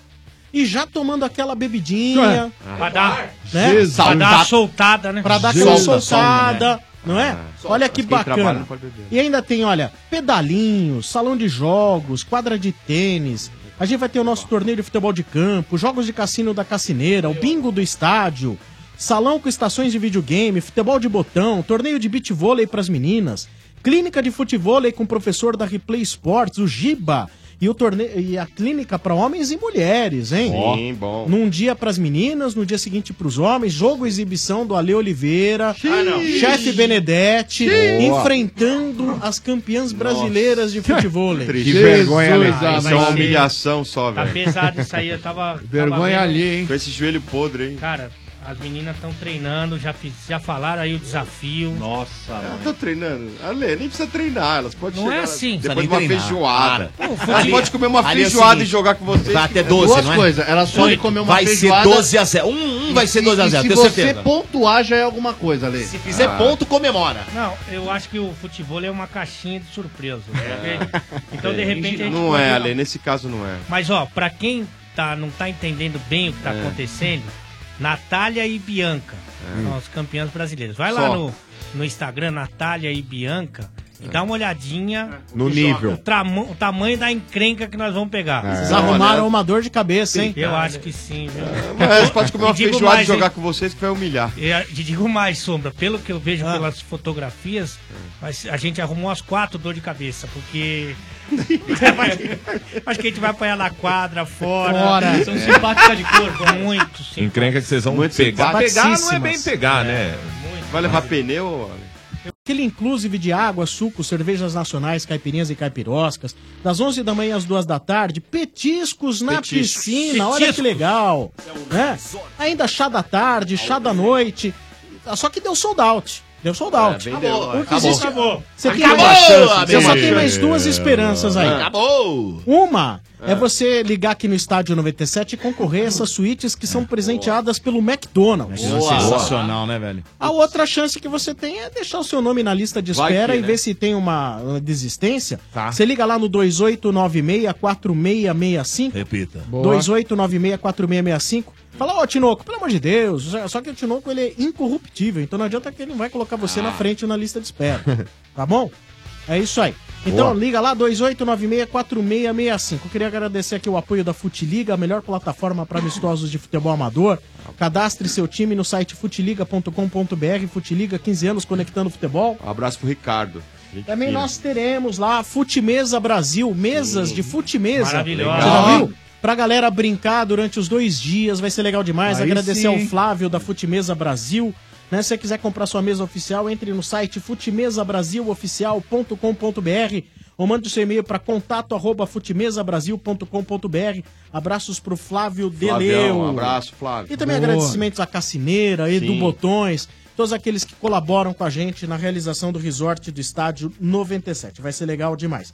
E já tomando aquela bebidinha.
Ah. Pra dar-
né?
Jesus.
Pra dar
Tá-
a soltada, né? Pra dar aquela
Jesus.
soltada, não é? Olha que
Mas quem trabalha
bacana.
não pode beber.
E ainda tem, olha, pedalinhos, salão de jogos, quadra de tênis. A gente vai ter o nosso torneio de futebol de campo, jogos de cassino da Cassineira, o bingo do estádio, salão com estações de videogame, futebol de botão, torneio de beach vôlei para as meninas, clínica de futevôlei com o professor da Replay Sports, o Giba, e, o torneio, e a clínica para homens e mulheres, hein?
Sim, bom.
Num dia para as meninas, no dia seguinte para os homens, jogo e exibição do Ale Oliveira,
Ah,
não.
chefe Benedetti,
Xiii. Boa.
enfrentando as campeãs brasileiras de futebol.
Que vergonha, né? Isso é uma humilhação só,
Tá
velho.
pesado isso aí, eu tava. tava vendo.
hein? Com esse joelho podre, hein?
Cara, as meninas estão treinando, já, fiz- já falaram aí o desafio. Nossa,
Elas estão treinando. Ale, nem precisa treinar, elas podem
Não
chegar
é assim.
Depois de
Precisa
uma
nem treinar.
feijoada.
Para. Pô,
Elas
Ali-
podem comer uma
ali é o
feijoada e
seguinte,
jogar com vocês.
Vai até 12,
Duas
não é?
coisas, elas podem
Oito.
comer uma
vai
feijoada.
ser 12 a 0. Um, um vai ser 12 a 0,
Se
tenho
você
certeza.
pontuar, já é alguma coisa, Ale. Ah.
Se
fizer
Ah.
ponto, comemora.
Não, eu acho que o futebol é uma caixinha de surpresa. tá vendo? Então, de repente, a gente
Não
pode-
é, Ale, nesse caso não é.
Mas ó, pra quem tá, não tá entendendo bem o que tá
É.
acontecendo, Natália e Bianca
É.
são as campeãs brasileiras. Vai
Só. É.
lá no, no Instagram, Natália e Bianca, e dá uma olhadinha
No
o-
nível.
O, tramo- o tamanho da encrenca que nós vamos pegar.
É.
Vocês arrumaram uma dor de cabeça, hein?
Eu acho que sim, viu?
É, Mas pode comer uma
digo
feijoada
mais,
e jogar
hein?
com vocês que vai humilhar.
Eu te digo mais, Sombra, pelo que eu vejo pelas fotografias, mas a gente arrumou umas quatro dor de cabeça, porque. Acho que a gente vai apanhar na quadra, fora.
Fora.
São simpáticas de corpo, muito simpáticas.
Encrenca que vocês vão pegar. Pegar não é bem pegar, né?
É,
Vai levar pneu, Ale?
Aquele inclusive de água, suco, cervejas nacionais, caipirinhas e caipiroscas. Das 11 da manhã às 2 da tarde, petiscos na
Petiscos.
piscina. Olha que
Petiscos. É
legal. Né? Ainda chá da tarde, chá da noite. Só que deu sold out. Deu sold out.
bem deu,
O que
É, acabou.
existe-
Acabou.
Você tem
Acabou,
mais chances.
amigo.
Você só tem mais duas esperanças aí.
Acabou.
Uma é você ligar aqui no Estádio 97 e concorrer a essas suítes que
É.
são presenteadas pelo McDonald's.
Sensacional, né, velho?
A outra chance que você tem é deixar o seu nome na lista de
Vai
espera
que,
e
né? Tá.
ver se tem uma uh, desistência. Você liga lá no 2896-4665.
Repita.
Boa. 2896-4665. Fala, ô Tinoco, pelo amor de Deus. Só- Só que o Tinoco ele é incorruptível, então não adianta que ele não vai colocar
Ah.
você na frente na lista de espera. tá bom? É isso aí. Então
Boa.
liga lá, 2896-4665. Eu queria agradecer aqui o apoio da Futiliga, a melhor plataforma para amistosos de futebol amador. Cadastre seu time no site futiliga.com.br. Futiliga, 15 anos conectando futebol.
Um abraço pro Ricardo. Gente
Também
fina.
nós teremos lá a Futimesa Brasil, mesas de Futimesa.
Uhum. Maravilhosa.
Você já viu? Pra galera brincar durante os dois dias, vai ser legal demais.
Aí
Agradecer
sim.
ao Flávio da Futimesa Brasil. Né? Se você quiser comprar sua mesa oficial, entre no site futimesabrasiloficial.com.br ou mande seu e-mail para contato arroba futimesabrasil.com.br. Abraços pro Flávio Deleu.
Flavião, um abraço, Flávio.
E também
Boa.
agradecimentos à Cassineira, Edu
Sim.
Botões, todos aqueles que colaboram com a gente na realização do resort do estádio 97. Vai ser legal demais.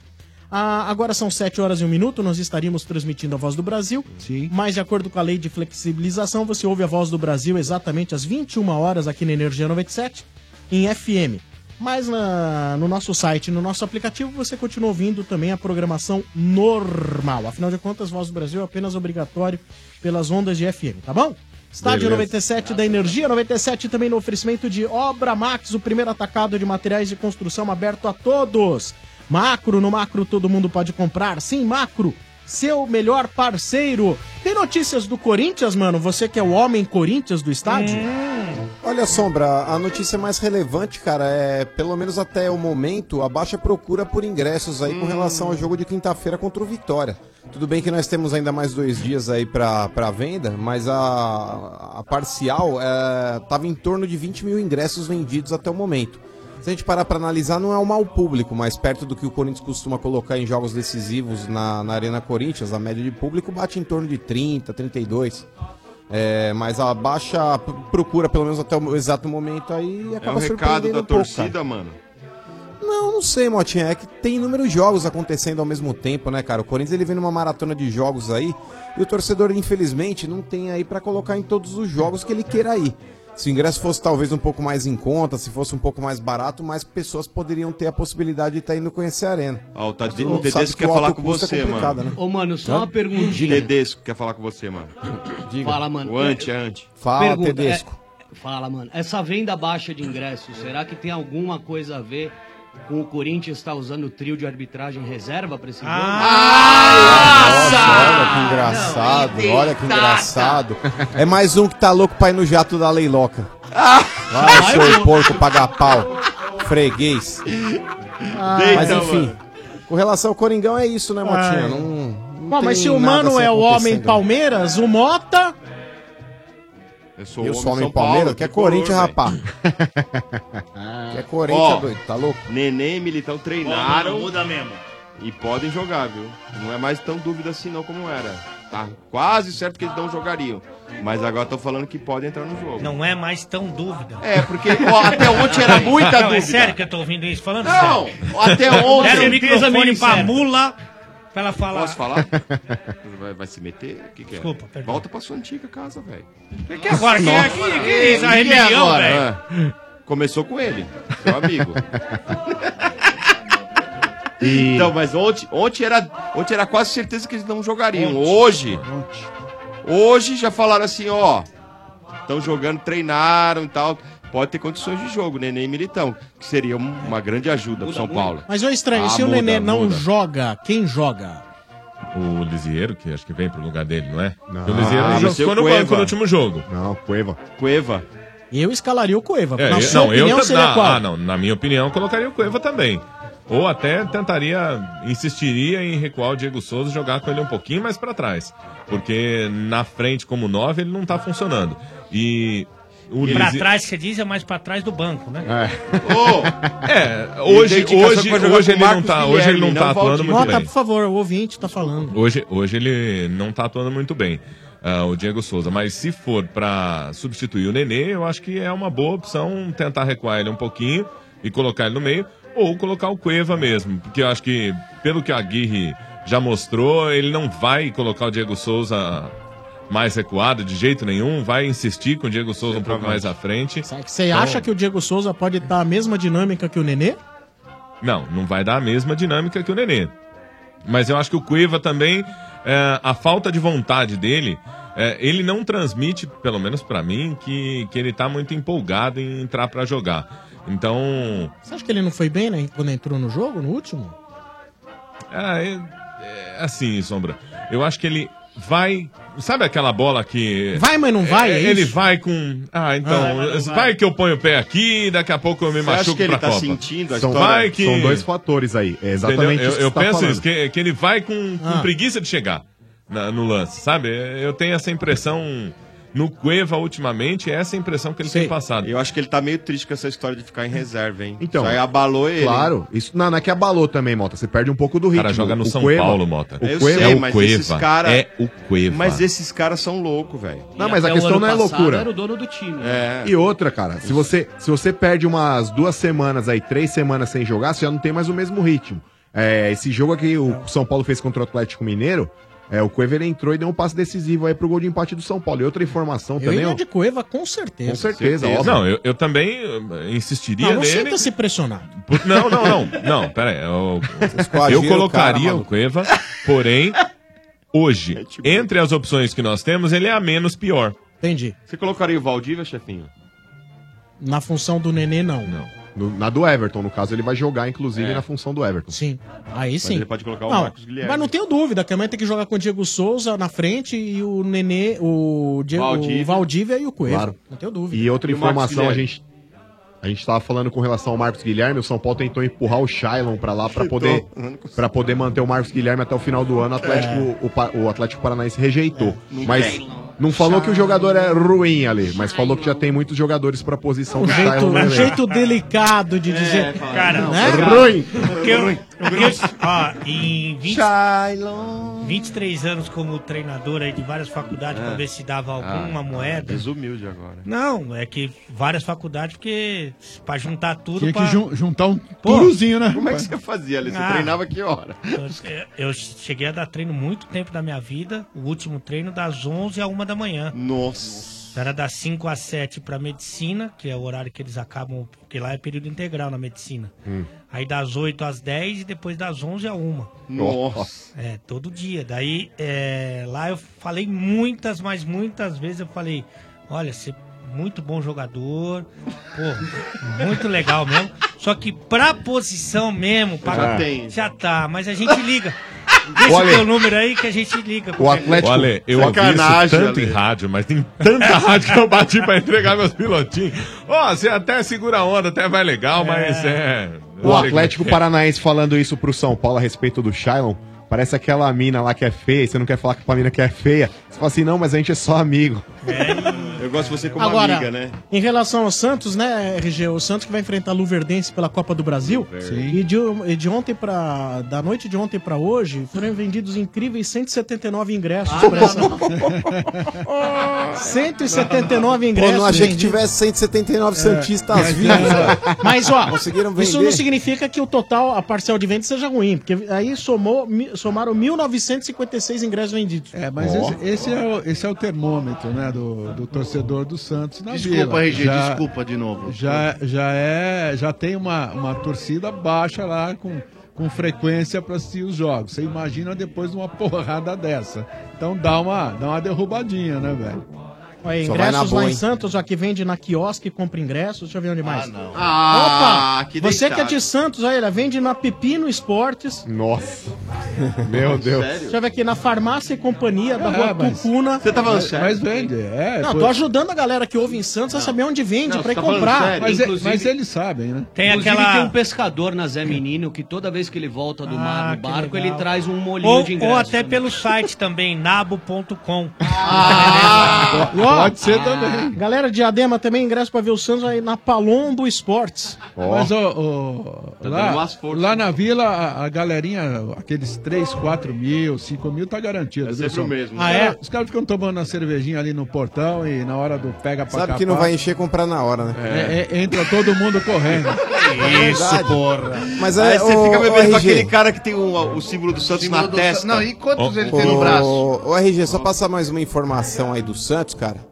Ah, agora são 7 horas e 1 minuto, nós estaríamos transmitindo a Voz do Brasil. Sim. Mas, de acordo com a lei de flexibilização, você ouve a Voz do Brasil exatamente às 21 horas aqui na Energia 97, em FM. Mas na- no nosso site, no nosso aplicativo, você continua ouvindo também a programação normal. Afinal de contas, Voz do Brasil é apenas obrigatório pelas ondas de FM, tá bom? Estádio
Beleza.
97 da Energia 97 também no oferecimento de Obra Max, o primeiro atacado de materiais de construção aberto a todos. Macro, no Macro todo mundo pode comprar. Sim, Macro, seu melhor parceiro. Tem notícias do Corinthians, mano? Você que é o homem Corinthians do estádio?
Olha, Sombra, a notícia mais relevante, cara, é, pelo menos até o momento, a baixa procura por ingressos aí com relação ao jogo de quinta-feira contra o Vitória. Tudo bem que nós temos ainda mais dois dias aí pra, pra venda, mas a, a parcial é, tava em torno de 20 mil ingressos vendidos até o momento. Se a gente parar para analisar, não é um mau público, mas perto do que o Corinthians costuma colocar em jogos decisivos na, na Arena Corinthians, a média de público bate em torno de 30, 32. É, mas a baixa p- procura, pelo menos até o exato momento, aí
É
acaba
o recado
surpreendendo
da
um pouco,
torcida,
cara.
mano.
Não, não sei, Motinha. É que tem inúmeros jogos acontecendo ao mesmo tempo, né, cara? O Corinthians ele vem numa maratona de jogos aí e o torcedor, infelizmente, não tem aí pra colocar em todos os jogos que ele queira ir. Se o ingresso fosse talvez um pouco mais em conta, se fosse um pouco mais barato, mais pessoas poderiam ter a possibilidade de estar indo conhecer a arena.
Ó, o,
Mas todo
Tade... o
mundo sabe
Tedesco
que
quer
o
falar
alto
com
custo é
você, mano.
complicado, né?
Ô, mano, só uma perguntinha.
Tedesco quer falar com você, mano. é
Fala, mano.
O ante, ante.
Pergunta, é- fala, mano. Essa venda baixa de ingressos, será que tem alguma coisa a ver o Corinthians está usando o trio de arbitragem reserva para esse jogo?
Ah!
Olha que engraçado, olha que engraçado. É mais um que tá louco pra ir no jato da Leiloca. Vai, seu porco pagar pau. Freguês. Mas
Deita,
enfim,
mano.
com relação ao Coringão é isso, né, Motinha?
Ai.
Não, não
Bom, mas
tem
se o
nada
Mano
assim
é o homem
acontecendo.
Palmeiras, o Mota.
É, Eu
E o homem Palmeiras, que é Corinthians, rapá. Que é Corinthians, doido, tá louco?
Neném Ah. e Militão
Ó,
treinaram.
muda mesmo.
E podem jogar, viu? Não é mais tão dúvida assim não como era. Tá quase certo que eles não jogariam. Mas agora estão falando que podem entrar no jogo.
Não é mais tão dúvida.
É, porque, ó, até ontem era muita
não, É
dúvida.
sério que eu tô ouvindo isso falando?
Não,
sério.
até ontem.
Deram o
Certeza
microfone
mesmo,
pra
sério.
mula pra ela falar.
Posso falar? É. vai, vai se meter? O que, que é?
Desculpa, perdão.
Volta pra sua antiga casa, velho.
Que que é agora? Que-
Nossa.
que- que é isso? A rebelião,
agora?
velho?
É. Começou com ele, seu amigo. Então, mas ontem, ontem, era, ontem era quase certeza que eles não jogariam. Hoje, hoje já falaram assim, ó, estão jogando, treinaram e tal. Pode ter condições de jogo, Neném e Militão, que seria um- uma grande ajuda pro São Paulo.
Mas é estranho,
Ah,
se o
muda,
Nenê não
muda.
joga, quem joga?
O Lisieiro, que acho que vem pro lugar dele, não é? Porque
Ah,
O Lisieiro
vai
já
ser
ficou
o
no
Cueva.
banco no último jogo.
Não, Cueva.
Cueva.
Eu escalaria o Cueva.
É,
na
eu-
sua
não, eu
opinião
tam-
seria
ah,
qual?
ah, não, na minha opinião, eu colocaria o Cueva também. Ou até tentaria, insistiria em recuar o Diego Souza e jogar com ele um pouquinho mais pra trás. Porque na frente, como nove, ele não tá funcionando. E o
Pra
Lisi-
trás, você diz, é mais pra trás do banco, né?
É, hoje, hoje, hoje, ele não tá, hoje ele não tá atuando muito
Mota,
bem.
por favor, o ouvinte tá falando.
Hoje, hoje ele não tá atuando muito bem, ah, o Diego Souza. Mas se for pra substituir o Nenê, eu acho que é uma boa opção tentar recuar ele um pouquinho e colocar ele no meio, ou colocar o Cueva mesmo. Porque eu acho que, pelo que a Aguirre já mostrou, ele não vai colocar o Diego Souza mais recuado de jeito nenhum, vai insistir com o Diego Souza um pouco mais à frente.
Você acha que o Diego Souza pode estar a mesma dinâmica que o Nenê?
Não, não vai dar a mesma dinâmica que o Nenê. Mas eu acho que o Cueva também, é, a falta de vontade dele, é, ele não transmite, pelo menos pra mim, que, que ele tá muito empolgado em entrar pra jogar. Então,
Você acha que ele não foi bem, né? Quando entrou no jogo, no último?
é, é- é assim, Sombra. Eu acho que ele vai. Sabe aquela bola que.
Vai, mas não vai,
É,
é
ele
isso?
vai com. Ah, então.
Ah,
vai,
vai.
que eu ponho o pé aqui, daqui a pouco eu me
Você acha
machuco
que ele
pra
tá
Copa.
sentindo a
Então
história?
vai que-
São dois fatores aí. É exatamente
Entendeu? Eu,
isso que
eu
você tá
penso
falando.
isso, que, que ele vai com, com
Ah.
preguiça de chegar na- no lance, sabe? Eu tenho essa impressão no Cueva ultimamente, é essa impressão que ele tem passado.
Eu acho que ele tá meio triste com essa história de ficar em reserva, hein?
Então,
Isso aí é abalou ele.
Claro, isso não, não é que abalou também, Mota. Você perde um pouco do
O
ritmo.
cara joga no
O
São
Cueva-
Paulo, Mota.
O
Eu
Cueva,
sei,
é o
mas
Cueva.
esses caras.
É o Cueva.
Mas esses caras são loucos, velho.
Não, mas a Até o questão ano não é passado loucura. era o
dono do time.
É.
E outra, cara, se você, se você perde umas duas semanas aí, três semanas sem jogar, você já não tem mais o mesmo ritmo. É, esse jogo aqui, o São Paulo fez contra o Atlético Mineiro, é, o Cueva ele entrou e deu um passe decisivo aí pro gol de empate do São Paulo. E outra informação
Eu
também.
iria
ó,
de Cueva, com certeza.
Com certeza, ó.
Não, eu, eu também eh, insistiria
Não, não
nele.
sinta se pressionado.
Por- Não, não, não. Não, pera aí. Eu,
Esquadrinha
eu
o
colocaria
cara,
o Cueva, porém, hoje,
É tipo
entre as opções que nós temos, ele é a menos pior.
Entendi.
Você colocaria o Valdívia, chefinho?
Na função do Nenê, não.
Não.
no- na do Everton, no caso, ele vai jogar, inclusive,
É.
na função do Everton.
Sim. Aí sim.
ele pode colocar o Marcos Guilherme.
Mas não tenho dúvida, que amanhã tem que jogar com o Diego Souza na frente e o Nenê, o, Diego,
Valdívia.
o Valdívia e o Cueva.
Claro.
Não tenho dúvida.
E outra
o Marcos
informação, a
Guilherme?
gente, a gente tava falando com relação ao Marcos Guilherme, o São Paulo tentou empurrar o Shailon pra lá pra poder, pra poder manter o Marcos Guilherme até o final do ano, o Atlético,
É.
o, Pa- o Atlético Paranaense rejeitou.
não
mas
tem.
É, não falou que o jogador é ruim ali, mas falou que já tem muitos jogadores pra posição
Um
do
jeito,
Shailon é. no
um
elenco.
jeito delicado de dizer.
Cara,
né?
Ruim.
O que eu, o que eu- ó, em 20, 23 anos como treinador aí de várias faculdades
É.
pra ver se dava alguma moeda.
Desumilde Ah, agora.
Não, é que várias faculdades, porque pra juntar tudo.
Tinha
pra...
que jun- juntar um
Pô,
turuzinho, né?
como é que
O que você fazia ali? Você
Ah.
treinava que hora?
Eu, eu cheguei a dar treino muito tempo da minha vida. O último treino das 11 à 1 da manhã.
Nossa.
Era das 5 às 7 pra medicina, que é o horário que eles acabam, porque lá é período integral na medicina.
Hum.
Aí das 8 às 10 e depois das 11 à 1.
Nossa.
É, todo dia. Daí é, lá eu falei muitas, mas muitas vezes eu falei: olha, você é muito bom jogador, pô, muito legal mesmo. Só que pra posição mesmo, pra...
Já tem.
Já tá, mas a gente liga. Deixa o
Ale.
teu número aí que a gente liga.
Ô, Ale, eu ouvi isso
Sacanagem,
tanto
Ale.
em rádio, mas tem tanta rádio que eu bati pra entregar meus pilotinhos. Ó, você até segura a onda, até vai legal, mas é...
O Atlético Paranaense falando isso pro São Paulo a respeito do Shailon, parece aquela mina lá que é feia, e você não quer falar com a mina que é feia. Você fala assim, não, mas a gente é só amigo.
Eu gosto de você como
Agora,
amiga, né?
em relação ao Santos, né, RG? O Santos que vai enfrentar o Luverdense pela Copa do Brasil.
Sim.
E de, um, e de ontem para da noite de ontem pra hoje, foram vendidos incríveis 179 ingressos. pra essa- 179
Pô,
ingressos.
não achei que
vendidos.
tivesse 179 Santistas
É.
vivos. cara.
Mas ó,
né? Conseguiram
isso
vender?
não significa que o total, a parcial de venda seja ruim, porque aí somou, mi- somaram 1.956 ingressos vendidos.
É, Mas esse, esse é o, esse é o termômetro, né, do, do torcedor do Santos na
Desculpa,
Vila.
RG,
Já-
desculpa de novo.
Já, já é, já tem uma, uma torcida baixa lá com, com frequência para assistir os jogos. Você imagina depois de uma porrada dessa. Então dá uma, dá uma derrubadinha, né, velho?
Olha,
Só vai na
ingressos
boa,
lá em
hein?
Santos, ó, que vende na quiosque, compra ingressos, deixa eu ver onde mais.
Ah,
Opa,
que
você que é
deitado.
de Santos, olha, vende na Pepino Esportes.
Nossa. Meu Deus.
Deixa eu ver aqui, na Farmácia e Companhia, da
É,
rua
mas-
Cucuna.
Você tá falando Mas- sério? mas vende, é,
Não, um
foi-
tô ajudando a galera que ouve em Santos a saber onde vende,
tá
pra ir comprar.
Mas, é- mas eles sabem, né?
Tem tem um pescador na Zé Menino que toda vez que ele volta do mar no
Ah, que
barco,
legal.
ele traz um molinho
Ou,
de
ou
ingresso.
até pelo site também, nabo.com.
Pode ser também. Ah, Galera de Adema também, ingresso pra ver o Santos aí na Palombo Esportes.
Mas ó, ó,
Tá dando
lá,
umas
lá na vila, a, a galerinha, aqueles 3, 4 mil, 5 mil, tá garantido. viu,
sempre
São?
o mesmo.
Os
Ah,
cara-
é?
Os caras ficam tomando a cervejinha ali no portão e na hora do pega pra
Sabe que não
capar,
vai encher comprar na hora, né?
é- é- entra todo mundo correndo.
Isso, porra. É Mas é,
Aí você
ô,
fica bebendo com
RG.
aquele cara que tem um, o, o símbolo do Santos
Símbolo
na
do
testa.
Santos. Não, e quantos ele
Ô,
tem no braço?
Ô, RG, só passar mais uma informação aí do Santos, cara.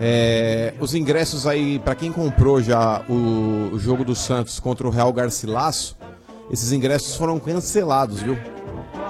É, os ingressos aí, pra quem comprou já o, o jogo do Santos contra o Real Garcilasso, esses ingressos foram cancelados, viu?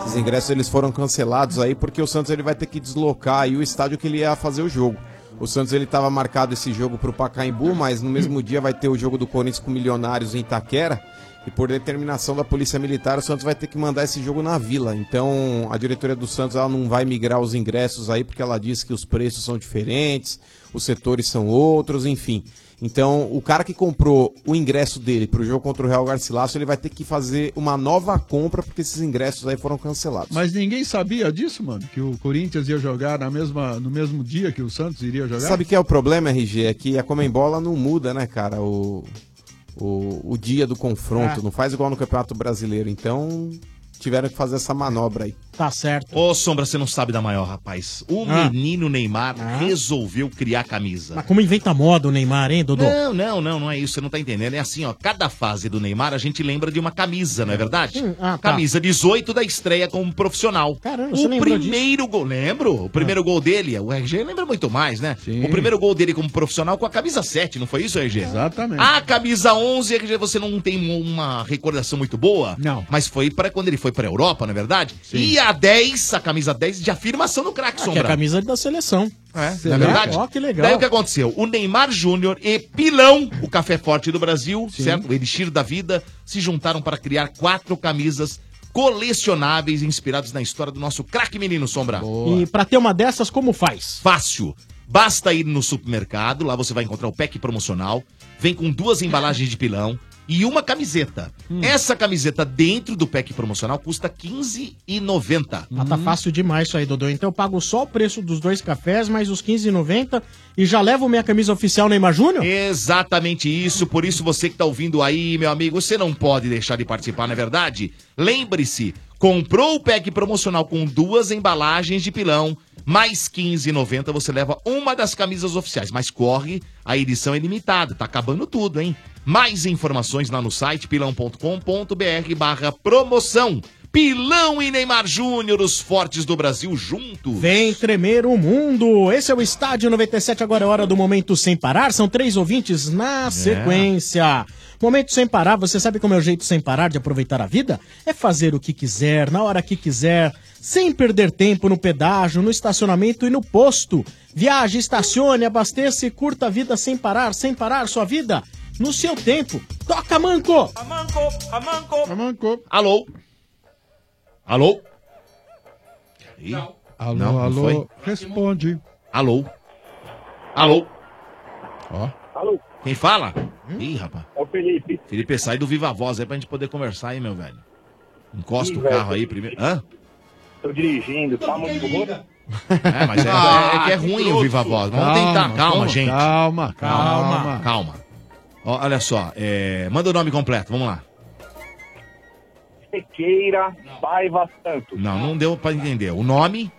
Esses ingressos eles foram cancelados aí porque o Santos ele vai ter que deslocar aí o estádio que ele ia fazer o jogo. O Santos ele estava marcado esse jogo pro Pacaembu, mas no mesmo dia vai ter o jogo do Corinthians com o Milionários em Itaquera. E por determinação da Polícia Militar, o Santos vai ter que mandar esse jogo na Vila. Então, a diretoria do Santos ela não vai migrar os ingressos aí, porque ela diz que os preços são diferentes, os setores são outros, enfim. Então, o cara que comprou o ingresso dele pro jogo contra o Real Garcilasso, ele vai ter que fazer uma nova compra, porque esses ingressos aí foram cancelados.
Mas ninguém sabia disso, mano, que o Corinthians ia jogar na mesma, no mesmo dia que o Santos iria jogar.
Sabe que é o problema, RG? É que a Comembola não muda, né, cara, o, o, o dia do confronto.
É.
Não faz igual no Campeonato Brasileiro. Então, tiveram que fazer essa manobra aí.
Tá certo.
Ô, Sombra, você não sabe da maior, rapaz. O
Ah.
menino Neymar resolveu criar camisa.
Mas como inventa moda o Neymar, hein, Dodô?
Não, não, não, não é isso, você não tá entendendo. É assim, ó, cada fase do Neymar a gente lembra de uma camisa, não é verdade?
ah, tá.
Camisa 18 da estreia como profissional.
Caramba, você
o
lembrou
primeiro gol, lembro? O primeiro gol dele, o RG lembra muito mais, né?
Sim.
O primeiro gol dele como profissional com a camisa 7, não foi isso, RG?
Exatamente.
A camisa 11, RG, você não tem um, uma recordação muito boa? Não. Mas foi para quando ele foi pra Europa, não é verdade? E a 10, a camisa 10 de afirmação do craque,
Que é
Sombra.
a camisa da seleção.
É,
Você
na
vê?
verdade.
Ó, que legal.
Daí o que aconteceu? O Neymar Júnior e Pilão, o café forte do Brasil, certo? O Elixir da Vida, se juntaram para criar quatro camisas colecionáveis inspiradas na história do nosso craque menino Sombra.
E pra ter uma dessas, como faz?
Fácil. Basta ir no supermercado, lá você vai encontrar o pack promocional. Vem com duas embalagens de pilão e uma camiseta.
Hum.
Essa camiseta dentro do pack promocional custa R$15,90.
Ah, tá fácil demais isso aí, Dodô. Então eu pago só o preço dos dois cafés, mais os 15,90 e já levo minha camisa oficial Neymar Júnior?
Exatamente isso, por isso você que tá ouvindo aí, meu amigo, você não pode deixar de participar, não é verdade? Lembre-se, comprou o pack promocional com duas embalagens de pilão, mais 15,90 você leva uma das camisas oficiais, mas corre, a edição é limitada, tá acabando tudo, hein? Mais informações lá no site pilão.com.br barra promoção. Pilão e Neymar Júnior, os fortes do Brasil juntos.
Vem tremer o mundo. Esse é o Estádio 97, agora é hora do Momento Sem Parar. São três ouvintes
É.
na sequência. Momento Sem Parar, você sabe como é o jeito sem parar de aproveitar a vida? É fazer o que quiser, na hora que quiser, sem perder tempo no pedágio, no estacionamento e no posto. Viaje, estacione, abasteça e curta a vida sem parar, sem parar sua vida. no seu tempo. Toca, Manco!
Alô? Alô? Ih,
Alô,
Não, não
alô,
foi?
responde.
Alô? Alô?
Ó.
Alô? Quem fala? Ih, rapaz.
É o Felipe.
Felipe, sai do Viva Voz aí pra gente poder conversar aí, meu velho. Encosta
Ih,
o
velho,
carro aí primeiro. Hã?
Tô dirigindo, tá muito bom.
É, mas é,
Ah,
é que é
que
ruim o
grosso.
Viva Voz. Vamos
Calma,
tentar. Calma,
calma,
gente.
Calma,
calma. Calma. Ó, olha só, é, manda o nome completo, vamos lá.
Sequeira, Paiva Santos.
Não, não deu pra entender. O nome?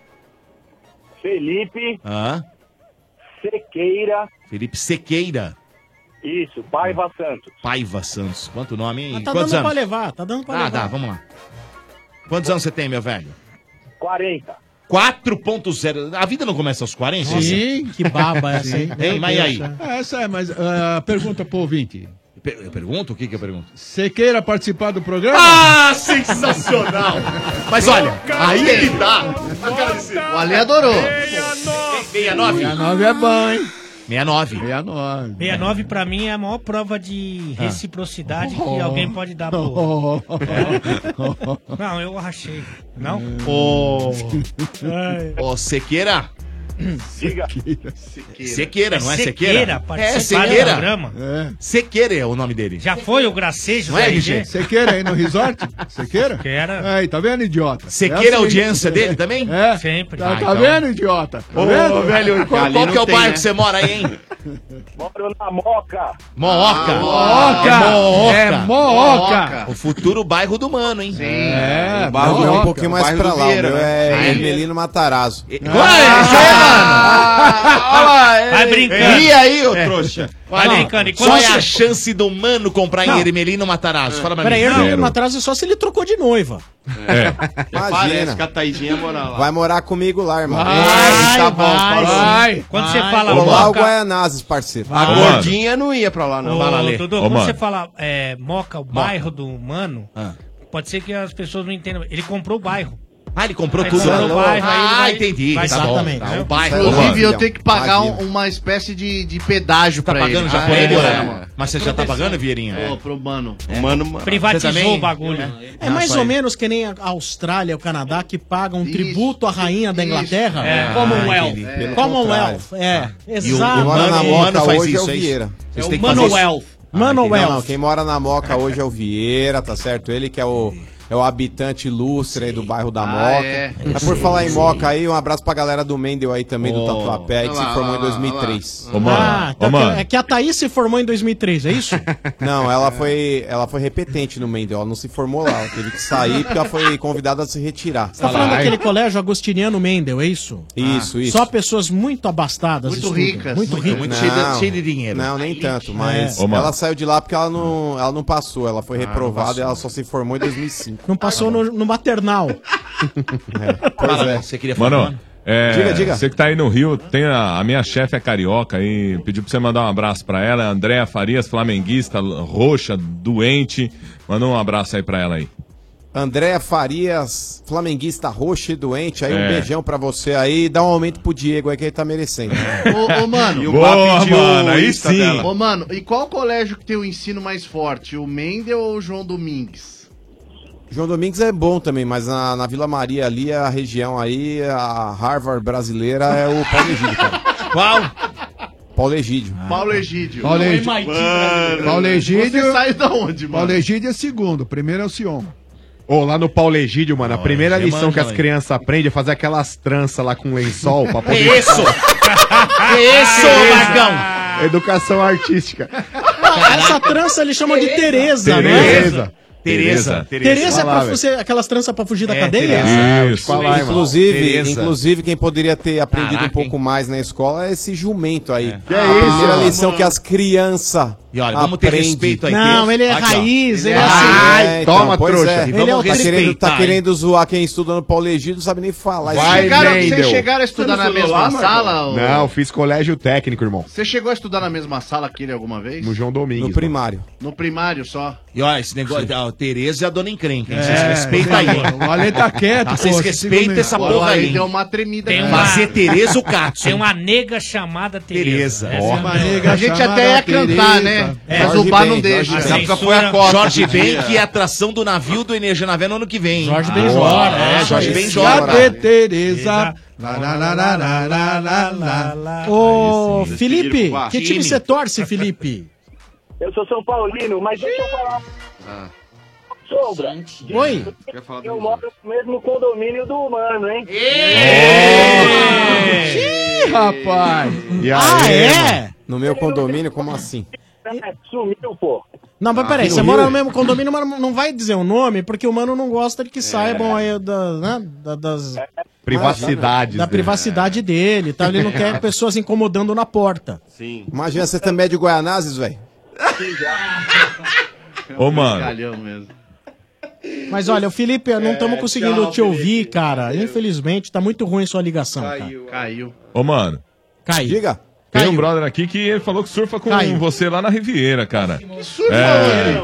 Felipe
Hã?
Sequeira,
Felipe Sequeira.
isso, Paiva Santos.
Paiva Santos. Quanto nome, hein?
Tá
Quantos
dando pra
anos?
levar, tá dando pra
é,
Ah,
levar.
dá, vamos lá. Quantos anos você tem, meu velho?
40.
4.0. A vida não começa aos 40?
Nossa,
Nossa. Sim. Hein, mas e aí?
Essa é, mas ah, pergunta pro ouvinte.
Pe- Eu pergunto? O que que eu pergunto?
Você queira participar do programa?
Ah, sensacional! Mas olha, aí
é.
ele dá.
tá.
O Ale adorou.
69?
69 é bom, hein?
69.
69.
69 pra mim é a maior prova de
Ah.
reciprocidade que
Oh.
alguém pode dar pro
Oh.
outro. É. Não, eu achei. Não?
Hum.
Ô.
Ai.
Ô, Sequeira.
Diga.
Sequeira, não é Sequeira?
É,
Sequeira.
sequeira. Programa.
Sequeira é o nome dele.
Já foi o gracejo?
Não é,
do
RG?
Você queira aí no resort? Você queira?
Queira.
Aí, tá vendo, idiota?
Você
É
queira a
assim.
audiência dele também? Ah, então.
É.
Sempre.
Tá, tá vendo, idiota? Tá
Ô,
vendo?
ô, velho, qual, qual que é o
né?
bairro que você mora aí, hein?
Moro na Moca.
Mooca.
Mooca.
É Mooca.
É Mooca.
O futuro bairro do Mano, hein? Sim.
É, o bairro é um pouquinho mais pra lá. O meu
né?
é Ermelino Matarazzo.
Vai brincando. E aí, ô trouxa?
Vai
Olha,
brincando, e
Só
quando
é a
você-
chance do Mano comprar
Não.
em Ermelino Matarazzo. Fala pra mim.
Peraí, eu não atraso só se ele trocou de noiva.
É.
Parece que a Taidinha mora lá.
Vai morar comigo lá, irmão.
Vai,
É, tá bom,
vai,
falou.
vai. Quando você fala
Vou lá o
moca-
Guaianazes, parceiro.
A gordinha não ia pra
né?
lá, não.
Ô,
Fala, Lê.
Dodô,
Ô,
quando
mano.
você fala é, Moca, o bairro do Mano, pode ser que as pessoas não entendam. Ele comprou o bairro.
Ah, ele comprou
Ele
tudo.
comprou o bairro, aí ele
ah,
vai-
entendi.
vai- né?
tá bom,
Exatamente.
tá, o bairro.
Inclusive, eu tenho que pagar um- uma espécie de, de pedágio
Tá
pra ele.
pagando já
Ah,
por ele,
é,
né?
mano.
Mas você já tá pagando, Vieirinha?
Pô, pro É. mano.
O Mano- Você
Privatizou
também?
o bagulho.
É mais ou menos que nem a Austrália e o Canadá que pagam tributo à rainha da Inglaterra.
É. Ah,
Commonwealth.
entendi. Pelo
um
Commonwealth. É,
E o, o
exato.
mora na Moca hoje é o
aí.
Vieira.
Vocês têm que fazer isso.
Manoel. Não, não, quem mora na Moca hoje é o Vieira, tá certo? Ele que é o, é o habitante ilustre aí do bairro da
Ah,
Moca.
é.
Mas por falar em Moca aí, um abraço pra galera do Mendel aí também, do
Oh.
Tatuapé,
Olha
que Tá se
lá,
formou em
olha lá,
2003.
olha lá. Ah, tá que- é que a Thaís se formou em 2003, é isso?
Não, ela foi, ela foi repetente no Mendel, ela não se formou lá, ela teve que sair porque ela foi convidada a se retirar.
Você tá falando daquele colégio Agostiniano Mendel, é isso?
Isso, isso.
Só pessoas muito abastadas.
Muito
estudam.
ricas,
Muito
muito-
ricas.
muito cheio de- cheio de dinheiro. Não, nem tanto, mas
É. Ô, mano.
ela saiu de lá porque ela não, ela não passou, ela foi
Ah, não
reprovada
passou.
e ela só se formou em 2005.
Não passou no, no maternal.
Pois é.
Você queria um-
Mano, é,
Diga, diga.
você que tá aí no Rio, tem a, a minha chefe é carioca e pediu pra você mandar um abraço pra ela. Andréa Farias, flamenguista, l- roxa, doente. Manda um abraço aí pra ela aí.
Andréa Farias, flamenguista roxo e doente, aí um
É.
beijão pra você aí, dá um aumento pro Diego aí que ele tá merecendo.
Ô, ô, mano.
E o Boa, Bá pediu
mano, o aí Insta sim. dela.
Ô, mano, e qual colégio que tem o ensino mais forte? O Mendel ou o João Domingues?
João Domingues é bom também, mas na, na Vila Maria ali, a região aí, a Harvard brasileira é o Paulo Egídio, cara.
Qual?
Paulo Egídio.
Paulo Egídio.
Paulo
é
Egídio.
O MIT brasileiro.
Paulo Egídio.
Você saiu da onde, mano?
Paulo Egídio é segundo, o primeiro é o Cioma.
Ô, lá no Paulegídio, mano, a primeira
você
lição
manja,
que as
hein?
crianças aprendem é fazer aquelas tranças lá com lençol pra
Que
poder.
isso? que isso, Marcão?
Educação artística.
Essa trança eles chamam de Tereza, não é?
Tereza.
Tereza.
Tereza é
Fala,
pra
velho.
você, aquelas tranças pra fugir da
É,
cadeia?
Tereza.
Ah,
Isso. inclusive,
Tereza.
inclusive, quem poderia ter aprendido
Caraca,
um pouco mais na escola é esse jumento aí.
Que
a
é isso,
primeira
mano.
lição que as
É.
crianças.
E olha, vamos ter respeito aí,
Não, ele é raiz, ele é assim.
Ai,
toma, trouxa. E
Ele
vamos
é o tá
respeitar,
querendo, tá
hein.
querendo zoar quem estuda no Paulegídio, não sabe nem falar.
Vai,
Chegaram- vocês
Mendel.
chegaram a estudar na mesma sala? ô?
Não, fiz colégio técnico, irmão.
Você chegou a estudar na mesma sala que ele alguma vez?
No João Domingues. No
primário.
No primário só?
E olha, esse negócio, ó, Tereza e a dona encrenca, hein?
É,
Vocês respeitam aí.
o Ale tá quieto,
Tá, Vocês
pô,
respeitam
segura
essa
aí. O
porra
Ale
aí.
deu uma tremida.
Tem
né?
uma... Ser Tereza o Cato.
Tem uma nega chamada Tereza.
Tereza.
Essa
Ó.
é a
Uma
melhor.
nega
A gente até ia cantar, né? né? Mas o bar não deixa.
Essa época foi a Copa.
né?
Jorge Ben, que é a atração do navio do Energia na Vena no ano que vem. Jorge
Ben chora.
É, Jorge Ben
Cadê
chora.
Tereza?
Ô, Felipe,
pro Vasco.
que time
Time.
você torce, Felipe?
Eu sou São Paulino, mas deixa eu falar. Sombra.
Oi.
Eu moro no mesmo condomínio do humano, hein? É,
Ih, rapaz!
E aí,
Ah, é?
No meu condomínio, como assim?
É, Sumiu, pô.
Não, mas
Ah,
peraí,
no
você
Rio?
mora no mesmo condomínio, mas não vai dizer o nome, porque o mano não gosta de que saibam aí da, né, da- das...
Privacidades
Da,
dele.
privacidade dele, tá? Ele não quer pessoas incomodando na porta.
Sim.
Imagina, você também é de Guaianazes, velho?
Ô, mano.
Mas olha, o Felipe, não
É,
estamos conseguindo
tchau,
te ouvir, cara. Infelizmente, tá muito ruim sua ligação, cara.
Caiu.
Ô, mano.
Cai.
Diga.
Tem um brother aqui que ele falou que surfa com
Caiu.
você lá na Riviera, cara. Que
surfa,
é...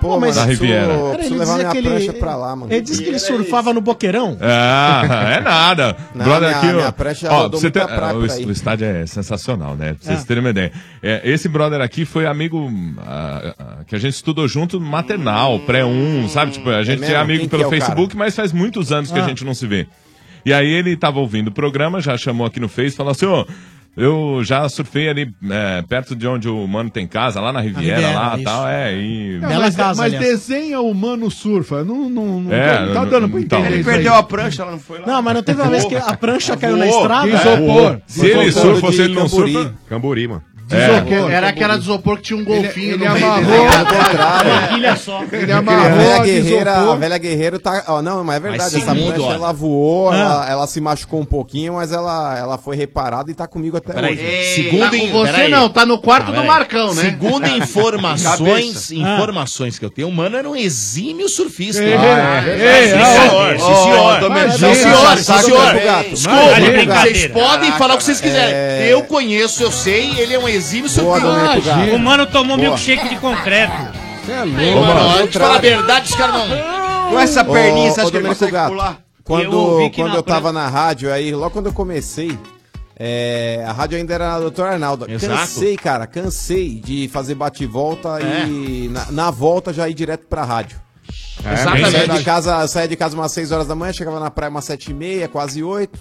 Pô, mas
na Riviera.
preciso,
Cara,
preciso
ele
levar
dizia
minha
que ele-
prancha pra lá, mano.
Ele disse que ele surfava no boqueirão?
Ah, é nada.
Não,
brother
minha-
aqui, ó.
minha prancha
ó,
rodou
você
muita
tem-
praia
o,
por
es-
aí.
o estádio é sensacional, né? Pra vocês
Ah.
terem uma ideia. É, esse brother aqui foi amigo hum, ah, ah, que a gente estudou junto no maternal, pré-1, sabe? Tipo, a gente é,
mesmo?
amigo
Quem
pelo
que é o cara?
Facebook, mas faz muitos anos que a
Ah.
gente não se vê. E aí ele tava ouvindo o programa, já chamou aqui no Face e falou assim, ô. eu já surfei ali é, perto de onde o mano tem casa, lá na Riviera,
Riviera,
lá e
isso.
tal, é, e...
Não, mas, mas desenha o Mano Surfa. Não, não, não,
É,
não tá
não-
dando pra
então.
entender.
Ele
isso
perdeu
aí.
a prancha, ela não foi
Não, mas não teve uma vez que a prancha caiu na
Voou.
estrada?
Isopor.
Se ele
Isopor
surfa,
de
se ele não
Cambori.
surfa...
Cambori, mano. É.
Isopor, Era aquela de isopor que tinha um golfinho
ele
no meio
amarrou-
dele.
Ele
é a velha
amarrou de
guerreira,
isopor.
a velha guerreira tá. ó, não, mas é verdade,
Mas
essa
segundo,
prancha
olha.
ela voou,
Ah.
ela, ela se machucou um pouquinho, mas ela, ela foi reparada e tá comigo até
Peraí,
hoje.
segundo
tá com
em-
você
peraí.
não, tá no quarto do
peraí.
Marcão, né?
Segundo informações, Ah.
Cabeça.
informações que eu tenho, o mano era um exímio surfista.
Ei,
Ah,
ei,
é.
ei,
Sim,
ei,
senhor,
ei,
sim,
ei,
senhor.
ô, Domingão,
Sim, senhor,
saco
sim,
do
senhor.
gato.
Desculpa,
Mano, é
vocês
brincadeira.
podem
Caraca,
falar o que vocês quiserem.
é.
Eu conheço, eu sei, ele é um exímio
Lógico.
surfista.
O mano tomou milkshake de concreto.
Você é
Ei,
louco,
mano, ó, eu te falar a verdade, os caras não.
Com essa perninha, você acha que ele
Domênico
consegue
Gato,
pular?
Quando
Eu
eu,
ouvi que
quando
na
eu tava
né?
na rádio, aí logo quando eu comecei, é, a rádio ainda era na Doutor Arnaldo.
Exato.
Cansei, cara, cansei de fazer bate-volta
É.
e na, na volta já ir direto pra rádio.
É,
Exatamente.
bem
Saía
verdade.
de, casa, eu saía de casa umas 6 horas da manhã, chegava na praia umas 7 e meia, quase 8.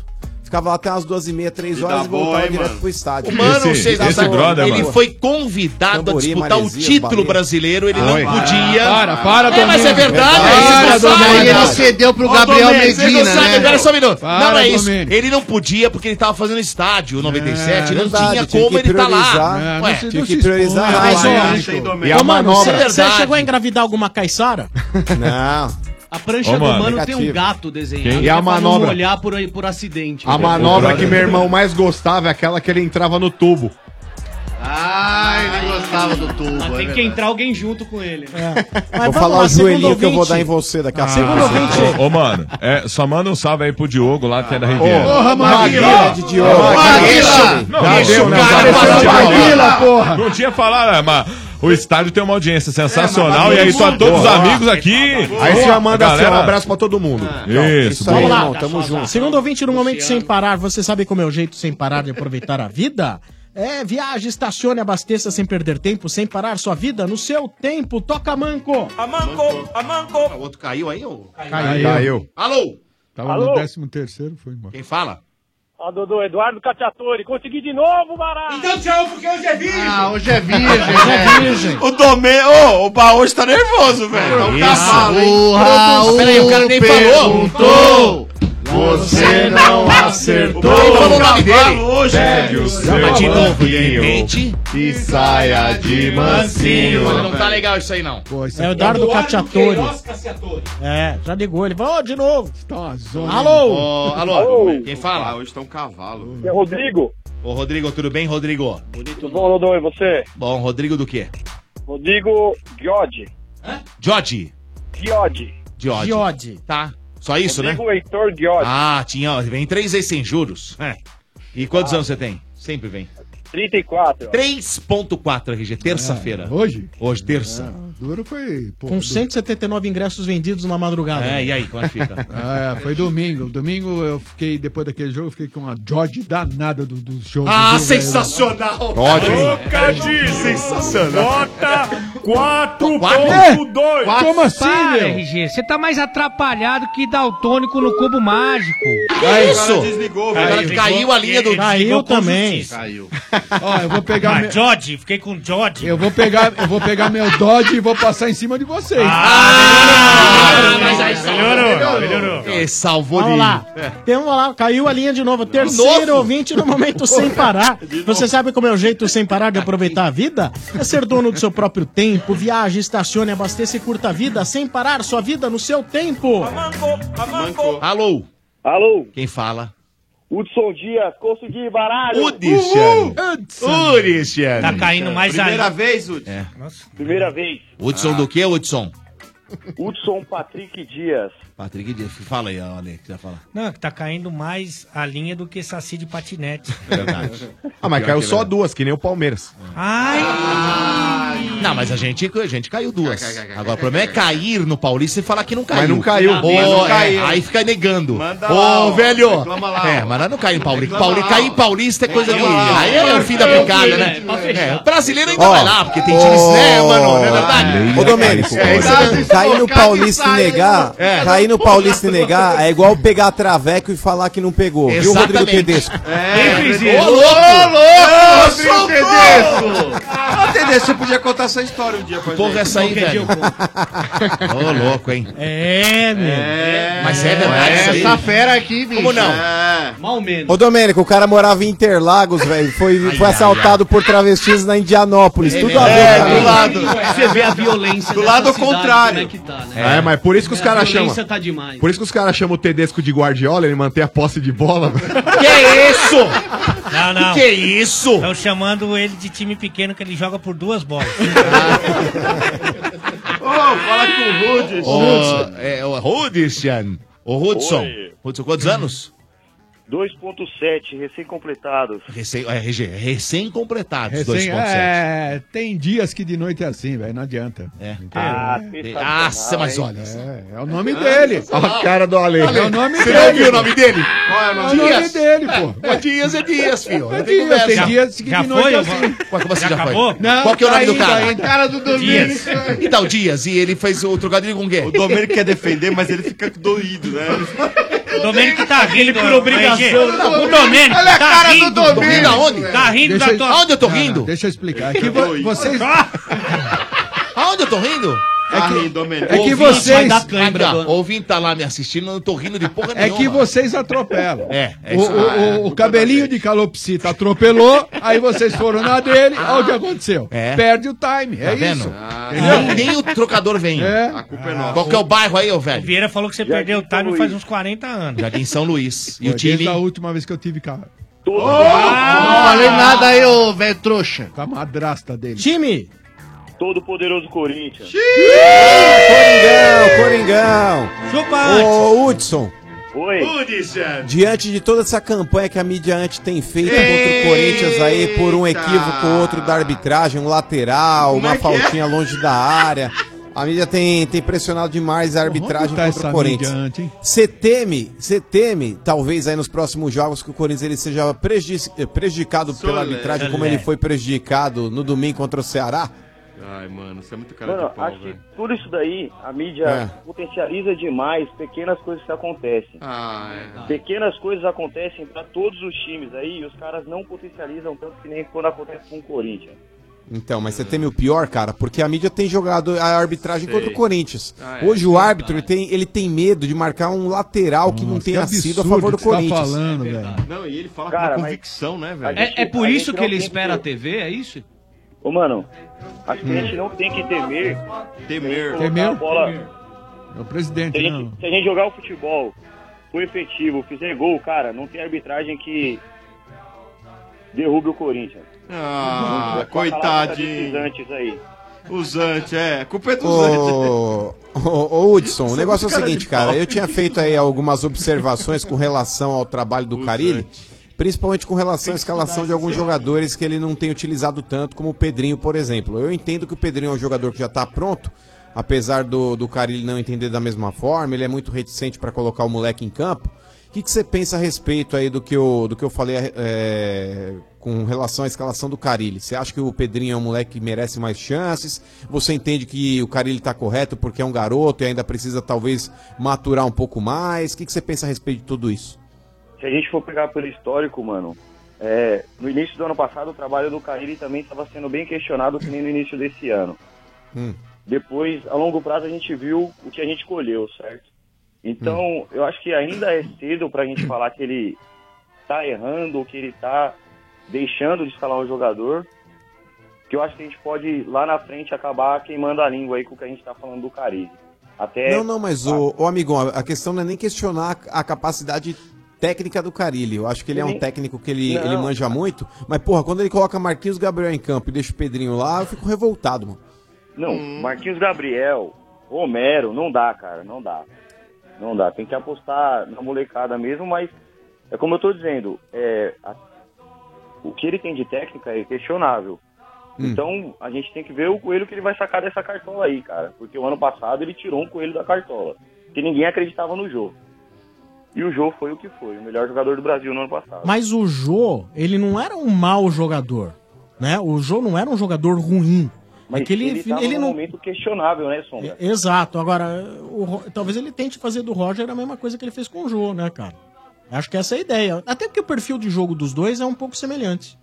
Ficava lá até umas 2 e meia, 3
E
horas
dá
e voltava
boa, hein,
direto
mano?
pro estádio.
Mano, vocês não sabem,
brother,
ele
mano.
foi convidado
Tamborim,
a disputar o
Maresias,
título
Bahia.
brasileiro, ele
Ah,
não
foi.
podia.
Para, para,
é, mas é
Domênico.
verdade,
Para,
vocês não
Domênico.
sabem.
Aí ele
cara.
cedeu pro
Ô,
Gabriel
Domênico, vocês
Medina,
não sabem,
né?
Pera só um minuto.
Para,
não é isso.
Domênico.
Ele não podia porque ele tava fazendo estádio 97,
É,
não
verdade,
tinha
tinha
como
que
ele tá
priorizar.
lá.
É,
Ué,
não se- Tinha não que se priorizar expõe, né? a
Mas, ó,
Bahia.
gente,
E a
Ô, mano,
é
você-
manobra?
você
Verdade.
chegou a engravidar alguma caiçara?
Não.
A prancha
Ô,
do
mano.
mano tem um
Negativo.
gato desenhado.
Quem?
que
E a
é pra
manobra?
Não molhar por, aí- por acidente. né?
A manobra que meu irmão mais gostava é aquela que ele entrava no tubo.
Ah, ele gostava do tubo.
Ah, tem
é
que entrar alguém junto com ele. né?
vou
vamos
falar
lá,
o
segundo
joelhinho que eu vou
ouvinte.
dar em você daqui
Ah,
a pouco.
Ah. Ô, ô, mano, é, só manda um salve aí pro Diogo lá que é da Riviera.
Porra, Maguila!
de
Maguila!
Não,
Já
deixa
deu,
o
né?
cara
Apareceu
falar,
Maguila,
mano. Não tinha falado, né, mas o estádio tem uma audiência sensacional
É, mas
e aí
todo
só
mundo.
todos os
Boa.
amigos aqui.
Aí você
Boa,
já manda assim, ó,
galera.
um abraço pra todo mundo.
Isso,
Vamos
boa.
lá.
Tá
Segundo ouvinte, no momento sem parar, você sabe como é o jeito sem parar de aproveitar a vida? É, viaje, estacione, abasteça sem perder tempo, sem parar sua vida no seu tempo. Toca manco!
Amanco, amanco.
Ah,
O outro caiu aí, ô?
Caiu. Caiu.
Alô?
Tava
Alô?
no 13 terceiro, foi embora.
Quem fala?
Ó, Dudu, Eduardo Cacciatore, consegui de novo, Bará!
Então tchau, porque hoje é virgem! Ah,
hoje é virgem, né?
O Domê, ô, o Baú está nervoso, velho. Tá um cavalo, hein?
O Raul
Peraí, o cara nem falou.
perguntou. Você não acertou.
Quem falou o nome dele?
Hoje
Pegue o seu Mas de novo, de repente.
E saia de
Mas não tá legal isso aí, não.
É o Eduardo Cacciatore. É, já ligou. Ele falou, "Ô, de novo. Alô?
Quem fala?
hoje tá um cavalo.
É Rodrigo. Ô, Rodrigo, tudo bem, Rodrigo?
Tudo bom, Dodô, e você?
Bom, Rodrigo do quê?
Rodrigo Giode.
Jorge.
Giode.
Jorge.
Giode.
Tá. Só isso, né?
Rodrigo Heitor Giode.
Ah,
Ah, tinha. Vem três vezes sem juros. É. E quantos anos você tem? Sempre vem.
34.
3.4 RG, terça-feira.
Ah, hoje? Ah,
Hoje, terça.
Duro foi. pô,
Com
du-
179 ingressos vendidos na madrugada.
É, e aí, como é que fica?
Ah, é, foi domingo. Domingo eu fiquei, depois daquele jogo, eu fiquei com a George danada do, do show.
Ah,
do jogo, né?
sensacional!
velho. Ótimo.
Boca de sensacional! Nota
4.2. Como assim,
Para,
meu?
RG, você tá mais atrapalhado que daltônico no cubo mágico.
Que É isso? isso? Desligou,
Agora
velho. Caiu a linha do-
Caiu
Desligou com
também.
justiça.
Caiu.
Ó, eu vou pegar.
Ah,
meu-
Dodge, fiquei com Dodge.
Eu vou pegar, eu vou pegar meu Dodge e vou passar em cima de vocês.
Ah, Melhorou, melhorou.
salvou
Vamos lá. É, Tem- um, Vamos lá, caiu a linha de novo. Terceiro ouvinte no momento sem parar. Você sabe como é o jeito sem parar de aproveitar a vida? É ser dono do seu próprio tempo. Viaje, estacione, abasteça e curta a vida sem parar sua vida no seu tempo.
Alô?
Alô?
Quem fala?
Hudson Dias, consegui baralho.
Hudson.
Hudson.
Hudson.
Tá caindo mais
Primeira
ainda.
vez, Hudson. É.
Primeira vez.
Hudson do quê, Hudson?
Hudson Patrick Dias.
Patrick Dias, fala aí, Ale, que já fala.
Não, que tá caindo mais a linha do que saci de patinete.
Ah, mas
é
caiu só duas, que nem o Palmeiras.
Ai!
Não, mas a gente, a gente caiu duas. Agora o problema é cair no Paulista e falar que não caiu.
Mas não caiu.
Ô,
Mas não
é,
caiu.
aí fica negando.
Manda
Ô,
lá, ó.
velho.
Reclama lá,
é,
ó.
mas nós não caiu em Paulista.
Reclama
Pauli-
lá,
Cair
ó.
em Paulista é coisa de.
Reclama lá, ó.
Aí é o fim da picada, né?
Pra fechar.
É, o brasileiro ainda
Ó,
vai lá, porque tem times, né, mano? Não é verdade?
Ô,
É,
Domênico, você
exato.
cair no
Cara,
Paulista e
sai,
negar,
É.
cair no Paulista e negar é igual pegar traveco e falar que não pegou, viu, Rodrigo
Exatamente.
Tedesco?
É,
fez
verdade.
isso?
Ô, louco! um
Ô, louco!
Soltou!
Tedesco! Ah, Tedesco, você podia contar essa história um dia pra
Porra, essa aí,
Qualquer dia
velho.
eu conto.
Ô, louco, hein?
É, meu.
Mas é verdade. isso aí?
Essa fera aqui, bicho.
Como não?
Mal menos.
Ô, Domênico, o cara morava em Interlagos, velho, foi, foi assaltado por travestis na Indianópolis, tudo a ver.
É,
cara.
do lado.
Você vê a violência
Do
dessa
lado
cidade,
contrário.
como é que tá, né?
É, mas por isso que os
A
caras
violência
chamam.
tá demais.
Por isso que os caras chamam o Tedesco de Guardiola, ele mantém a posse de bola.
Que isso?
Não, não.
Que isso?
Estão chamando ele de time pequeno que ele joga por duas bolas.
Ô, fala com o Rudes.
Ô, é, o Hudson. Ô, Hudson. Hudson, quantos anos?
2.7, recém-completados.
Recém, é, RG, recém-completados,
Recém,
2.7.
é, tem dias que de noite é assim, velho. Não adianta.
É.
Ah,
Nossa, mas olha.
É, é o
Ah,
nome dele.
Olha a cara do Ale.
É o nome
Você
dele.
não viu o nome dele?
Qual é o nome,
Dias.
dele, pô?
É Dias, é Dias, filho.
É
Não tem
Dias, tem
conversa.
dias que
Já
de noite
foi,
é
eu vou-
assim.
Ué, como assim já,
acabou?
foi?
Não,
Qual que é o
tá
nome do
ainda,
cara?
ainda. Cara
do
Domênico.
Então, o Dias, e ele fez o trocadilho com quem? O
Domênico quer defender, mas ele fica doído, né?
O Domênico tá rindo.
por
ó,
obrigação.
RG. O Domênico
Olha a
tá
cara do
rindo.
Domênico.
Tá
Aonde?
rindo. Tá rindo
Deixa
da
eu-
tua...
Aonde eu tô rindo?
Deixa eu explicar. É que vo- vocês.
Aonde eu tô rindo?
É que-
Ah,
rindo,
é que vocês-
Cãibra, o ouvinte tá lá me assistindo, eu não tô rindo de porra
É
nenhuma.
que vocês atropelam.
É, é
o,
isso.
o- o- o cabelinho de calopsita atropelou, aí vocês foram na dele, olha o que aconteceu.
Ah. É.
Perde o time,
Tá
é
vendo?
isso.
Nem, nem o trocador vem.
É.
A culpa é nossa. Qual que é o bairro aí, ô
O
velho?
Vieira falou que você perdeu o time faz uns 40 anos.
Jardim São Luís. E
Foi
o time? Ah,
Desde a última vez que eu tive carro.
Não falei nada aí, ô velho trouxa.
Com a Tá madrasta dele.
Time!
Todo poderoso Corinthians.
Coringão, Coringão.
Chupa,
Ô, Hudson,
Oi.
diante de toda essa campanha que a mídia antes tem feito contra o Corinthians aí, por um equívoco ou outro da arbitragem, um lateral, uma
é
faltinha longe da área. A mídia tem, tem pressionado demais a arbitragem
tá
contra
essa
o Corinthians.
mídia antes, hein?
Você teme, você teme, talvez aí nos próximos jogos, que o Corinthians ele seja prejudici- eh, prejudicado pela
Solé.
arbitragem, como
Solé.
ele foi prejudicado no domingo contra o Ceará?
Ai, mano, você é muito cara
Mano,
de pau,
acho que
velho.
tudo isso daí, a mídia
É.
potencializa demais pequenas coisas que acontecem. Pequenas coisas acontecem pra todos os times aí, os caras não potencializam tanto que nem quando acontece com o Corinthians.
Então, mas você teme o pior, cara, porque a mídia tem jogado a arbitragem
Sei.
contra o Corinthians.
Ah, é.
Hoje o árbitro ele tem, ele tem medo de marcar um lateral que não tenha sido a favor do
tá
tá
Corinthians.
É
É Não, e ele fala
Cara,
com uma
mas-
convicção, né, velho?
É- é por isso que ele espera a
TV, é isso?
Ô, mano, acho que a gente não tem que temer. Temer.
Hum. Temer?
A bola,
É o presidente, não.
se a gente jogar o futebol for efetivo, fizer gol, cara, não tem arbitragem que derrube o Corinthians.
Ah,
Vou falar pra
coitadinho.
esses antes aí.
Usante, é. A culpa é do Usante.
Ô, ô, ô, Hudson, o
Você
negócio é
é muito
o
cara
seguinte,
de pau.
cara. Eu tinha feito aí algumas observações com relação ao trabalho do Carilli. Principalmente com relação à escalação de
né?
alguns jogadores que ele não tem utilizado tanto, como o Pedrinho, por exemplo. Eu entendo que o Pedrinho é um jogador que já está pronto, apesar do, do Carilli não entender da mesma forma, ele é muito reticente para colocar o moleque em campo. O que, que você pensa a respeito aí do que eu, do que eu falei é, com relação à escalação do Carilli? Você acha que o Pedrinho é um moleque que merece mais chances? Você entende que o Carilli está correto porque é um garoto e ainda precisa talvez maturar um pouco mais? O que, que você pensa a respeito de tudo isso?
Se a gente for pegar pelo histórico, mano, é, no início do ano passado o trabalho do Carille também estava sendo bem questionado, que nem no início desse ano.
Hum,
Depois, a longo prazo, a gente viu o que a gente colheu, certo? Então, eu acho que ainda é cedo pra gente falar que ele tá errando ou que ele tá deixando de escalar um jogador. Que eu acho que a gente pode, lá na frente, acabar queimando a língua aí com o que a gente tá falando do Carille. Até
Não, não, mas o, o amigão, a questão não é nem questionar a capacidade técnica do Carilli. Eu acho que ele é um
Ele-
técnico que ele,
Não.
ele manja muito, mas porra, quando ele coloca Marquinhos Gabriel em campo e deixa o Pedrinho lá, eu fico revoltado, mano.
Não,
Hum.
Marquinhos Gabriel, Homero, não dá, cara, não dá. Não dá, tem que apostar na molecada mesmo, mas é como eu tô dizendo, é, a- o que ele tem de técnica é questionável.
hum.
Então a gente tem que ver o coelho que ele vai sacar dessa cartola aí, cara. Porque o ano passado ele tirou um coelho da cartola, que ninguém acreditava no jogo. E o Jô foi o que foi, o melhor jogador do Brasil no ano passado.
Mas o Jô, ele não era um mau jogador, né? O Jô não era um jogador ruim.
Mas
é que ele,
ele,
ele,
tava num
não...
momento questionável, né, Sombra?
Exato. Agora, o Ro- talvez ele tente fazer do Roger a mesma coisa que ele fez com o Jô, né, cara? Acho que essa é a ideia. Até porque o perfil de jogo dos dois é um pouco semelhante.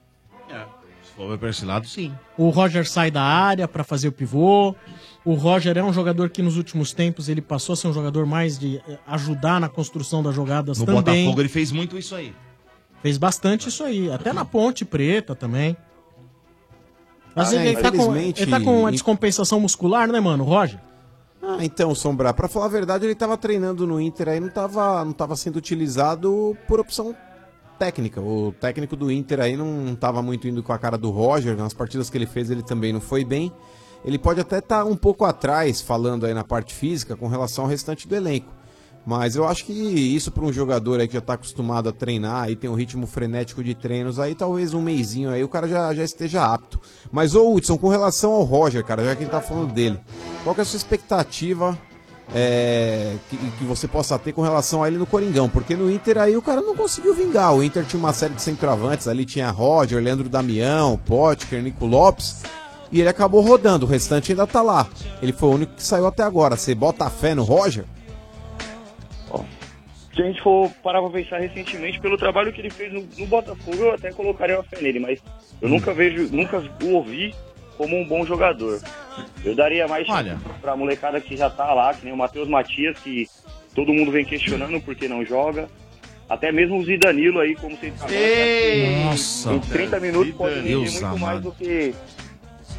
É.
Se for pra esse lado, sim.
O Roger sai da área pra fazer o pivô. O Roger é um jogador que nos últimos tempos ele passou a ser um jogador mais de eh, ajudar na construção das jogadas
No
também.
Botafogo ele fez muito isso aí.
Fez bastante isso aí, até na Ponte Preta também. Mas
Ah,
ele,
é,
ele tá com,
infelizmente-
ele tá com uma descompensação muscular, né, mano, Roger?
Ah, então, Sombra, pra falar a verdade, ele tava treinando no Inter aí, não tava, não tava sendo utilizado por opção técnica. O técnico do Inter aí não tava muito indo com a cara do Roger, nas partidas que ele fez ele também não foi bem. Ele pode até estar um pouco atrás, falando aí na parte física, com relação ao restante do elenco. Mas eu acho que isso para um jogador aí que já tá acostumado a treinar e tem um ritmo frenético de treinos aí, talvez um meizinho aí o cara já, já esteja apto. Mas ô Hudson, com relação ao Roger, cara, já que a gente tá falando dele, qual que é a sua expectativa é, que, que você possa ter com relação a ele no Coringão? Porque no Inter aí o cara não conseguiu vingar. O Inter tinha uma série de centroavantes, ali tinha Roger, Leandro Damião, Potker, Nico Lopes. E ele acabou rodando, o restante ainda tá lá. Ele foi o único que saiu até agora. Você bota fé no Roger?
Se a gente for parar pra pensar recentemente, pelo trabalho que ele fez no, no Botafogo, eu até colocaria uma fé nele, mas eu nunca vejo, nunca o ouvi como um bom jogador. Eu daria mais Olha. pra molecada que já tá lá, que nem o Matheus Matias, que todo mundo vem questionando por que não joga. Até mesmo o Zidanilo aí, como vocês sabem.
Nossa.
Em 30 minutos pode render
Deus
muito
amado.
mais do que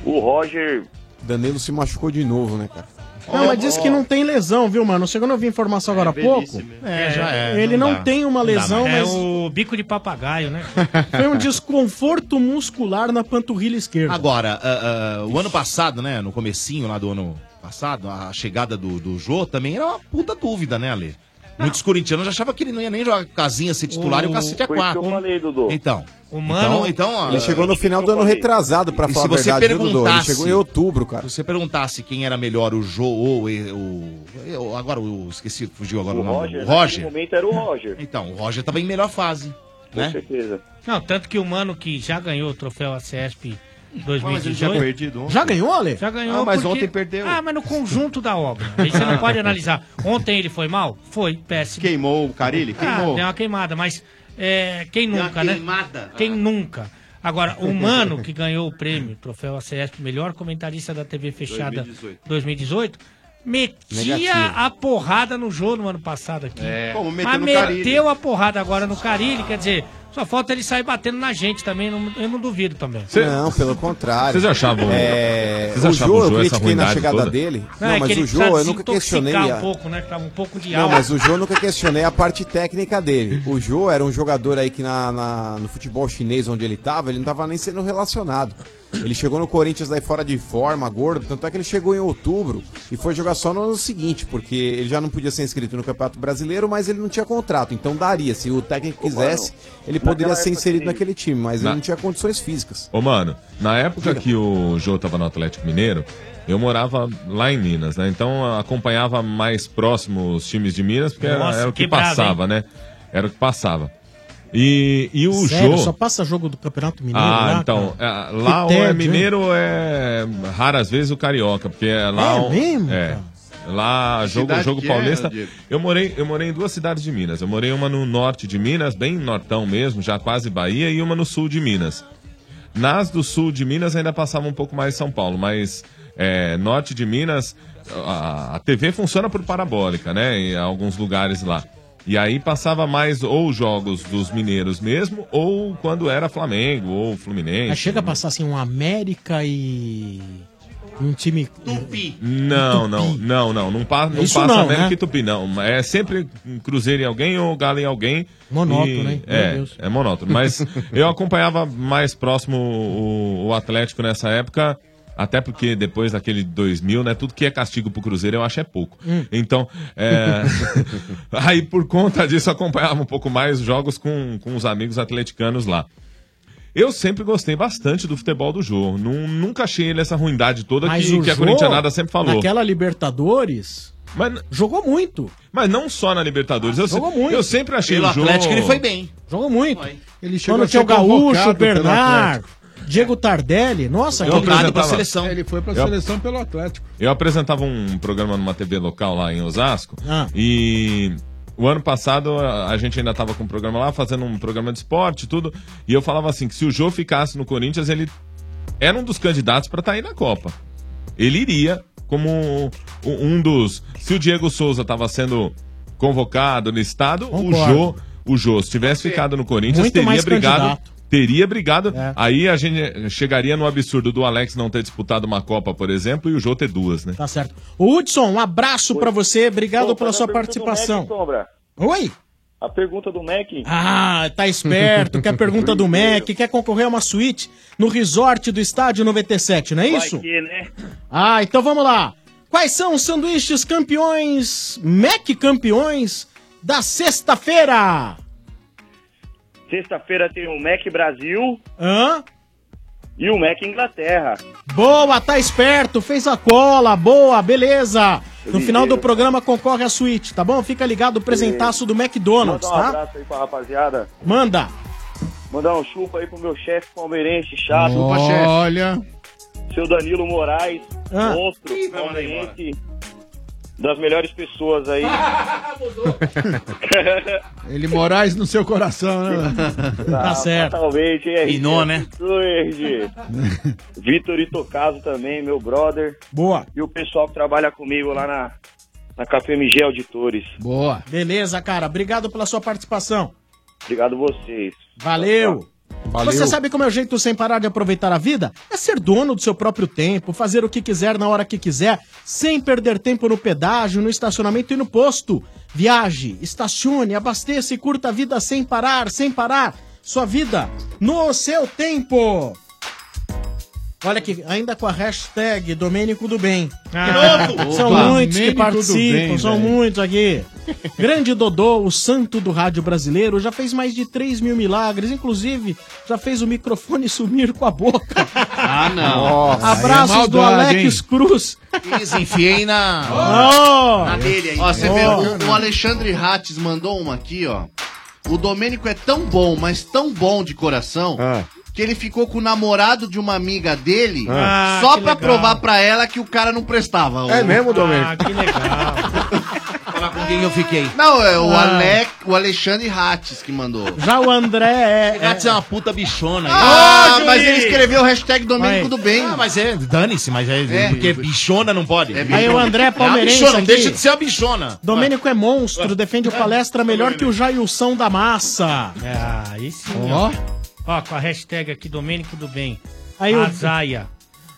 o Roger
Danilo se machucou de novo, né, cara?
Não, mas disse que não tem lesão, viu, mano? Segundo eu vi informação agora há pouco,
velhice mesmo.
é,
É, já é,
ele
não
não,
dá.
tem uma
Não dá
lesão,
mais. É
mas
o bico de papagaio, né?
foi um desconforto muscular na panturrilha esquerda.
Agora, ah, ah, o ano passado, né? No comecinho lá do ano passado, a chegada do, do Jô também era uma puta dúvida, né, Ale? Muitos corintianos achavam que ele não ia nem jogar casinha ser titular e o cacete é
Foi isso que
quatro.
eu falei, Dudu.
Então. então,
Mano,
então,
ele
ah,
chegou no final do ano retrasado, pra
E
falar
se
a
você
verdade, viu, Dudu? Ele
perguntasse,
chegou em outubro, cara.
Se você perguntasse quem era melhor, o Jô ou e- o. eu- agora o. Esqueci, fugiu agora o, nome.
Roger,
o Roger.
naquele
momento era o Roger.
Então, o Roger tava em melhor fase.
Com
né?
certeza.
Não, tanto que o mano que já ganhou o troféu ACESP 2018.
Mas ele já perdido ontem. Já
ganhou, Ale?
Já ganhou.
Ah, mas
porque-
ontem perdeu.
Ah, mas no conjunto da obra. Aí você não pode analisar. Ontem ele foi mal? Foi, péssimo. Queimou o
Carille?
Ah,
Queimou.
deu uma queimada, mas é, quem
Deu uma
nunca, né?
queimada?
Quem nunca. Agora, o mano que ganhou o prêmio, troféu ACESP, melhor comentarista da TV fechada
2018.
2018, metia
Negativo.
a porrada no jogo no ano passado aqui.
É. Como meteu
Mas
no
meteu
Carille.
deu a porrada agora no Carilli, quer dizer, só falta ele sair batendo na gente também, não- eu não duvido também.
Não, pelo contrário.
Vocês achavam-
É,
vocês
o
achavam
Jô,
o Jô essa
eu critiquei na
ruindade
chegada
toda?
dele. Não,
é que
mas
ele
o Jô,
precisa
eu nunca
desintoxicar
questionei.
um
A...
pouco, né? que Tava um pouco de
Não,
álcool.
mas o Jô nunca questionei a parte técnica dele. O Jô era um jogador aí que na, na- no futebol chinês onde ele tava, ele não tava nem sendo relacionado. Ele chegou no Corinthians daí fora de forma, gordo. Tanto é que ele chegou em outubro e foi jogar só no ano seguinte, porque ele já não podia ser inscrito no Campeonato Brasileiro, mas ele não tinha contrato. Então daria. Se o técnico quisesse, ele poderia ser inserido naquele time, mas
Na-
ele não tinha condições físicas.
Ô, mano, na época que o Jô tava no Atlético Mineiro, eu morava lá em Minas, né? Então eu acompanhava mais próximo os times de Minas, porque era-
Nossa,
era o que
que bravo,
passava, né? Era o que passava. E, e o
Sério,
Jô.
só passa jogo do Campeonato Mineiro
Ah,
lá,
então.
cara?
é, lá
Que
ou é
tédio, hein?
mineiro ou é raras vezes o carioca, porque é lá.
É
o-
mesmo,
É. Lá, jogo,
cidade
jogo
que é,
paulista.
Diego?
eu, morei, eu morei em duas cidades de Minas. Eu morei uma no norte de Minas, bem nortão mesmo, já quase Bahia, e uma no sul de Minas. Nas do sul de Minas ainda passava um pouco mais São Paulo, mas é, norte de Minas, a, a TV funciona por parabólica, né? Em alguns lugares lá. E aí passava mais ou jogos dos mineiros mesmo, ou quando era Flamengo ou Fluminense.
Aí chega a passar assim um América e. e um time. Tupi.
Não, não, não, não. Não, pa, não
Isso
passa
não,
América
né?
e Tupi, não. É sempre Cruzeiro em alguém ou um Galo em alguém.
Monótono,
E-
hein? Meu
É,
Deus.
é monótono. Mas eu acompanhava mais próximo o, o Atlético nessa época, até porque depois daquele 2000, né? Tudo que é castigo pro Cruzeiro eu acho é pouco.
Hum.
Então, é, aí por conta disso eu acompanhava um pouco mais jogos com, com os amigos atleticanos lá. Eu sempre gostei bastante do futebol do jogo. Nunca achei ele essa ruindade toda
Mas
que,
o
que a
Jô,
corintianada sempre falou.
Naquela Libertadores. jogou muito.
Mas não só na Libertadores. eu, se-
jogou muito.
eu sempre achei
Pelo
o jogo...
Atlético ele foi bem. Jogou muito.
Ele chegou
Quando
a
tinha o
ser convocado
Gaúcho, o
pelo
Bernard, Diego Tardelli. Nossa,
Eu apresentava-
Ele foi pra
Eu-
seleção pelo Atlético.
Eu apresentava um programa numa TV local lá em Osasco.
Ah.
E o ano passado a a gente ainda estava com um programa lá, fazendo um programa de esporte e tudo. E eu falava assim: que se o Jô ficasse no Corinthians, ele era um dos candidatos para estar aí na Copa. Ele iria como um- um dos. Se o Diego Souza estava sendo convocado, listado, o
Concordo.
Jô, o Jô, se tivesse ficado no Corinthians,
Muito
teria
mais
brigado.
candidato.
Teria brigado.
É.
Aí a gente chegaria no absurdo do Alex não ter disputado uma Copa, por exemplo, e o Jô ter duas, né?
Tá certo. O Hudson, um abraço pra você. Obrigado
Pô,
pela
faz a
sua
pergunta
participação.
Do Mac, Sombra.
Oi?
A pergunta do Mac.
Ah, tá esperto. Quer pergunta do Mac, quer concorrer a uma suíte no resort do estádio 97, não é isso?
Vai que, né?
Ah, então vamos lá. Quais são os sanduíches campeões, Mac campeões da sexta-feira?
Sexta-feira tem o Mac Brasil
Hã?
e o Mac Inglaterra.
Boa, tá esperto, fez a cola, boa, beleza. No final do programa concorre a suíte, tá bom? Fica ligado, o presentaço do McDonald's,
Mandar um
tá?
abraço aí pra rapaziada.
Manda.
Mandar um chupa aí pro meu chefe palmeirense, chato.
Olha.
Seu Danilo Moraes,
Ah.
monstro, palmeirense, das melhores pessoas aí.
Ele Moraes no seu coração, né?
Ah, Totalmente, hein?
Pinou, né?
Verde. Vitor Itocaso também, meu brother.
Boa.
E o pessoal que trabalha comigo lá na, na KPMG Auditores.
Boa.
Beleza, cara, obrigado pela sua participação.
Obrigado vocês. Tá.
Valeu!
Valeu.
Você sabe como é o jeito sem parar de aproveitar a vida? É ser dono do seu próprio tempo, fazer o que quiser na hora que quiser, sem perder tempo no pedágio, no estacionamento e no posto. Viaje, estacione, abasteça e curta a vida sem parar, sem parar. Sua vida no seu tempo. Olha aqui, ainda com a hashtag Domênico do Bem.
Ah,
De
opa.
são muitos
Domênico
que
do
participam,
Bem,
são
velho.
muitos aqui. Grande Dodô, o santo do rádio brasileiro, já fez mais de 3 mil milagres, inclusive já fez o microfone sumir com a boca.
Ah, não.
Abraços
é
do Alex Cruz.
Eles enfiei na.
Oh!
na dele aí. Ó, você vê, o, o Alexandre Rates mandou uma aqui, ó. O Domênico é tão bom, mas tão bom de coração. Que ele ficou com o namorado de uma amiga dele
Ah.
só
Ah, que
pra
legal.
provar pra ela que o cara não prestava.
É mesmo, Domênico?
Ah, que legal. Falar com quem eu fiquei.
Não, é
o,
Ah.
Ale- o Alexandre Rates que mandou.
Já o André é.
Gato é uma puta bichona.
Ah, mas ele escreveu o hashtag Domênico do Bem.
Ah, mas é, dane-se, mas é,
É.
Porque bichona não pode. É
Aí o André Palmeirense.
bichona, não
aqui.
deixa de ser a bichona.
Domênico é monstro, defende o palestra melhor que o Jailson da Massa.
Ah, aí sim.
Ó.
Ó. Ó, com a hashtag aqui, Domênico do Bem.
Aí
Aí
o-
Azaia.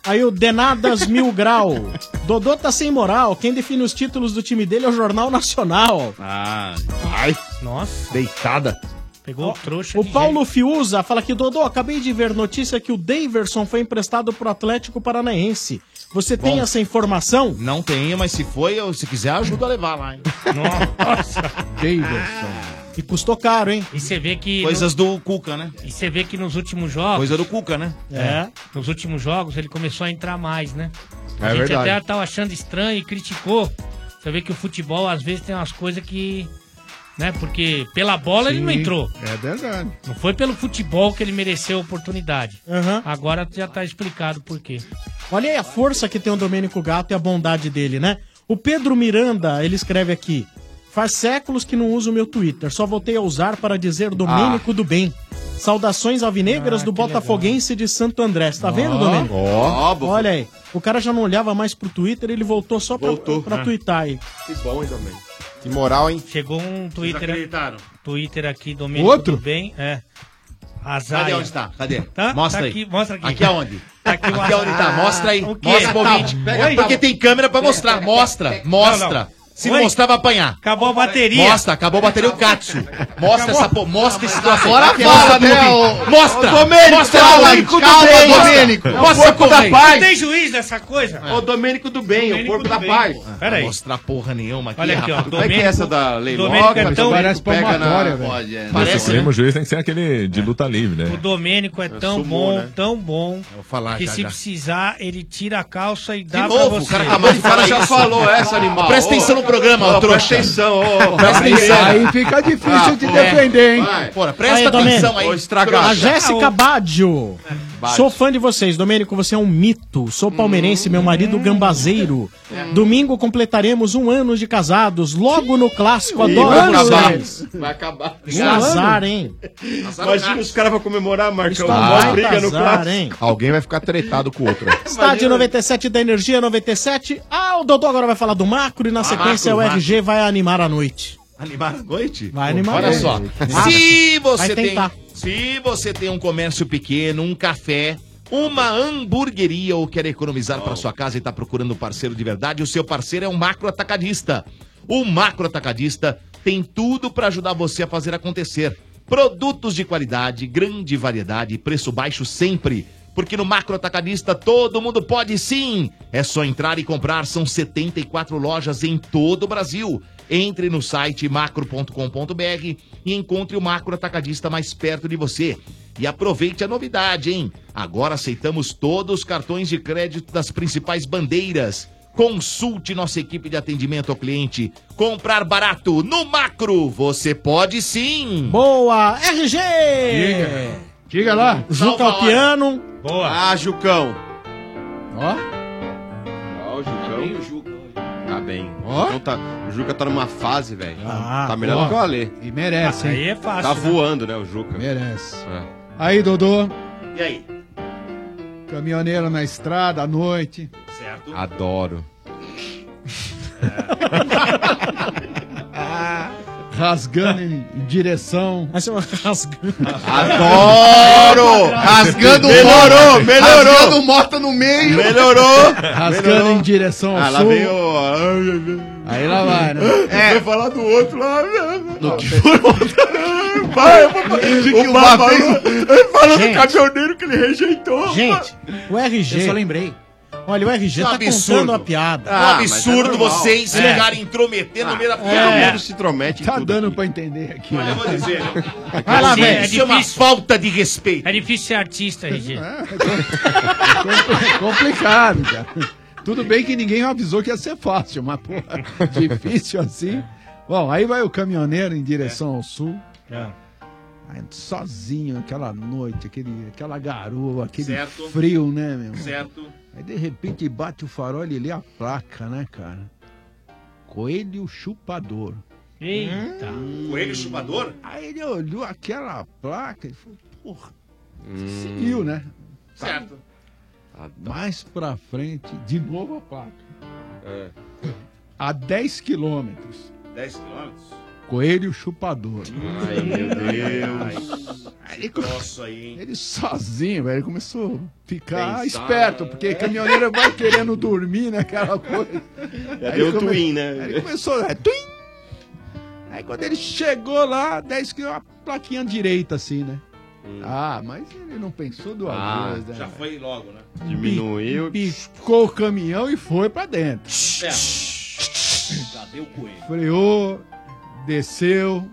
Aí o Denadas Mil Grau. Dodô tá sem moral. Quem define os títulos do time dele é o Jornal Nacional.
Ah,
ai.
Nossa.
Deitada.
Pegou o trouxa
O
de
Paulo Fiuza fala que, Dodô, acabei de ver notícia que o Daverson foi emprestado pro Atlético Paranaense. Você tem
Bom.
essa informação?
Não tenho, mas se foi, eu- se quiser, ajuda a levar lá, hein?
Nossa!
E custou caro, hein?
E você vê que.
Coisas do Cuca, né?
E você vê que nos últimos jogos.
Coisa do Cuca, né?
É. Nos últimos jogos ele começou a entrar mais, né?
É
a gente
verdade.
até tava achando estranho e criticou. Você vê que o futebol às vezes tem umas coisas que. Né? Porque pela bola ele não
Sim,
entrou.
É verdade.
Não foi pelo futebol que ele mereceu a oportunidade. Agora já tá explicado por quê.
Olha aí a força que tem o Domênico Gato e a bondade dele, né? O Pedro Miranda, ele escreve aqui: Faz séculos que não uso meu Twitter, só voltei a usar para
Ah.
dizer Domênico do Bem. Saudações alvinegras do Botafoguense de Santo André. Você tá vendo, Domênico?
Ó. Ó,
Olha aí. O cara já não olhava mais pro Twitter, ele voltou só pra,
Voltou,
pra
né?
twittar aí.
Que bom, hein, também.
Ah. Que moral, hein?
Chegou um Twitter. Twitter aqui, Domênico.
Outro?
Tudo bem? É. Azar.
Cadê onde tá? Cadê?
Tá?
Mostra
Tá
aí.
aqui, mostra aqui.
Aqui aonde?
Tá aqui o
Aqui
azar.
aonde tá? Mostra aí.
O quê?
Mostra pro
Tá,
ouvinte.
pega,
Porque
tá.
tem câmera pra mostrar. Mostra, mostra. Se
Oi?
não mostrar, vai apanhar.
Acabou a bateria.
Mostra, acabou a bateria o Katsu. Mostra essa porra, mostra esse troço. aí.
Agora
Quem
fala,
não sabe
né,
ouvir.
ô-
Mostra!
ô, Domênico,
mostra
calma,
porra aí.
Domênico,
Calma,
tudo bem,
mostra.
Domênico? É o
Mostra
corpo
porra
da
aí.
paz. É.
Não tem juiz dessa coisa?
Ô, Domênico do bem,
Domênico do bem, pô. Pera
Não
aí.
mostrar porra nenhuma aqui.
Olha aqui, ó,
rapaz.
Como é que é Domênico- essa
da
lei Domênico Loca? é tão- Parece palmatória, velho.
Pode, é.
Parece, o
Parece, né?
Supremo Juiz tem que ser aquele de luta livre,
O
né?
Domênico é tão
sumô,
bom,
né?
tão bom,
vou falar
que
já,
se
já.
precisar, ele tira a calça e dá
De novo,
pra
o
você.
cara acabou de falar isso. Presta atenção no programa, ô, trouxa. Presta atenção. Vai. Porra, presta atenção aí.
A Jéssica
Ah, ô.
Baggio.
É,
Baggio.
Sou fã de vocês. Domênico, você é um mito. Sou palmeirense, meu
Hum.
marido gambazeiro.
É.
Domingo completaremos um ano de casados. Logo no clássico,
Ih,
adoro
vai acabar.
vocês.
Vai acabar.
Um azar, hein?
Imagina os caras vão comemorar, Marcão.
Está
Uma
baita
briga no
azar,
clássico.
hein?
Alguém vai ficar tretado com o outro.
Estádio 97 da Energia 97. Ah, o Dodô agora vai falar do macro e
Ah,
na sequência
macro,
o RG vai animar a noite.
Animar à noite?
Vai animar
Olha
a noite.
só.
Vai.
Se
Vai
você tem,
tentar.
se você tem um comércio pequeno, um café, uma hamburgueria ou quer economizar para sua casa e está procurando um parceiro de verdade, o seu parceiro é um macro atacadista. O macro atacadista tem tudo para ajudar você a fazer acontecer. Produtos de qualidade, grande variedade e preço baixo sempre. Porque no Macro Atacadista todo mundo pode sim. É só entrar e comprar. São 74 lojas em todo o Brasil. Entre no site macro.com.br e encontre o Macro Atacadista mais perto de você. E aproveite a novidade, hein? Agora aceitamos todos os cartões de crédito das principais bandeiras. Consulte nossa equipe de atendimento ao cliente. Comprar barato no Macro. Você pode sim.
Boa, RG!
Diga.
Diga lá.
Juca ao piano.
Boa. Ah, Jucão.
Ó.
Ó, o
então.
Jucão. Tá bem.
Ó.
O Jucão tá- o Juca tá numa fase, velho.
Ah,
tá melhor
ó.
do que o Alê.
E merece, hein? Aí é fácil,
Tá
né?
voando, né, o Juca?
Merece.
É.
Aí, Dodô.
E aí?
Caminhoneiro na estrada à noite.
Certo.
Adoro.
Rasgando em em direção.
rasgando.
Adoro!
Rasgando o
Melhorou,
moto.
melhorou.
Rasgando o moto no meio.
Rasgando em direção ao
Ah, lá
sul.
veio
Aí lá vai, né?
É. Vai falar do outro lá.
né?
Do que?
Vai, eu vou
Uma
falou-
vez-
Ele falou do
Gente.
caminhoneiro que ele rejeitou.
Gente, o RG.
Eu só
lembrei. Olha, o RG
Um
tá
é
absurdo.
contando a piada.
Ah, um absurdo vocês
É.
ficarem intrometendo no meio da
É.
se intromete
Tá dando pra entender aqui.
Olha, eu vou dizer.
Vai lá,
Isso
velho.
É uma falta de respeito.
É difícil ser artista, RG.
É complicado, cara. Tudo bem que ninguém avisou que ia ser fácil, mas porra, difícil assim. Bom, aí vai o caminhoneiro em direção ao sul.
É.
Aí, sozinho, aquela noite, aquele, aquela garoa, aquele
Certo.
frio, né, meu? irmão?
Certo.
Aí de repente bate o farol e lê a placa, né, cara? Coelho chupador. Hum.
Eita.
Coelho chupador?
Aí ele olhou aquela placa e falou, porra,
Hum.
seguiu, né?
Certo. Ah, tá.
Mais pra frente, de novo a placa.
É.
A 10 quilômetros.
10 quilômetros?
Coelho chupador.
Ai, meu Deus.
Ele,
Nossa, aí, hein?
ele sozinho, velho, começou a ficar
Pensar.
esperto,
né?
porque caminhoneiro vai querendo dormir naquela coisa.
Já
Aí
deu
ele come-
É twin, né?
Aí ele começou, é, twin! Aí quando ele chegou lá, 10 quilos, uma plaquinha direita assim, né? Ah, mas ele não pensou duas
Hum. Ah,
vezes, né?
já
foi logo, né?
Diminuiu.
Piscou o caminhão e foi pra dentro.
Cadê o coelho?
Freou, desceu.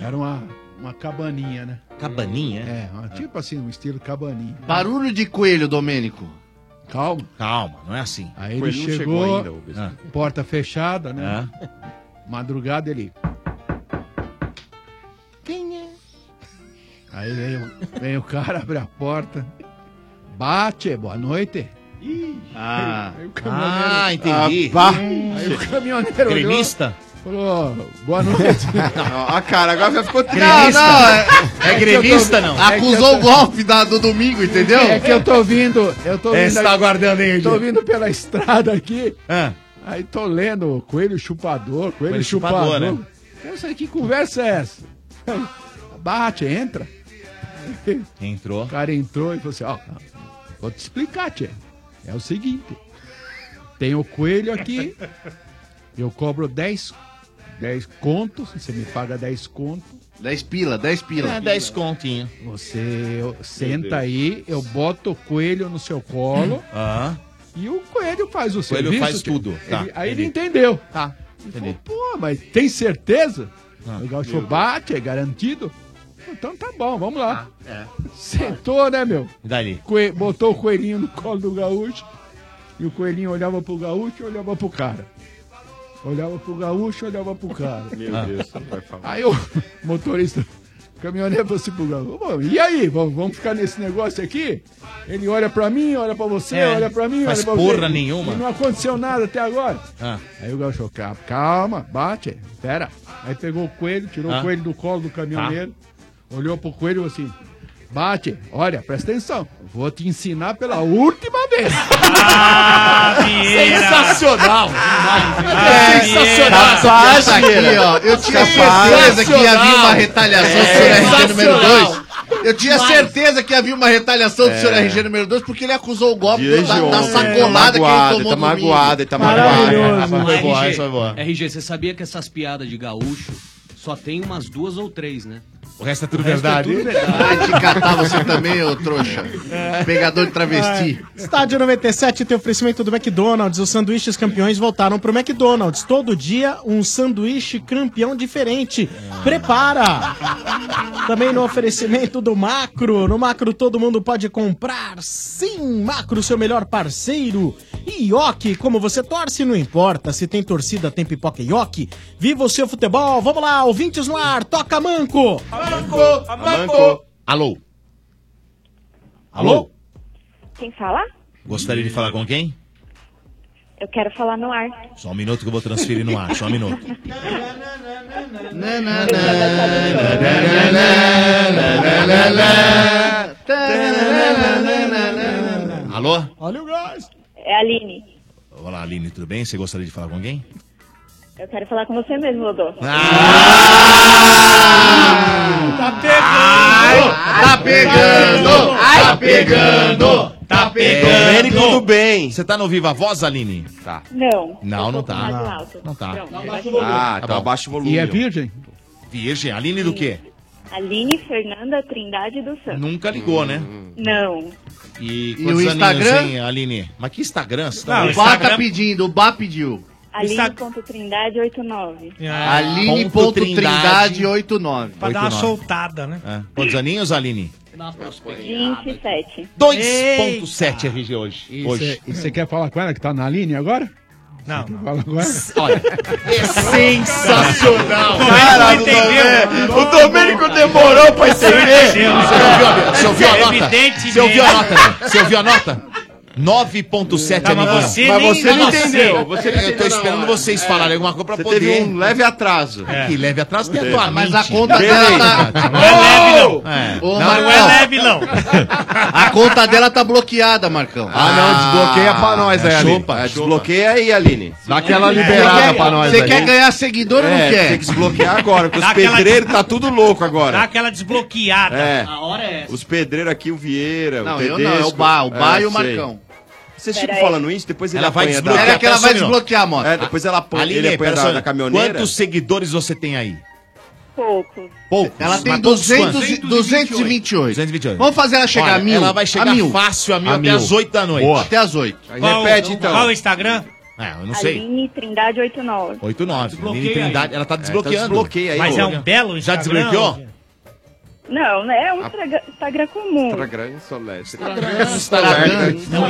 Era uma, uma cabaninha, né?
Cabaninha?
É, uma- tipo assim, um estilo cabaninha.
Barulho de coelho, Domênico.
Calma.
Calma, não é assim.
Aí ele chegou, Ah. porta fechada, né? Madrugada ele.
Quem é?
Aí vem, o- vem o cara, abre a porta. Bate, boa noite.
Ah,
Aí o caminhoneiro-
ah entendi.
Ah, pá. Aí o caminhoneiro olhou,
Gremista?
falou, boa noite.
a cara agora já ficou
triste.
Não, não, é,
É
é
que
gremista,
eu tô-
não.
é que eu
Acusou
tô-
o golpe da- do domingo, entendeu?
É que eu tô vindo, eu tô
É,
vindo.
você tá aguardando aí,
Tô
Diego.
vindo pela estrada aqui.
Ah.
Aí tô lendo Coelho Chupador, Coelho,
Coelho
Chupador.
Chupador, né?
Eu sei que conversa é essa. Bate, entra.
Entrou.
O cara entrou e falou assim, ó, vou te explicar, tchê. É o seguinte, tem o coelho aqui, eu cobro 10, 10 contos, você me paga 10 contos.
10 pila, 10 pila.
É,
10 continho.
Você
Deus.
senta aí, eu boto o coelho no seu colo
Ah.
e o coelho faz o,
O coelho
serviço.
faz
tchê.
tudo,
Ele-
tá, entendi.
aí ele entendeu.
Tá,
Ele falou, pô, mas tem certeza?
Ah,
o gaúcho
meu
falou, bate, é garantido? Então tá bom, vamos lá.
É.
Sentou, né, meu?
Dali.
Coe- botou o coelhinho no colo do gaúcho e o coelhinho olhava pro gaúcho e olhava pro cara. Olhava pro gaúcho e olhava pro cara.
Meu
Ah.
Deus, vai falar.
Aí o motorista, o caminhoneiro falou assim pro gaúcho, "Bom, e aí, vamos, vamos ficar nesse negócio aqui? Ele olha pra mim, olha pra você,
É,
olha pra mim,
faz
olha pra
porra
você.
nenhuma.
E não aconteceu nada até agora.
Ah.
Aí o gaúcho, "Ca- calma, bate, pera. Aí pegou o coelho, tirou
Ah. Tá.
o coelho do colo do caminhoneiro, olhou pro coelho e falou assim, bate, olha, presta atenção, vou te ensinar pela última vez.
Sensacional!
É, Capaz,
Essa
aqui, ó. Eu tinha certeza que havia uma retaliação do senhor RG número 2. Eu tinha certeza que havia uma retaliação do
É.
senhor RG número 2 porque ele acusou o golpe do- da,
Diego,
da sacolada que ele
magoado,
tomou
tá
no domingo.
magoado, ele tá magoado.
Maravilhoso.
Foi
Mas,
boa,
RG,
essa foi boa.
RG, você sabia que essas piadas de gaúcho só tem umas duas ou três, né?
O resto é tudo
verdade.
verdade. Ah, É.
Vai te é catar você também, ô trouxa. Pegador de travesti.
É. Estádio 97 tem oferecimento do McDonald's. Os sanduíches campeões voltaram pro McDonald's. Todo dia, um sanduíche campeão diferente. Prepara! Também no oferecimento do Macro. No Macro todo mundo pode comprar. Sim, Macro, seu melhor parceiro. E Ioki, como você torce, não importa. Se tem torcida, tem pipoca Ioki. Viva o seu futebol. Vamos lá, ouvintes no ar. Toca Manco.
Amanco, amanco.
Alô? Alô?
Quem fala?
Gostaria de falar com quem?
Eu quero falar no ar.
Só um minuto que eu vou transferir no ar, só um minuto. Alô?
Olha o gás.
É a Aline.
Olá, Aline, tudo bem? Você gostaria de falar com alguém?
Eu quero falar com você mesmo, Dodô.
Ah!
Tá pegando! Tá pegando! Tá pegando! Tá pegando!
tudo bem? Você tá no Viva Voz, Aline? Tá.
Não.
Não, não tá.
Mais alto.
Não tá.
Pronto, mais
Ah,
alto.
tá abaixo o volume.
E é
virgem? Virgem. Aline do quê?
Aline Fernanda Trindade dos Santos.
Nunca ligou, né?
Não.
E,
Hum. E
quantos
o
aninhos,
Instagram?
hein, Aline? Mas que Instagram? Você
Não, o Bá tá pedindo, o Bá pediu.
Aline.trindade89.
Ah,
Aline.trindade89.
Ah. Pra dar uma soltada, né?
É. Quantos aninhos, Aline?
27.
2.7 RG hoje.
E
é-
hoje.
é- você quer falar com ela que tá na linha agora?
Não.
Fala agora.
Olha,
É sensacional!
Não,
Cara,
não
do
entendeu.
Domê- o Domênico demorou pra entender!
é, Você ouviu
é
a nota? Você ouviu a nota? Você ouviu a nota? 9.7
Tá, mas
Aline.
você Mas nem- você não você- entendeu, você não
Eu tô
entendeu na
esperando
hora.
vocês
É.
falarem alguma coisa pra
Você
poder.
teve um leve atraso.
É. Que leve atraso tem a tua
Mas a
mente.
conta dela tá.
Não é leve, não.
Ô,
Não,
Marcão.
não é leve,
não.
A conta dela tá bloqueada, Marcão.
Ah, não, desbloqueia pra nós aí, Aline.
chupa,
É,
chupa.
desbloqueia aí, Aline. Dá
aquela liberada pra nós aí. seguidor ou não quer?
É, Tem que desbloquear agora, porque
Dá
os
aquela-
pedreiros tá tudo louco
Dá
agora.
aquela desbloqueada.
É.
A hora é essa.
Os pedreiros aqui, o Vieira,
Não,
o
eu
Tedesco.
não, é o Bá, o Bá e o
sei.
Marcão.
Vocês
Pera aí.
ficam falando isso, depois ele
Ela vai
apanha da-
desbloquear.
Era que ela
Pera
vai
só um minuto.
desbloquear a moto. É, depois ela apanha-
Aline,
ele apanha
pera
da-
só um
da
minuto.
caminhoneira.
Quantos seguidores você tem aí?
Pouco.
Poucos.
Ela tem
Mas todos
200
quantos?
228.
228.
Vamos fazer ela chegar
Olha,
a mil?
Ela vai chegar
A mil.
fácil a mil
A
até
mil.
as 8 da noite.
Boa. Até as 8.
Qual-
então.
Qual o Instagram?
então. É, eu não sei.
Aline Trindade 89.
8, 9.
Desbloqueia
Aline Trindade,
aí.
ela tá
É, então
desbloqueando.
desbloqueia aí, Mas ô. é um belo
Já
Instagram,
desbloqueou?
Não, né?
Ah.
É um Instagram, Instagram comum.
Instagram Soleste.
Instagram. É um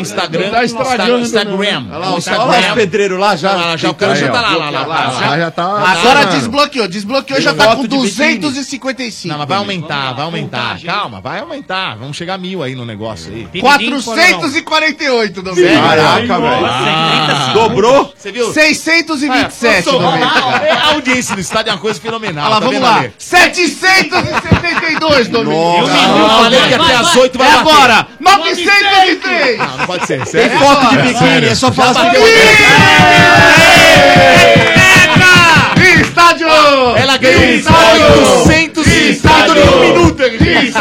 Instagram.
Não tá
Instagram.
estragando,
Instagram.
não. Olha
É
lá,
um
os-
Instagram.
olha lá os pedreiros lá já.
Olha lá, já o cara
Aí,
já tá
ó.
lá, lá, lá, lá.
Já- já tá-
Agora
tá-
desbloqueou, desbloqueou, já tá com 255.
Não, mas vai aumentar, vai aumentar. Calma, vai aumentar. Vamos chegar a mil aí no negócio aí.
448, Domingo.
Sério? Caraca, velho. Ah,
Dobrou?
Você viu? É,
627,
Nossa,
Domingo.
a- a audiência do estádio é uma coisa fenomenal.
Olha lá,
tá
vamos
vendo,
lá.
Ale?
772, Domingo.
Nossa, eu falei que até as oito vai
É
bater.
agora. 903.
Não, não pode ser.
Tem foto de biquíni, é só falar
assim.
Estádio!
Ela
um
ganhou
Estádio!
850 em um minuto, Henrique.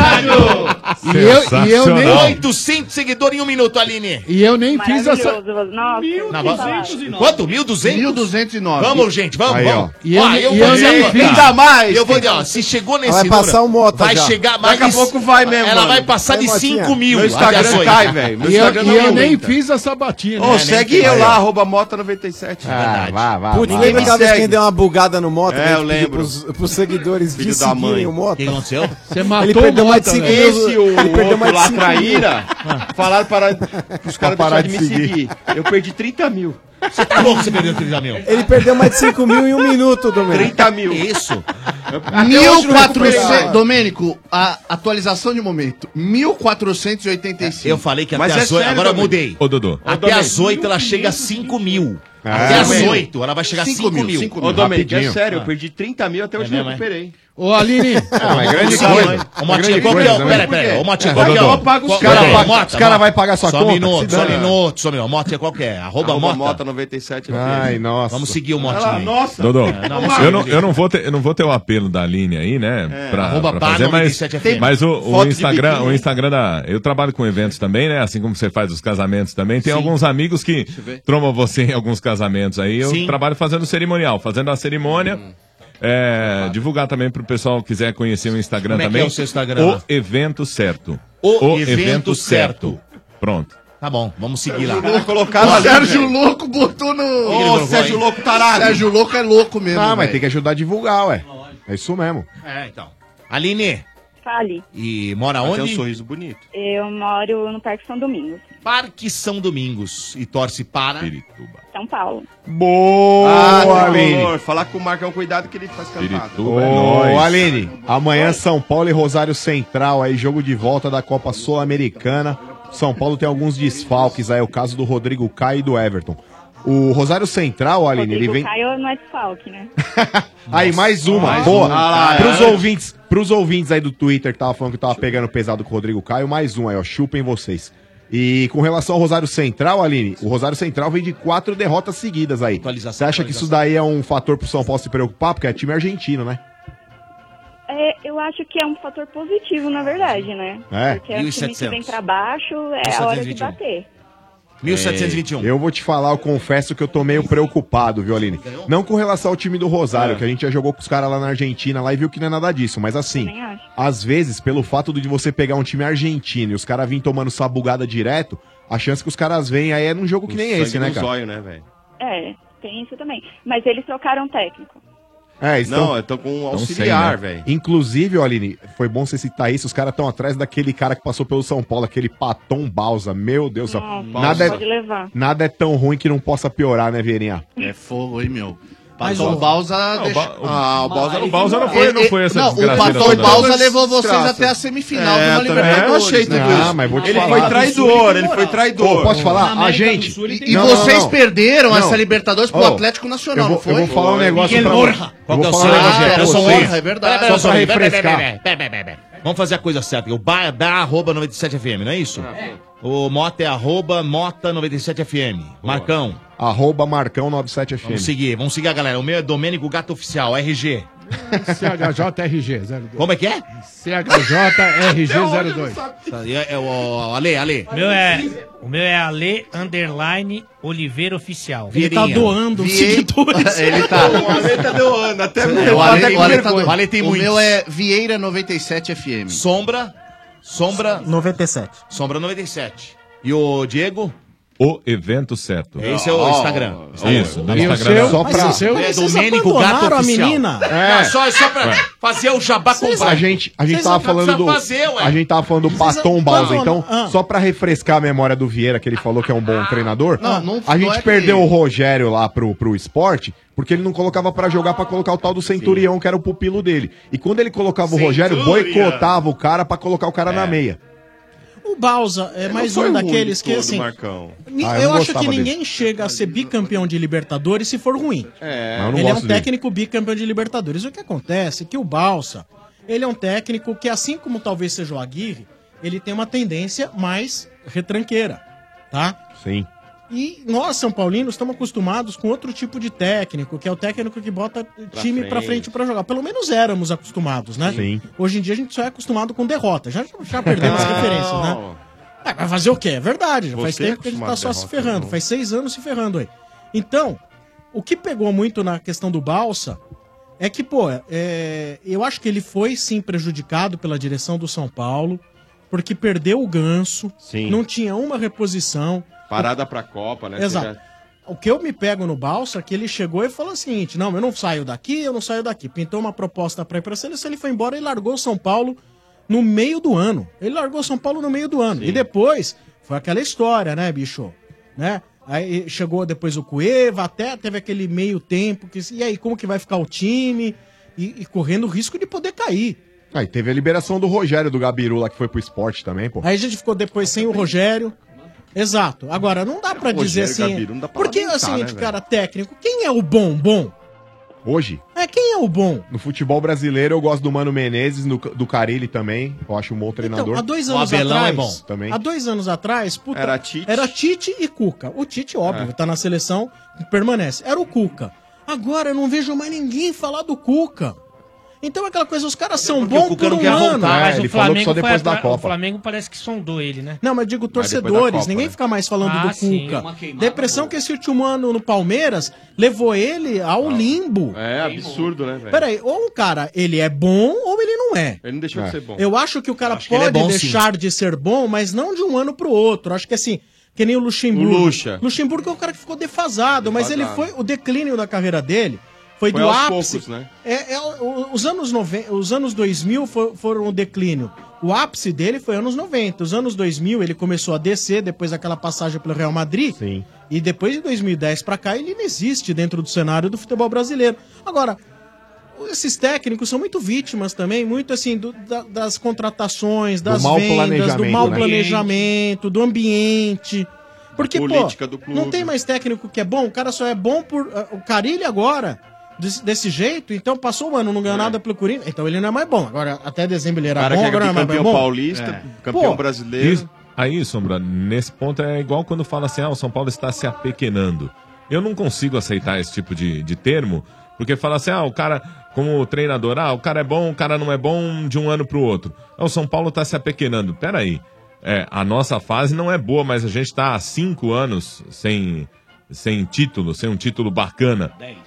E eu, e eu nem.
800 seguidores em um minuto, Aline.
E eu nem fiz essa.
Nossa,
Na voz- Quanto? 1.200?
1.209.
Vamos, gente, vamos,
Aí, ó.
vamos.
E eu
Ó,
nem-
eu
e
vou
eu
dizer
nem
agora.
fiz.
Ainda
mais.
Eu vou dizer, ó, se chegou nesse
Vai passar
número,
o Mota
vai
já.
chegar mais...
Daqui a pouco vai mesmo,
Ela
mano.
vai passar
Vai,
de
Motinha.
5 mil.
Meu Instagram
até as oito.
cai, velho. Meu
E eu,
Instagram
e
não
eu nem
aumenta.
fiz essa batina.
Ô,
né?
segue
Nem-
eu
aí,
lá,
ó.
arroba mota97.
Ah, Putz,
ninguém me
lembra aquela vez que
segue.
ele deu uma bugada no moto?
É,
né?
eu
Ele pediu
lembro.
Pros, pros seguidores
Filho
de
da mãe.
seguirem o moto. O que
aconteceu?
Você matou
ele perdeu
o
mais de
Mota,
né?
5
velho.
Esse ou
Ele perdeu
outro
mais de
lá,
cinco mil.
traíra, falaram para os caras deixarem
parar
de
de
me
seguir.
seguir. Eu perdi 30 mil.
Você tá louco que você perdeu 30 mil?
Ele perdeu mais de 5 mil em um minuto, Domingo.
30 mil.
Isso.
Até hoje não recuperei,
1400.
mano.
Domênico, a atualização de momento: 1485.
Eu falei que até
é
é
as oito. Agora eu mudei.
Ô, Dodô.
Até
Domênico.
as 8 ela chega a 5 mil. Até
É,
as
Domênico.
8 ela vai chegar a 5
Cinco mil,
mil.
cinco
Ah, Ô, Domênico, é
Rapidinho.
sério, eu
Ah.
perdi 30 mil, até hoje
É
eu
mesmo, é?
recuperei.
Ô, Aline.
Ah, é grande
Sabe,
coisa.
Ô,
É grande
Motinha, qual que é?
coisa,
o-
né?
Pera, pera. Ô, Motinha,
É,
qual que é?
Dodô.
o-
Paga os
qual-
caras,
qual-
paga-
Mota,
os caras
Mota.
vai pagar sua
só
conta,
Um minuto,
se
só um
dane.
minuto, só um minuto. Mota, qual que é? Arroba
Arroba
Mota.
Mota97.
Ai, nossa.
Vamos seguir o
Olha lá,
Motinha. aí.
nossa.
Dodô,
É, não,
eu, não, eu, não vou ter, eu não vou ter o apelo da Aline aí, né?
É,
pra,
arroba
pra
pá,
fazer, mas,
97FM.
mas o, o
Foto de
Instagram,
biquíni.
o Instagram da. Eu trabalho com eventos também, né? Assim como você faz os casamentos também. Tem alguns amigos que trombam você em alguns casamentos aí. Eu
Sim. Hum.
trabalho fazendo cerimonial, fazendo a cerimônia. É, divulgar também pro pessoal que quiser conhecer o Instagram
Como é que
também.
é o seu Instagram?
O evento certo.
O Evento
Pronto.
Tá bom, vamos seguir lá.
Colocar o Sérgio Louco botou no.
colocou Sérgio aí? Louco tarado.
Sérgio Louco é louco mesmo.
Ah, mas
velho.
tem que ajudar a divulgar, ué. É isso mesmo.
É, então. Aline,
Fale.
e mora
Mas tem
onde?
um
sorriso bonito.
Eu moro no Parque São Domingos,
Parque São Domingos. E torce para.
São Paulo.
Boa, Ah, Aline.
tricolor. Falar com o Marco é um cuidado que ele faz cantado.
É
Ô, Aline, amanhã São Paulo e Rosário Central, aí jogo de volta da Copa Sul-Americana. São Paulo tem alguns desfalques, aí é o caso do Rodrigo Caio e do Everton. O Rosário Central, Aline, ele
Rodrigo
vem.
Caio não é desfalque, né?
Aí, mais uma,
Mais
boa.
uma. Ah lá,
pros,
é.
ouvintes, pros ouvintes aí do Twitter que tava falando que tava pegando pesado com o Rodrigo Caio, mais um aí, ó. Chupem vocês. E com relação ao Rosário Central, Aline, o Rosário Central vem de quatro derrotas seguidas aí. Você acha que isso daí é um fator pro São Paulo se preocupar? Porque é time argentino, né?
É, eu acho que é um fator positivo, na verdade, né?
É.
Porque é o time que
1.700.
vem pra baixo, é a hora de
1.721.
bater.
1721.
É, Eu vou te falar, eu confesso que eu tô meio preocupado, viu, Aline? Não com relação ao time do
É.
Rosário, que a gente já jogou com os caras lá na Argentina lá e viu que não é nada disso, mas assim,
Também acho.
às vezes, pelo fato de você pegar um time argentino e os caras virem tomando sabugada direto, a chance que os caras vêm aí é num jogo que nem esse, né, cara?
Zóio, né, velho?
É, tem isso também. Mas eles trocaram técnico.
É, eles
Não,
tão-
eu tô com um auxiliar,
sei, né?
velho.
Inclusive, ó, Aline, foi bom você citar isso, os caras estão atrás daquele cara que passou pelo São Paulo, aquele Patom Balsa. Meu Deus, ó.
Nossa,
nada,
pode
é,
levar.
nada é tão ruim que não possa piorar, né, Vieirinha?
É fogo, hein, meu?
Mas
Patom
o-
Balsa.
Não, o
deixa-
Ba- o-
Ah, o Balsa
o Balsa não foi- não foi essa
Não, o
desgraceira
Patom
toda.
Balsa levou vocês
Desgraça.
até a semifinal
É,
de uma
também
Libertadores.
eu achei tudo
né?
isso. Ah, mas vou te Ele falar. foi traidor, ele foi traidor. Pô, posso falar? Na América Ah, gente, do Sul ele tem-
E
não, não,
vocês
não.
perderam
Não.
essa Libertadores pro
Ô,
Atlético Nacional,
eu vou-
não foi?
eu vou falar um
Foi.
negócio pra-
Qual que é o seu
Vou falar um
ah,
negócio pra
Eu sou
vocês.
honra, é verdade.
Só pra
Pera, pera, pera,
refrescar.
pera, pera, pera, pera. Vamos fazer a coisa certa. O bar da arroba 97FM, não é isso? É. O Mota é arroba Mota 97FM. Marcão.
Arroba Marcão97FM.
Vamos seguir, vamos seguir a galera. O meu é Domênico Gato Oficial, RG.
CHJRG 02.
Como é que é?
CHJRG02.
Isso aí É, é o Ale, Ale.
O meu é, o meu é Ale Underline Oliveira Oficial.
Ele tá Vieirinha. doando seguidores.
Ele
tá.
O Ale tá doando, até
É, o Ale, o Ale tá do-
O Ale tem
o
muitos.
meu é Vieira 97 FM.
Sombra. Sombra.
97.
Sombra 97. E o Diego?
O evento certo.
Esse é o Instagram.
Isso, do
E o
Instagram.
seu? Só pra- Mas o seu?
É
É
do
do-
Domênico Gato Oficial.
É. Só, só pra
Ué.
fazer o jabá com
A gente, a gente
Vocês
tava
não
falando do.
precisam fazer, ué.
a gente tava falando do Patom Balsa.
Não,
Então, só pra refrescar a memória do Vieira, que ele falou que é um bom treinador.
Não, não-
a
não
gente
é que-
perdeu o Rogério lá pro, pro esporte, porque ele não colocava pra jogar pra colocar o tal do Centurião, que era o pupilo dele. E quando ele colocava o Rogério,
Centurião.
boicotava o cara pra colocar o cara na meia.
O Balsa é mais
foi
um
ruim
daqueles que,
todo,
assim.
Marcão.
ni-
Ah, eu
eu
não
acho
gostava
que
dele.
ninguém chega a ser bicampeão de Libertadores se for ruim.
É,
Mas eu não
ele é um
gosto dele.
técnico bicampeão de Libertadores. O que acontece é que o Balsa, ele é um técnico que, assim como talvez seja o Aguirre, ele tem uma tendência mais retranqueira, tá?
Sim.
E nós, São Paulinos, estamos acostumados com outro tipo de técnico, que é o técnico que bota time pra
frente.
frente pra jogar. Pelo menos éramos acostumados, né?
Sim.
Hoje em dia a gente só é acostumado com derrota. Já, já perdemos as referências, né? Ah, Vai fazer o quê? É verdade. Já faz
Você
tempo que a gente tá
acostumado
só
à
se
derrota,
ferrando.
não.
Faz seis anos se ferrando aí. Então, o que pegou muito na questão do Balsa é que, pô, é, eu acho que ele foi sim prejudicado pela direção do São Paulo, porque perdeu o ganso,
Sim.
não tinha uma reposição.
Parada pra Copa, né?
Exato.
Você
O que eu me pego no Balsa é que ele chegou e falou o seguinte: não, eu não saio daqui, eu não saio daqui. Pintou uma proposta pra ir pra seleção, ele foi embora e largou o São Paulo no meio do ano. Ele largou o São Paulo no meio do ano. E depois foi aquela história, né, bicho? Né? Aí chegou depois o Cueva, até teve aquele meio tempo. Que, e aí, como que vai ficar o time? E, e correndo o risco de poder cair.
Aí teve a liberação do Rogério do Gabiru lá, que foi pro esporte também, pô.
Aí a gente ficou depois sem o Rogério. Exato. Agora, não dá pra
É, Rogério
dizer assim.
Gabiru, não dá pra
porque é o
lamentar,
seguinte,
né,
cara, técnico, quem é o bom bom?
Hoje,
É, quem é o bom?
no futebol brasileiro, eu gosto do Mano Menezes, no- do Carilli também. Eu acho um bom treinador.
Então, há dois anos
é
atrás.
Também.
Há dois anos atrás, puta,
Era Tite.
era Tite e Cuca. O Tite, óbvio,
É.
tá na seleção, permanece. Era o Cuca. Agora eu não vejo mais ninguém falar do Cuca. Então é aquela coisa, os caras são bons por um ano.
É,
mas o Flamengo foi
foi
atra-
atra-
O Flamengo parece que sondou ele, né?
Não, mas digo
Mas depois da
torcedores,
Copa,
ninguém
né?
fica mais falando
Ah,
do
sim,
Cuca.
uma queimada né?
Depressão que esse último ano no Palmeiras levou ele ao limbo.
É absurdo, né, velho?
Peraí, ou o cara, ele é bom ou ele não é.
Ele não deixou de ser bom.
Eu acho que o cara
que ele
pode
é bom,
deixar de ser bom, mas não de um ano pro outro. Acho que assim, que nem o Luxemburgo.
O Luxa.
Luxemburgo é o cara que ficou defasado, mas ele
Defasado.
foi o declínio da carreira dele foi,
Foi
do
aos
ápice.
poucos, né?
É, é, o- os, anos noven... os anos 2000 fo- foram o declínio. O ápice dele foi anos 90. Os anos 2000 ele começou a descer depois daquela passagem pelo Real Madrid.
Sim.
E depois de 2010 pra cá ele não existe dentro do cenário do futebol brasileiro. Agora, esses técnicos são muito vítimas também, muito assim, do- da- das contratações, das
mau
vendas, do
planejamento,
mau
né?
planejamento, do ambiente. Porque,
política
pô,
do clube.
não tem mais técnico que é bom, o cara só é bom por. ah, O Carilli agora, des- desse jeito, então passou o ano, não ganhou nada pelo Corinthians, então ele não é mais bom. Agora, até dezembro ele
O
era
É. cara
bom,
que é
agora não é mais
campeão
bom.
paulista, campeão
Pô,
brasileiro.
Isso- aí, Sombra, nesse ponto é igual quando fala assim, ah, o São Paulo está se apequenando. Eu não consigo aceitar esse tipo de, de termo, porque fala assim, ah, o cara, como treinador, ah, o cara é bom, o cara não é bom de um ano para o outro. Ah, o São Paulo está se apequenando. Peraí, é, a nossa fase não é boa, mas a gente está há cinco anos sem, sem título, sem um título bacana.
Dez.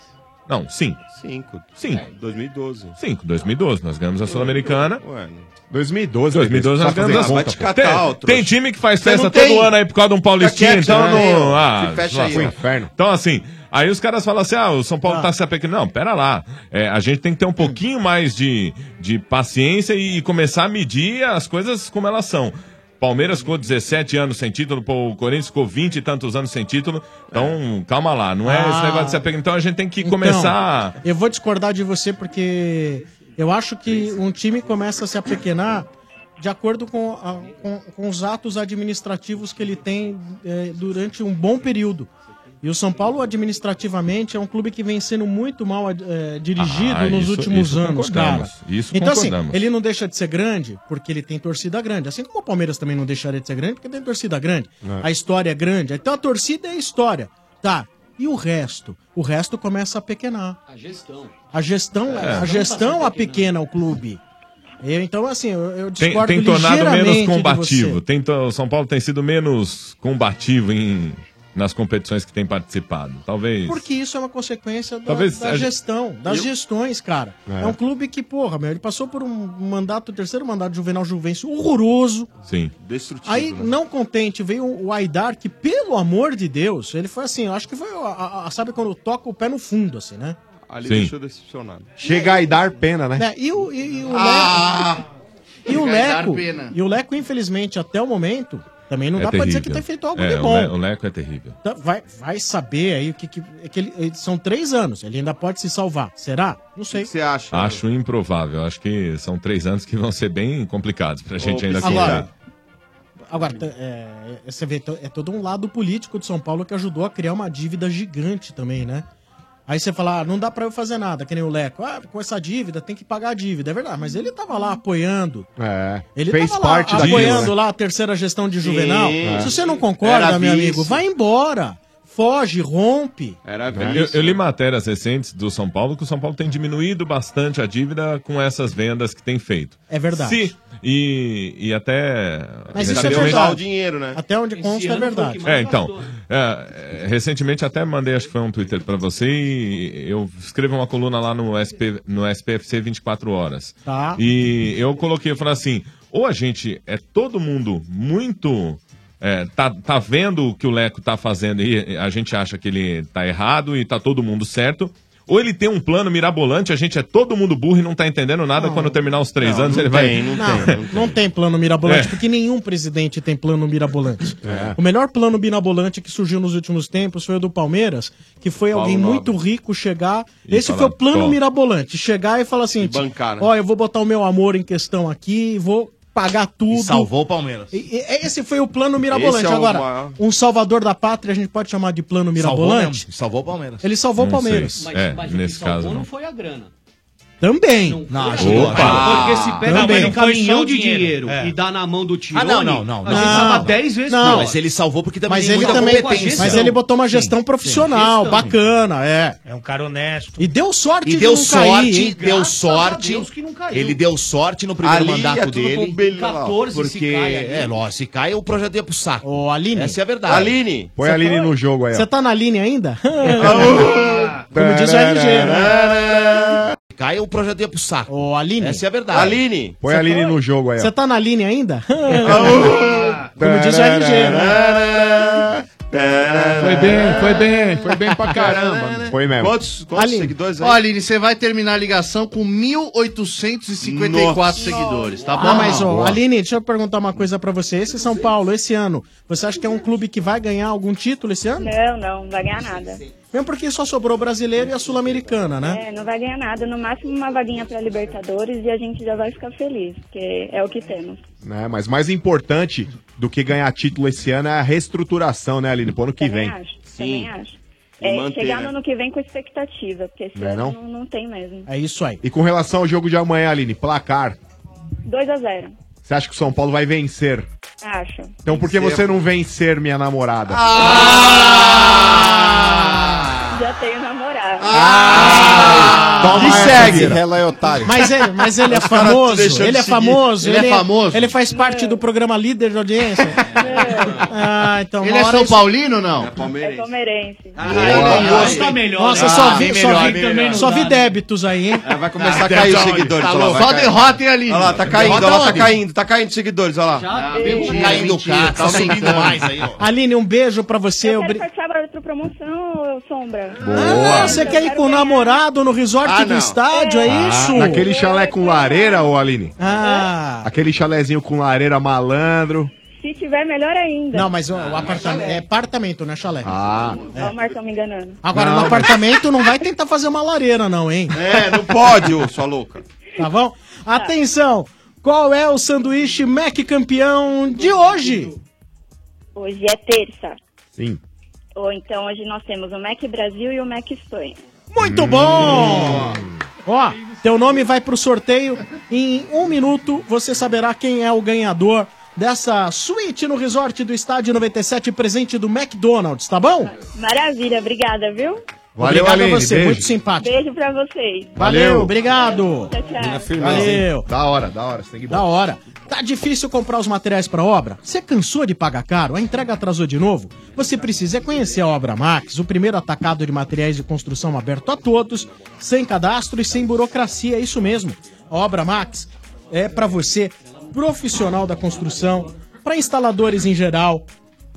Não, sim.
Cinco. É,
Sim.
2012.
Cinco, 2012, nós ganhamos a Sul-Americana.
Ué,
2012,
2012 nós
Só fazer
ganhamos
tá
a
conta,
Sul.
pô.
tem,
Catar, ô,
tem time que faz
Você
festa
não
todo
tem.
ano aí por causa de um paulistinha,
Fica quieto,
então
né?
não. Ah,
Se fecha
lá,
aí,
foi
ó.
inferno.
Então assim, aí os caras falam assim: ah, o São Paulo tá se apequenando. Não, pera lá. É, a gente tem que ter um pouquinho mais de, de paciência e começar a medir as coisas como elas são. Palmeiras ficou 17 anos sem título, pô, o Corinthians ficou 20 e tantos anos sem título. Então, calma lá, não é esse
Ah.
negócio de se apequenar. Então a gente tem que
Então,
começar.
Eu vou discordar de você porque eu acho que um time começa a se apequenar de acordo com, a- com- com os atos administrativos que ele tem eh, durante um bom período. E o São Paulo, administrativamente, é um clube que vem sendo muito mal eh, dirigido
Ah,
nos
isso-
últimos
isso
anos, cara.
concordamos, isso
então, assim,
concordamos.
ele não deixa de ser grande porque ele tem torcida grande. Assim como o Palmeiras também não deixaria de ser grande porque tem torcida grande.
É.
A história é grande. Então, a torcida é a história. Tá, E o resto? O resto começa a pequenar.
A gestão.
A gestão,
É.
a gestão a pequena o clube. Eu, então, assim, eu, eu
Tem,
discordo
tem tornado
ligeiramente
menos
de
combativo.
você.
Tem to- o São Paulo tem sido menos combativo em, nas competições que tem participado. Talvez.
Porque isso é uma consequência da,
Talvez
da
a-
gestão, das
Eu-
gestões, cara. É.
É.
um clube que, porra, meu, ele passou por um mandato, terceiro mandato de Juvenal Juvencio horroroso.
Sim.
Destrutivo.
Aí,
né?
não contente, veio o Aidar, que, pelo amor de Deus, ele foi assim, eu acho que foi, a- a- a- sabe quando toca o pé no fundo, assim, né?
Ali
Sim.
deixou decepcionado.
Chega e dar pena, né?
Né, E o, e, e o
Ah!
Leco. E o
Vai dar
Leco,
pena.
e o Leco, infelizmente, até o momento, também não
é
dá pra dizer que
terrível.
tem feito algo
é,
de
o
bom.
Le- O Leco é terrível.
Tá, Vai, vai saber aí o que. que, é que ele- ele- são três anos, ele ainda pode se salvar. Será? Não sei. O que
você acha?
Acho improvável. Acho que são três anos que vão ser bem complicados pra gente ainda
Agora,
colocar.
agora tá, é, é, você vê, to- é todo um lado político de São Paulo que ajudou a criar uma dívida gigante também, né? Aí você fala, ah, não dá pra eu fazer nada, que nem o Leco. Ah, com essa dívida, tem que pagar a dívida. É verdade, mas ele tava lá apoiando.
É.
Ele
fez
tava
parte
lá,
né? da
apoiando lá a terceira gestão de Juvenal.
Sim.
Se você não concorda,
Era
meu
vice.
amigo, vai embora. Foge, rompe.
Era
eu, eu li matérias recentes do São Paulo que o São Paulo tem diminuído bastante a dívida com essas vendas que tem feito.
É verdade.
Se- e, e até.
Mas isso é
recentemente-
verdade.
O dinheiro, né?
Até onde consta é verdade.
É, então. é, é, recentemente até mandei, acho que foi um Twitter pra você, e eu escrevo uma coluna lá no, SP, no SPFC 24 horas.
Tá.
E eu coloquei, eu falei assim, ou a gente é todo mundo muito. é, tá, tá vendo o que o Leco tá fazendo e a gente acha que ele tá errado e tá todo mundo certo. Ou ele tem um plano mirabolante, a gente é todo mundo burro e não tá entendendo nada. Quando terminar os três anos, ele vai.
Não, Ah, não tem plano mirabolante,
É.
porque nenhum presidente tem plano mirabolante. O melhor plano mirabolante que surgiu nos últimos tempos foi o do Palmeiras, que foi
Paulo
alguém
Nobre.
muito rico chegar.
E
esse
falar,
foi o plano
"Toma."
mirabolante, chegar e falar assim:
E bancar, né?
ó, eu vou botar o meu amor em questão aqui, vou pagar tudo.
salvou o Palmeiras.
E- e- esse foi o plano mirabolante.
Esse é o
Agora,
maior-
um salvador da pátria, a gente pode chamar de plano mirabolante?
mesmo, salvou o Palmeiras.
Ele salvou o Palmeiras.
Mas-
É,
mas o que
nesse caso não.
Foi a grana.
Também.
Não,
acho que não. Porque se pega
Também.
um caminhão
Foi só
de dinheiro,
dinheiro. É.
e dá na mão do Tirone,
Ah, não, não, não.
a gente salva 10 vezes
Não,
por
mas
hora.
ele salvou porque também
Mas
tem
ele
muita
também.
competência.
Mas ele botou uma gestão profissional, bacana, é.
É um cara honesto.
E deu sorte
E
de
deu
não cair,
sorte,
hein?
deu
Graças
sorte.
a Deus que não caiu.
Ele deu sorte no primeiro
Ali é
mandato
tudo
dele.
com Belli lá, ó,
14
porque-
se cai. ali. É, lógico, se cai o projeto ia pro saco.
Ô, Aline.
Essa é a verdade.
Aline.
Põe a Aline no jogo aí, ó.
Você tá na linha ainda? Como diz o RG, né?
Cai o projeto ia pro saco.
Ô, Aline.
Essa é a verdade.
Aline.
Põe a Aline no jogo aí, ó. Tá.
Você tá na linha ainda? Como diz o RG, né?
Foi bem, foi bem, foi bem pra
caramba.
Foi mesmo.
Quantos, quantos seguidores aí? Ó, Aline, você vai terminar a ligação com 1.854 seguidores, tá bom?
Ah, mas, ó,
Boa.
Aline, deixa eu perguntar uma coisa pra você. Esse São Paulo, esse ano, você acha que é um clube que vai ganhar algum título esse ano?
Não, não, não vai ganhar nada.
Mesmo porque só sobrou o brasileiro e a sul-americana, né?
É, não vai ganhar nada. No máximo uma vaguinha pra Libertadores e a gente já vai ficar feliz, porque é o que temos.
Né, mas mais importante do que ganhar título esse ano é a reestruturação, né, Aline? Pro ano que
Também
vem.
acho, também acho.
E
É,
manter,
chegar
né?
no ano que vem com expectativa, porque esse
Não é
ano
não?
não, não tem mesmo.
É isso aí.
E com relação ao jogo de amanhã, Aline, placar.
2 a 0
Você acha que o São Paulo vai vencer?
acho.
Então por que você não vencer, minha namorada?
Ah,
Já tenho namorado.
Toma
Ah!
E
essa,
Ah, segue.
Vira.
Ela é otário.
Mas ele, mas ele é
Os caras
famoso,
deixam
ele
de
é
seguir.
famoso,
Ele é famoso?
Ele faz parte do programa líder de audiência. Ah, então
Ele
uma
é
hora
São
isso- é
Paulino ou não? É
É palmeirense.
Tá melhor,
Ah, Nossa,
né?
só
Ah,
vi,
bem
só
melhor,
vi-
bem melhor.
só vi débitos aí, hein?
Vai começar
Ah,
a cair os
Jorge,
seguidores.
tá
olha lá,
louco.
vai
Só
cair.
derrota, hein, Aline?
Olha lá, tá caindo,
Derrota
olha lá, tá
onde?
caindo, tá caindo os seguidores, olha lá.
Já
mentira,
caindo
mentira,
cá, tá
aumentando.
subindo mais aí, ó.
Aline, um beijo pra você.
Eu quero
obri-
participar agora pra promoção, ô, Sombra.
Ah, você quer ir com o namorado no resort
Ah,
do
não.
estádio, é isso?
Ah, Naquele chalé com lareira, ô Aline?
Ah.
Aquele chalézinho com lareira malandro.
Se tiver, melhor ainda.
Não, mas o, o apartamento é apartamento, né, chalé?
Ah.
Ó, o Marcão me enganando.
Agora,
Não,
no
mas-
apartamento não vai tentar fazer uma lareira, não, hein?
É, não pode, ô, sua louca.
Tá bom? Atenção! Qual é o sanduíche Mac campeão de hoje?
Hoje é terça.
Sim.
Ou então hoje nós temos o Mac Brasil e o Mac Espanha.
Muito bom! Ó, teu nome vai pro sorteio. Em um minuto você saberá quem é o ganhador dessa suíte no resort do Estádio 97, presente do McDonald's, tá bom?
Maravilha, obrigada, viu?
Valeu, Obrigado
Aline,
a você,
beijo.
muito simpático.
Beijo pra vocês.
Valeu, obrigado.
Tchau, tchau.
Valeu.
Da hora, da hora. Você tem que ir
Da hora. Tá difícil comprar os materiais para obra? Você cansou de pagar caro? A entrega atrasou de novo? Você precisa é conhecer a Obra Max, o primeiro atacado de materiais de construção aberto a todos, sem cadastro e sem burocracia, é isso mesmo. A Obra Max é para você, profissional da construção, para instaladores em geral,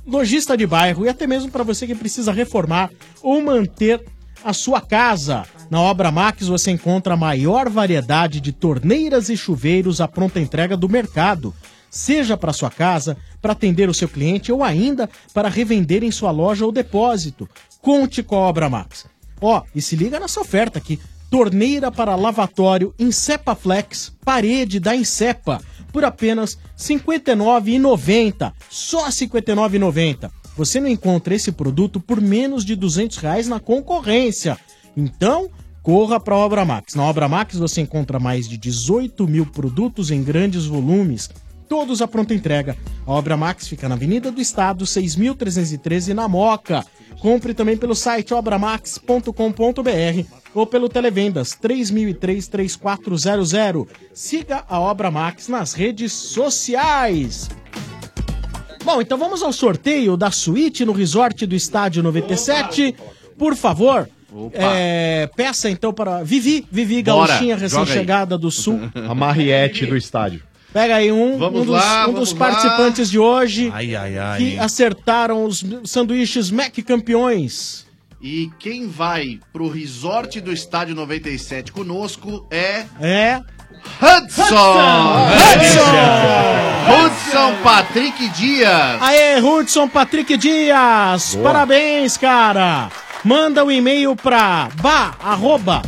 lojista de bairro e até mesmo para você que precisa reformar ou manter a sua casa. Na Obra Max você encontra a maior variedade de torneiras e chuveiros à pronta entrega do mercado. Seja para sua casa, para atender o seu cliente ou ainda para revender em sua loja ou depósito. Conte com a Obra Max. Ó, e se liga nessa oferta aqui. Torneira para lavatório Insepa Flex, parede da Insepa, por apenas R$ 59,90. Só R$ 59,90. Você não encontra esse produto por menos de R$ 200 reais na concorrência. Então, corra para a Obra Max. Na Obra Max você encontra mais de 18 mil produtos em grandes volumes, todos à pronta entrega. A Obra Max fica na Avenida do Estado, 6.313, na Moca. Compre também pelo site obramax.com.br ou pelo Televendas 3003-3400. Siga a Obra Max nas redes sociais. Bom, então vamos ao sorteio da suíte no resort do Estádio 97. Por favor, é, peça então para Vivi, Vivi
Bora,
Gauchinha,
joga aí.
recém-chegada do Sul.
A Mariette do estádio.
Pega aí um,
Vamos
um dos,
lá,
um dos
vamos lá.
participantes de hoje
Ai, ai, ai.
que acertaram os sanduíches Mac campeões.
E quem vai pro resort do Estádio 97 conosco é
É.
Hudson!
Hudson!
Hudson Patrick Dias!
Aê, Hudson Patrick Dias!
Boa.
Parabéns, cara! Manda o um e-mail pra ba, arroba,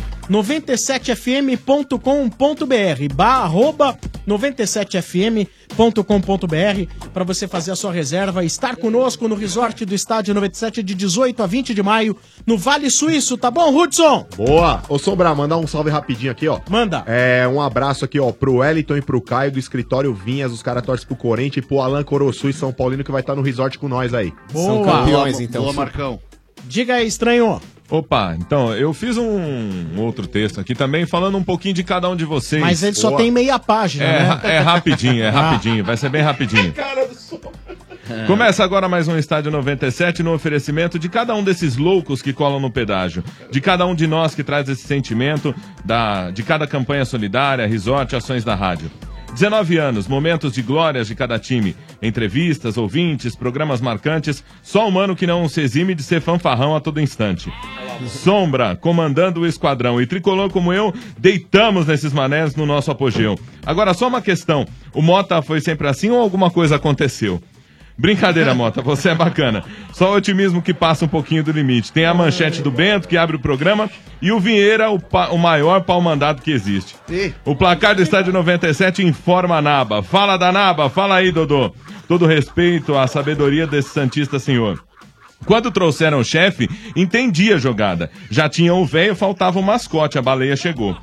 97fm.com.br ba, arroba, 97fm.com.br para você fazer a sua reserva e estar conosco no resort do Estádio 97 de 18 a 20 de maio no Vale Suíço, tá bom, Hudson?
Boa! Ô Sombra, mandar um salve rapidinho aqui, ó.
Manda!
É, um abraço aqui, ó, pro Wellington e pro Caio do escritório Vinhas, os caras torcem pro Corinthians e pro Alan Corossu e São Paulino que vai estar no resort com nós aí.
Boa.
São campeões,
Boa,
então.
boa, Marcão. Diga aí, estranho.
Opa, então, eu fiz um outro texto aqui também falando um pouquinho de cada um de vocês.
Mas ele só
Boa.
tem meia página,
É,
né?
ra- é rapidinho, é rapidinho, vai ser bem rapidinho. Começa agora mais um Estádio 97 no oferecimento de cada um desses loucos que colam no pedágio, de cada um de nós que traz esse sentimento, da, de cada campanha solidária, resort, ações da rádio. 19 anos, momentos de glórias de cada time, entrevistas, ouvintes, programas marcantes, só um mano que não se exime de ser fanfarrão a todo instante. Sombra, comandando o esquadrão e tricolor como eu, deitamos nesses manés no nosso apogeu. Agora, só uma questão: o Mota foi sempre assim ou alguma coisa aconteceu? Brincadeira, Mota, você é bacana. Só o otimismo que passa um pouquinho do limite. Tem a manchete do Bento, que abre o programa, e o Vinheira, o, pa- o maior pau mandado que existe. O placar do estádio 97 informa a Naba. Fala da Naba, fala aí, Dodô. Todo respeito à sabedoria desse Santista Senhor. Quando trouxeram o chefe, entendi a jogada. Já tinha o véio, faltava o mascote, a baleia chegou.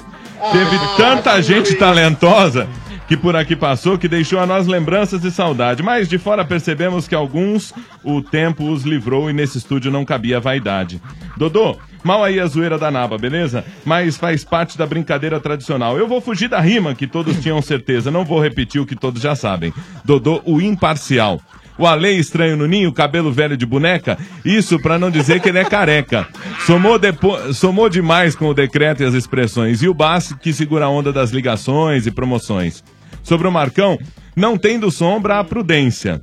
Teve tanta gente talentosa que por aqui passou que deixou a nós lembranças e saudade. Mas de fora percebemos que alguns o tempo os livrou e nesse estúdio não cabia vaidade. Dodô, mal aí a zoeira da naba, beleza? Mas faz parte da brincadeira tradicional. Eu vou fugir da rima que todos tinham certeza, não vou repetir o que todos já sabem. Dodô, o imparcial. O Ale estranho no ninho, cabelo velho de boneca, isso pra não dizer que ele é careca. Somou, depo... Somou demais com o decreto e as expressões, e o Bassi que segura a onda das ligações e promoções. Sobre o Marcão, não tem do sombra a prudência.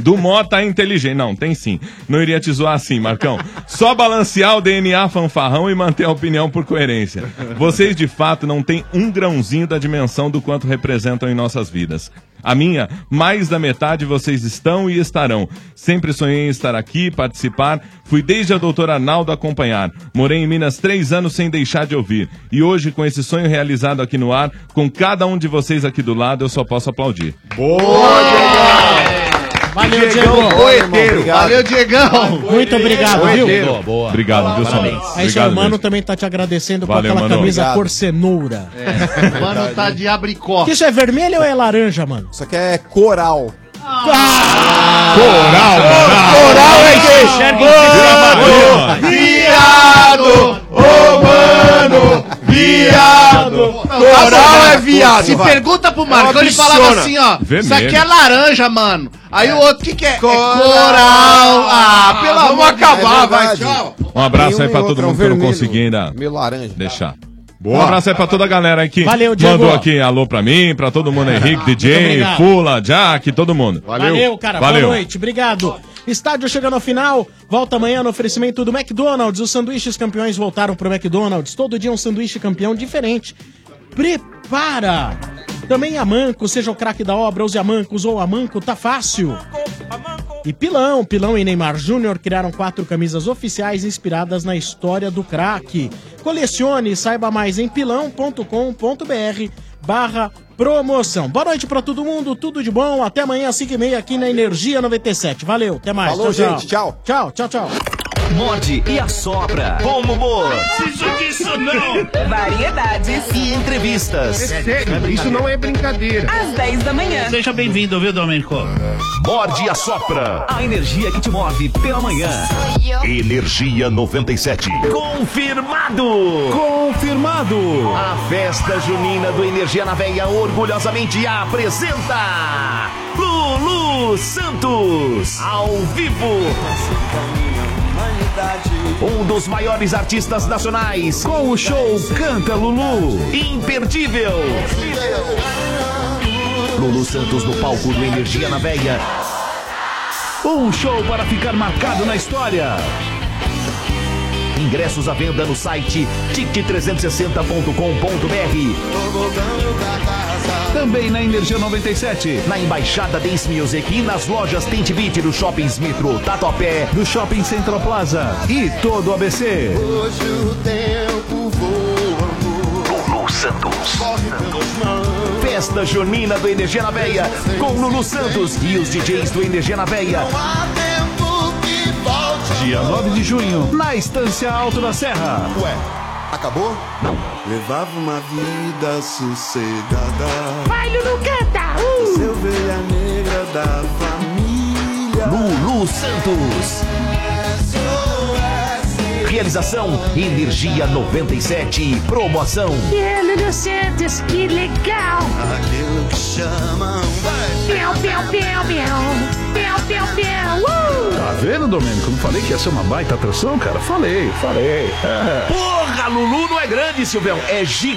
Do Mota é inteligente. Não, tem sim. Não iria te zoar assim, Marcão. Só balancear o DNA fanfarrão e manter a opinião por coerência. Vocês, de fato, não têm um grãozinho da dimensão do quanto representam em nossas vidas. A minha, mais da metade vocês estão e estarão. Sempre sonhei em estar aqui, participar. Fui desde a doutora Naldo acompanhar. Morei em Minas três anos sem deixar de ouvir. E hoje, com esse sonho realizado aqui no ar, com cada um de vocês aqui do lado, eu só posso aplaudir.
Valeu,
Diego. Oi, Eteiro.
Valeu, Diegão.
Muito obrigado,
Oi,
viu?
Eteiro. Boa,
Obrigado, viu, Sombra?
Aí seu
Obrigado
mano
mesmo.
também tá te agradecendo por
Valeu,
aquela
mano.
camisa
Obrigado.
porcenoura.
Mano, tá de abricó.
Isso é vermelho ou é laranja, mano? Ah!
Isso aqui é coral.
Coral! Coral é que mano, viado! Ô mano, viado!
tá
Coral é viado!
Se
vai.
pergunta pro
É
Marcão,
uma
ele falava
bichona.
assim, ó.
Vermelho.
Isso aqui é laranja, mano. Aí o outro, o que que é? É
Coral.
coral. Ah, pelo
Vamos
amor de
acabar,
É
vai,
verdade.
tchau.
Um abraço
Tem um
aí
e
pra todo
outro,
mundo
é um
que eu não
vermelho,
consegui ainda deixar.
Boa.
Um abraço aí pra toda a galera aí que
Valeu, Diego.
mandou aqui alô pra mim, pra todo mundo, Henrique, DJ,
obrigado.
Fula, Jack, todo mundo.
Valeu, cara.
Valeu.
Boa noite. Obrigado. Estádio chegando ao final. Volta amanhã no oferecimento do McDonald's. Os sanduíches campeões voltaram pro McDonald's. Todo dia um sanduíche campeão diferente. Prepara! Também Amanco, seja o craque da obra, use Amancos ou Amanco, tá fácil. E Pilão, Pilão e Neymar Júnior criaram quatro camisas oficiais inspiradas na história do craque. Colecione e saiba mais em pilão.com.br barra promoção. Boa noite pra todo mundo, tudo de bom. Até amanhã, às 5h30 aqui na Energia 97. Valeu, até mais.
Falou, gente.
Tchau. Tchau, tchau, tchau.
Morde e assopra. Bom humor. Isso disso não. Variedades e entrevistas.
É
é
brincadeira.
Às 10 da manhã.
Seja bem-vindo, viu, Domenico?
Morde e assopra. A energia que te move pela manhã.
Energia 97.
Confirmado! Confirmado! A festa junina do Energia na Veia orgulhosamente apresenta Lulu Santos ao vivo. Um dos maiores artistas nacionais com o show Canta Lulu. Imperdível. Lulu Santos no palco do Energia na Veia. Um show para ficar marcado na história. Ingressos à venda no site tique360.com.br. Também na Energia 97, na Embaixada Dance Music e nas lojas Tente Beat dos shoppings Metro Tatuapé, do Shopping Central Plaza e todo o ABC.
Hoje o tempo voa, amor.
Lulu Santos. Festa Junina do Energia na Veia, com Lulu Santos e os DJs do Energia na Veia. Dia 9 de junho, na Estância Alto da Serra. Ué, acabou? Não.
Levava uma vida sossegada.
Vai, Lulu, canta!
Você é ovelha negra da família.
Lulu Santos. Realização Energia 97. Promoção.
Lulu Santos, que legal!
Aquilo que chamam.
Meu, meu, meu, meu! Meu, meu, meu!
Tá vendo, Domênico? Não falei que ia ser uma baita atração, cara? Falei, falei.
Porra, Lulu não é grande, Silvão. É gigante.